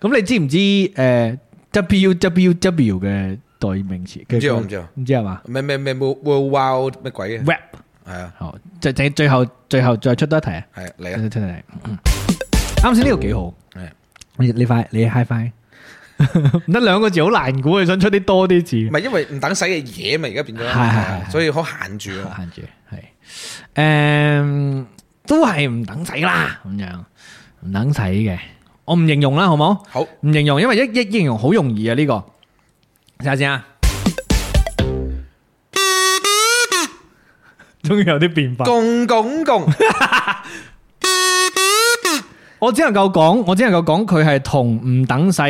咁你知唔知誒 WWW 嘅代名詞？唔唔知我唔知啊唔知係嘛咩咩咩 World Wild 乜鬼嘅， ？Web 係啊好，最最最後最後再出多一題啊！係嚟啊真。係真係嗯啱先呢個幾好係，你你快你 high 快， *laughs* 唔得兩個字好難估，你想出啲多啲字，唔係因為唔等使嘅嘢嘛，而家變咗，係係係所以好限住啊。限住係誒，都係唔等使啦咁樣，唔等使嘅，我唔形容啦，好冇？好，唔形容，因為一一形容好容易啊呢個。睇下先啊， *laughs* 終於有啲變化。共共共，我只能夠講，我只能夠講佢係同唔等使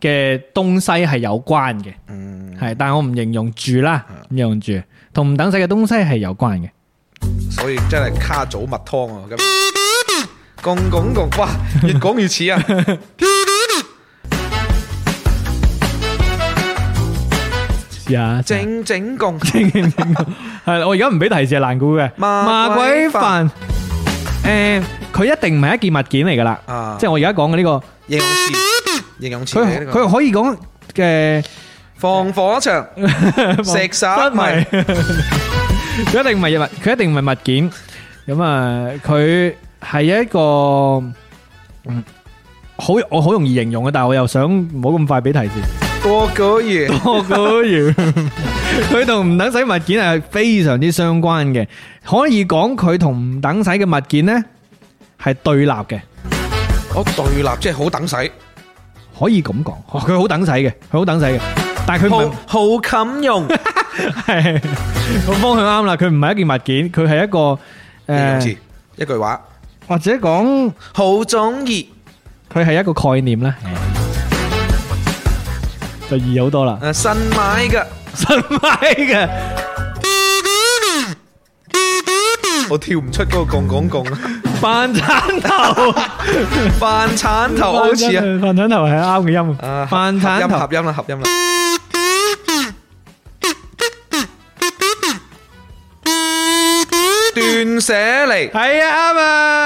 嘅東西係有關嘅，嗯，係，但我唔形容住啦，唔形容住，同唔等使嘅東西係有關嘅。所以真係卡祖蜜湯啊！咁共共共，哇，越講越似啊！ *laughs* *laughs* 試下正整整共，正正正，係啦我而家唔俾提示係難估嘅。麻麻鬼鬼飯飯，誒，佢一定唔係一件物件嚟㗎啦啊，即係我而家講嘅呢個，形容詞，形容詞嚟佢呢個佢可以講嘅。防火牆， *laughs* 食失沙迷迷， *laughs* 佢一定唔係物，佢一定唔係物件。咁啊，佢係一個嗯好，我好容易形容嘅，但係我又想唔好咁快俾提示。多個月，我估完， *laughs* 佢同唔等使物件係非常之相關嘅，可以講佢同唔等使嘅物件呢係對立嘅，我對立即係好等使，可以咁講。哦佢好等使嘅，佢好等使嘅，但係佢唔係好好冚用， *laughs* 係個方向啱啦。佢唔係一件物件，佢係一個誒。形容呃詞一句話，或者講好中意佢係一個概念咧，就易好多 *laughs* 啦。啊诶，新买嘅，新買嘅我跳唔出嗰個共共共，啊飯鏟頭，飯鏟 *laughs* 頭好似啊，飯鏟頭係啱嘅音。啊，合飯合鏟音頭合音啦，合音啦。斷捨離，係啊，啱啊。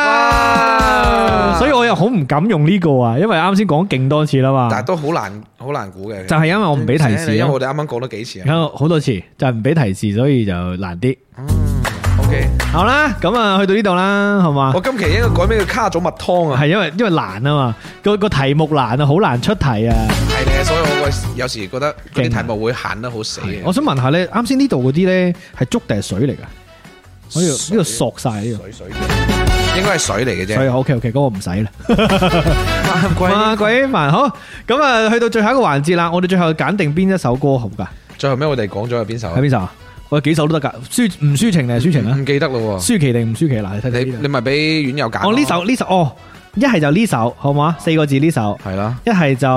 哇所以我又好唔敢用呢個啊，因為啱先講勁多次啦嘛。但係都好難好難估嘅。就係因為我唔俾提斷捨離示啊因為咯，我哋啱啱講咗幾次啊。有好多次就係唔俾提示，所以就難啲。 OK，好啦，咁啊去到呢度啦，好嘛？我今期應該改名叫卡祖蜜湯啊。係因為因為難啊嘛，個個題目難啊，好難出題啊。係咧，所以我個有時覺得嗰啲勁啊題目會限得好死嘅。我想問下咧，啱先呢度嗰啲咧係粥定係水嚟噶？我呢度呢度索晒呢度，水水，應該係水嚟嘅啫 *laughs* 所以。OK OK，咁我唔使啦。萬貴哇，鬼煩好，咁啊去到最後一個環節啦，我哋最後揀定邊一首歌好噶？最後尾我哋講咗係邊首啊係？邊首啊？我幾首都得噶，抒唔抒情定係抒情啊？唔記得咯喎。舒淇定唔舒淇嗱，你睇你睇呢你咪俾院友揀度。咯。我呢首呢首哦，一係就呢首好唔好啊？四個字呢首，係啦，一係就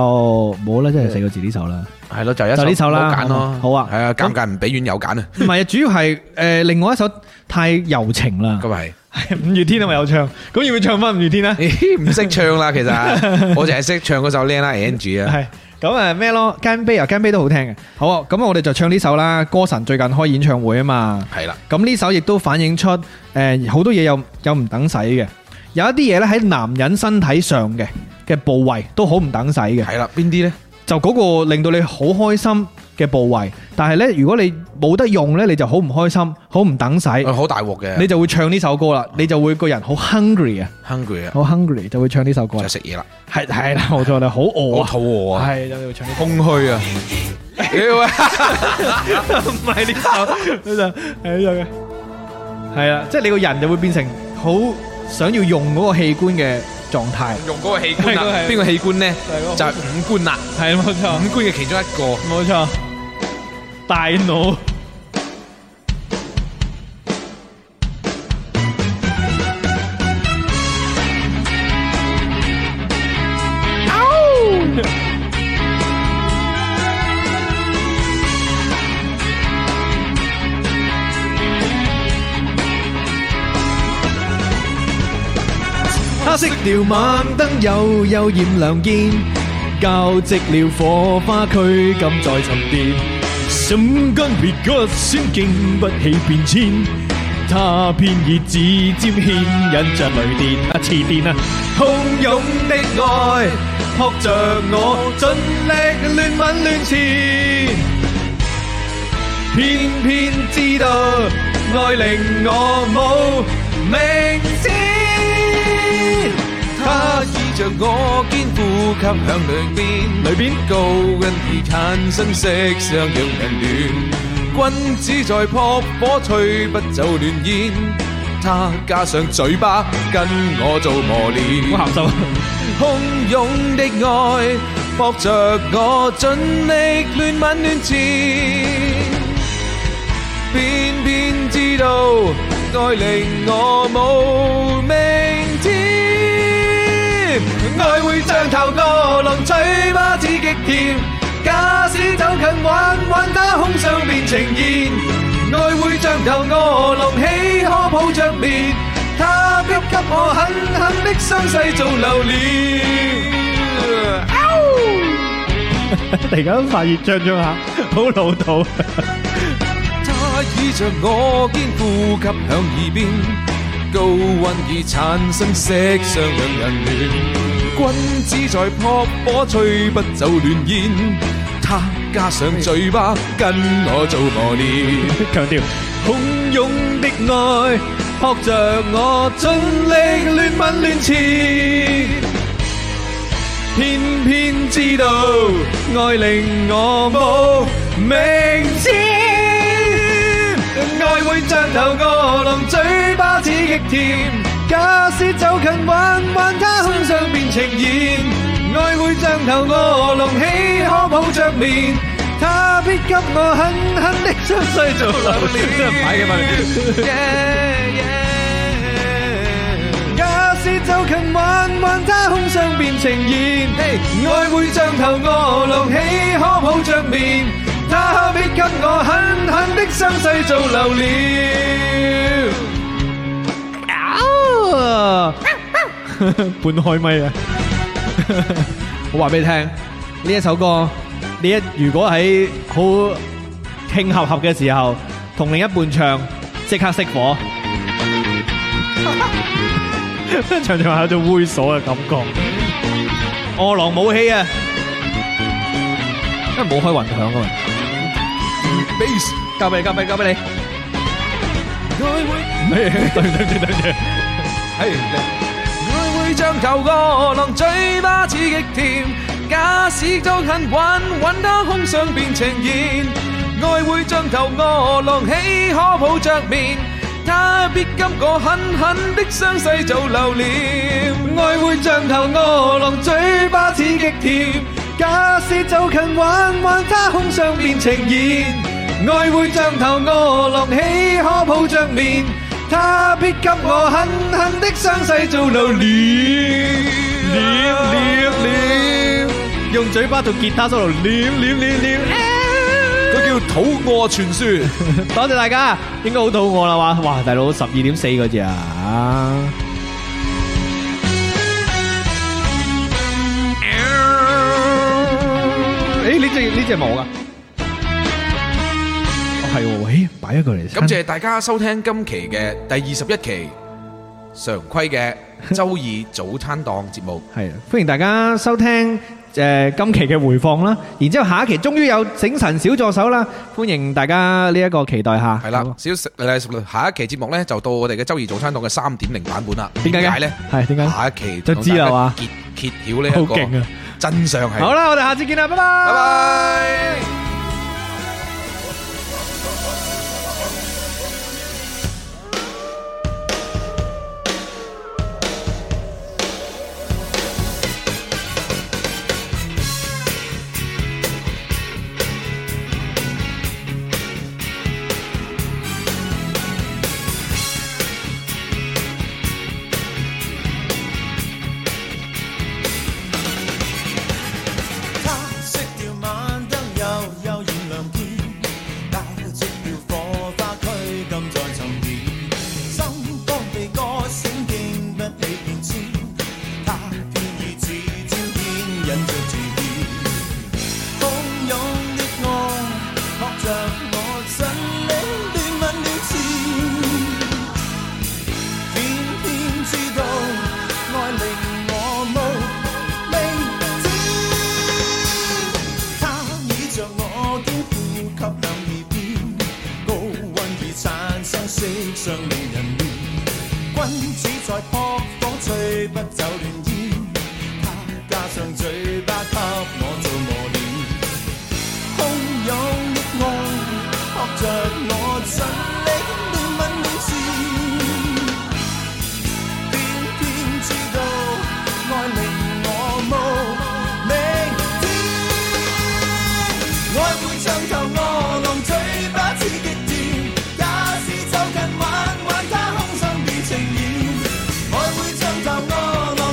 冇啦，即係四個字呢首啦。係咯，就一就呢首啦唔好揀咯。好啊係啊，尷尬唔俾院友 *laughs* 揀啊。唔係啊，主要係诶另外一首太柔情啦。咁係。 *laughs* 五月天啊嘛有唱，咁要唔要唱翻五月天咧？咦唔識唱啦，其 *laughs* 實我淨係識唱嗰首《靚啦 Angie》啊。系咁啊咩咯？間杯啊，間杯都好聽嘅。好啊，咁我哋就唱呢首啦。歌神最近開演唱會啊嘛，係啦，咁呢首亦都反映出诶好、多嘢有有唔等使嘅，有一啲嘢咧喺男人身體上嘅嘅部位都好唔等使嘅，係啦，邊啲咧？就嗰個令到你好開心嘅部位，但係呢，如果你冇得用呢，你就好唔開心，好唔等使。我好大鑊嘅。你就會唱呢首歌啦，你就會個人好 hungry 啊， hungry 啊，好 hungry 就會唱呢首歌啦就。食嘢啦，係係啦，冇錯啦，好餓好啊，肚餓啊，係就要唱呢首歌。空 *laughs* 虛啊。屌啊唔係呢首，呢首係呢首嘅，係啦，即係你個人就會變成好想要用嗰個器官嘅狀態，用嗰個器官係都啊，係邊個器官咧？係就係五官啦，係冇錯，五官嘅其中一個。冇錯，大腦。他熄掉晚燈，又又燃亮劍，交織了火花，佢咁在沉澱。心肝別骨，先經不起變遷。他偏以指尖牽引着雷電啊，似電啊！洶湧的愛撲着我，盡力亂吻亂纏。偏偏知道愛令我冇明知。他倚着我肩，呼吸響裏邊，裏邊高溫而產生色相讓人暖。君子在撲火，吹不走亂煙。他加上嘴巴，跟我做磨練。好鹹濕啊！洶湧的愛，搏着我盡力亂吻亂纏，偏偏知道愛令我無明天，愛會像頭餓狼嘴巴子極甜，假使走近玩玩它空上面呈現，愛會像頭餓狼豈可抱着面，它必給我狠狠的傷勢做留念。 *laughs* 突然間發現唱唱下，好老土。 *laughs* 他倚着我肩，呼吸響耳邊，高溫已產生色相讓人暖。君子在撲火，吹不走亂煙。他加上嘴巴，跟我做磨練。強調洶湧的愛，撲着我盡力亂吻亂纏。偏偏知道愛令我無明知，愛會像頭餓狼，嘴巴子極甜。假使走近玩玩它空上便呈現，愛會像頭餓狼，豈可抱着面？他必給我狠狠的傷勢做留念。擺嘅假使走近玩玩它空上便呈呈現，愛會像頭餓狼起，可抱着面，他必給我狠狠的傷勢做留了。 *laughs* 啊！半開咪 à? 啊！我話俾你聽，呢一首歌，你一如果喺好慶合合嘅時候，同另一半唱，即刻 *laughs* 熄火。唱唱下有種猥瑣嘅感覺。餓狼武器啊，因為冇開混響啊 *laughs* 嘛。 base 交俾你，交俾你，交俾你。我會像頭餓狼，嘴巴似極甜。假使捉很穩，穩得空上便呈現。愛會像頭餓狼，豈可抱着面？他必給我狠狠的傷勢做留念。愛會像頭餓狼，嘴巴似極甜。假使走近玩玩，他空上便呈現。愛會像頭餓狼，豈可抱着面？他必給我狠狠的傷勢做留念。念念念，用嘴巴做吉他 solo，念念念念。佢叫肚餓傳 *laughs* 說。多謝大家，應該好肚餓啦嘛？哇，大佬十二點四個字啊！誒，呢只呢只冇噶？哦係喎，喂，擺一個嚟先。感謝大家收聽今期嘅第二十一期常規嘅周二早餐檔節 *laughs* 目。係啊，歡迎大家收聽誒今期嘅回放啦。然之後下一期終於有整神小助手啦，歡迎大家呢一個期待下。係啦，小食誒下一期節目咧就到我哋嘅周二早餐檔嘅三點零版本啦。點解嘅咧？係點解下一期就知啦同大家哇揭揭曉呢好一勁個啊真相係。好，啦，我哋下次見啦，拜拜拜。拜。他熄掉晚燈，悠悠染亮天，打熄了火花，拘禁在沉澱。心剛被歌聲經不起變遷，他偏以此招牽引着自變。洶湧的愛，學着我真理亂問亂刺。偏偏知道愛令我無名指，他倚着我肩呼吸兩耳邊，高溫已產生色相令人面。君子在撲火吹不走亂煙，他加上嘴巴給我做磨練。洶湧的愛，學着我真理亂問亂刺。偏偏知道愛令我無明天，愛會像頭餓狼，嘴巴似極甜，假使走近玩玩，它空想變情演。愛會像頭餓狼，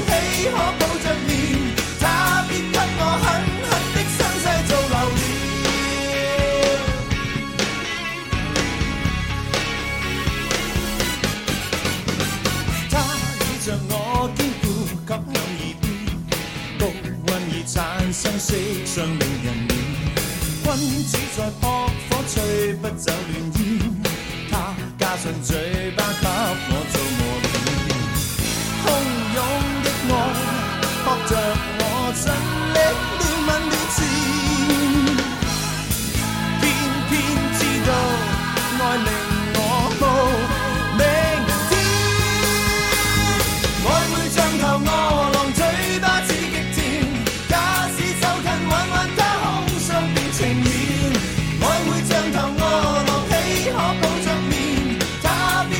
豈可抱着面？它必給我狠狠的傷勢做留念。他倚着我肩呼吸響耳邊，高溫已產生色相令人面。君子在撲火吹不走亂煙，他加上嘴巴給我做磨練。洶湧的愛，學着我真理亂問亂刺。偏偏知道愛令我無明天，愛會像頭餓狼，嘴巴似極甜。假使走近玩玩，它空想變情演。愛會像頭餓狼，豈可抱着面？它必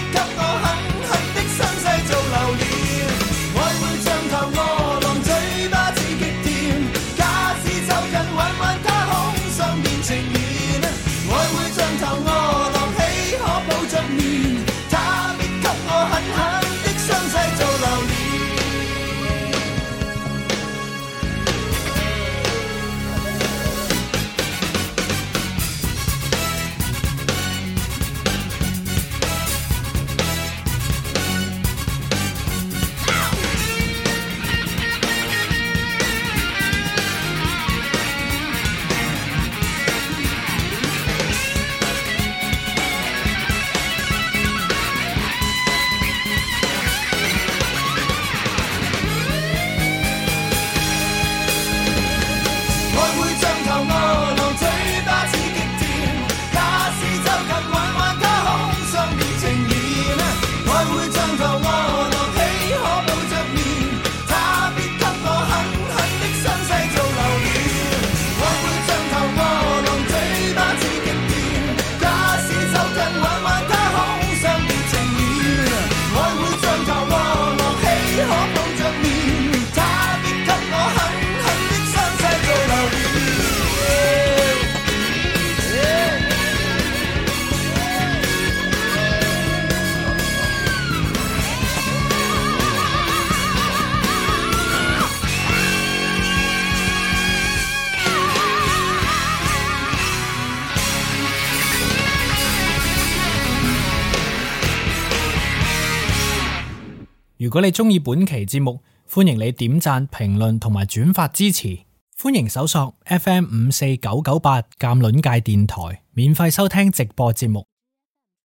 如果你中意本期節目，歡迎你點讚、評論同埋轉發支持。歡迎搜索 FM 五四九九八鑑論界電台，免費收聽直播節目。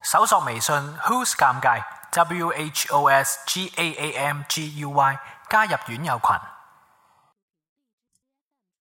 搜索微信 Who's 尷尬 W H O S G A A M G U Y 加入院友群。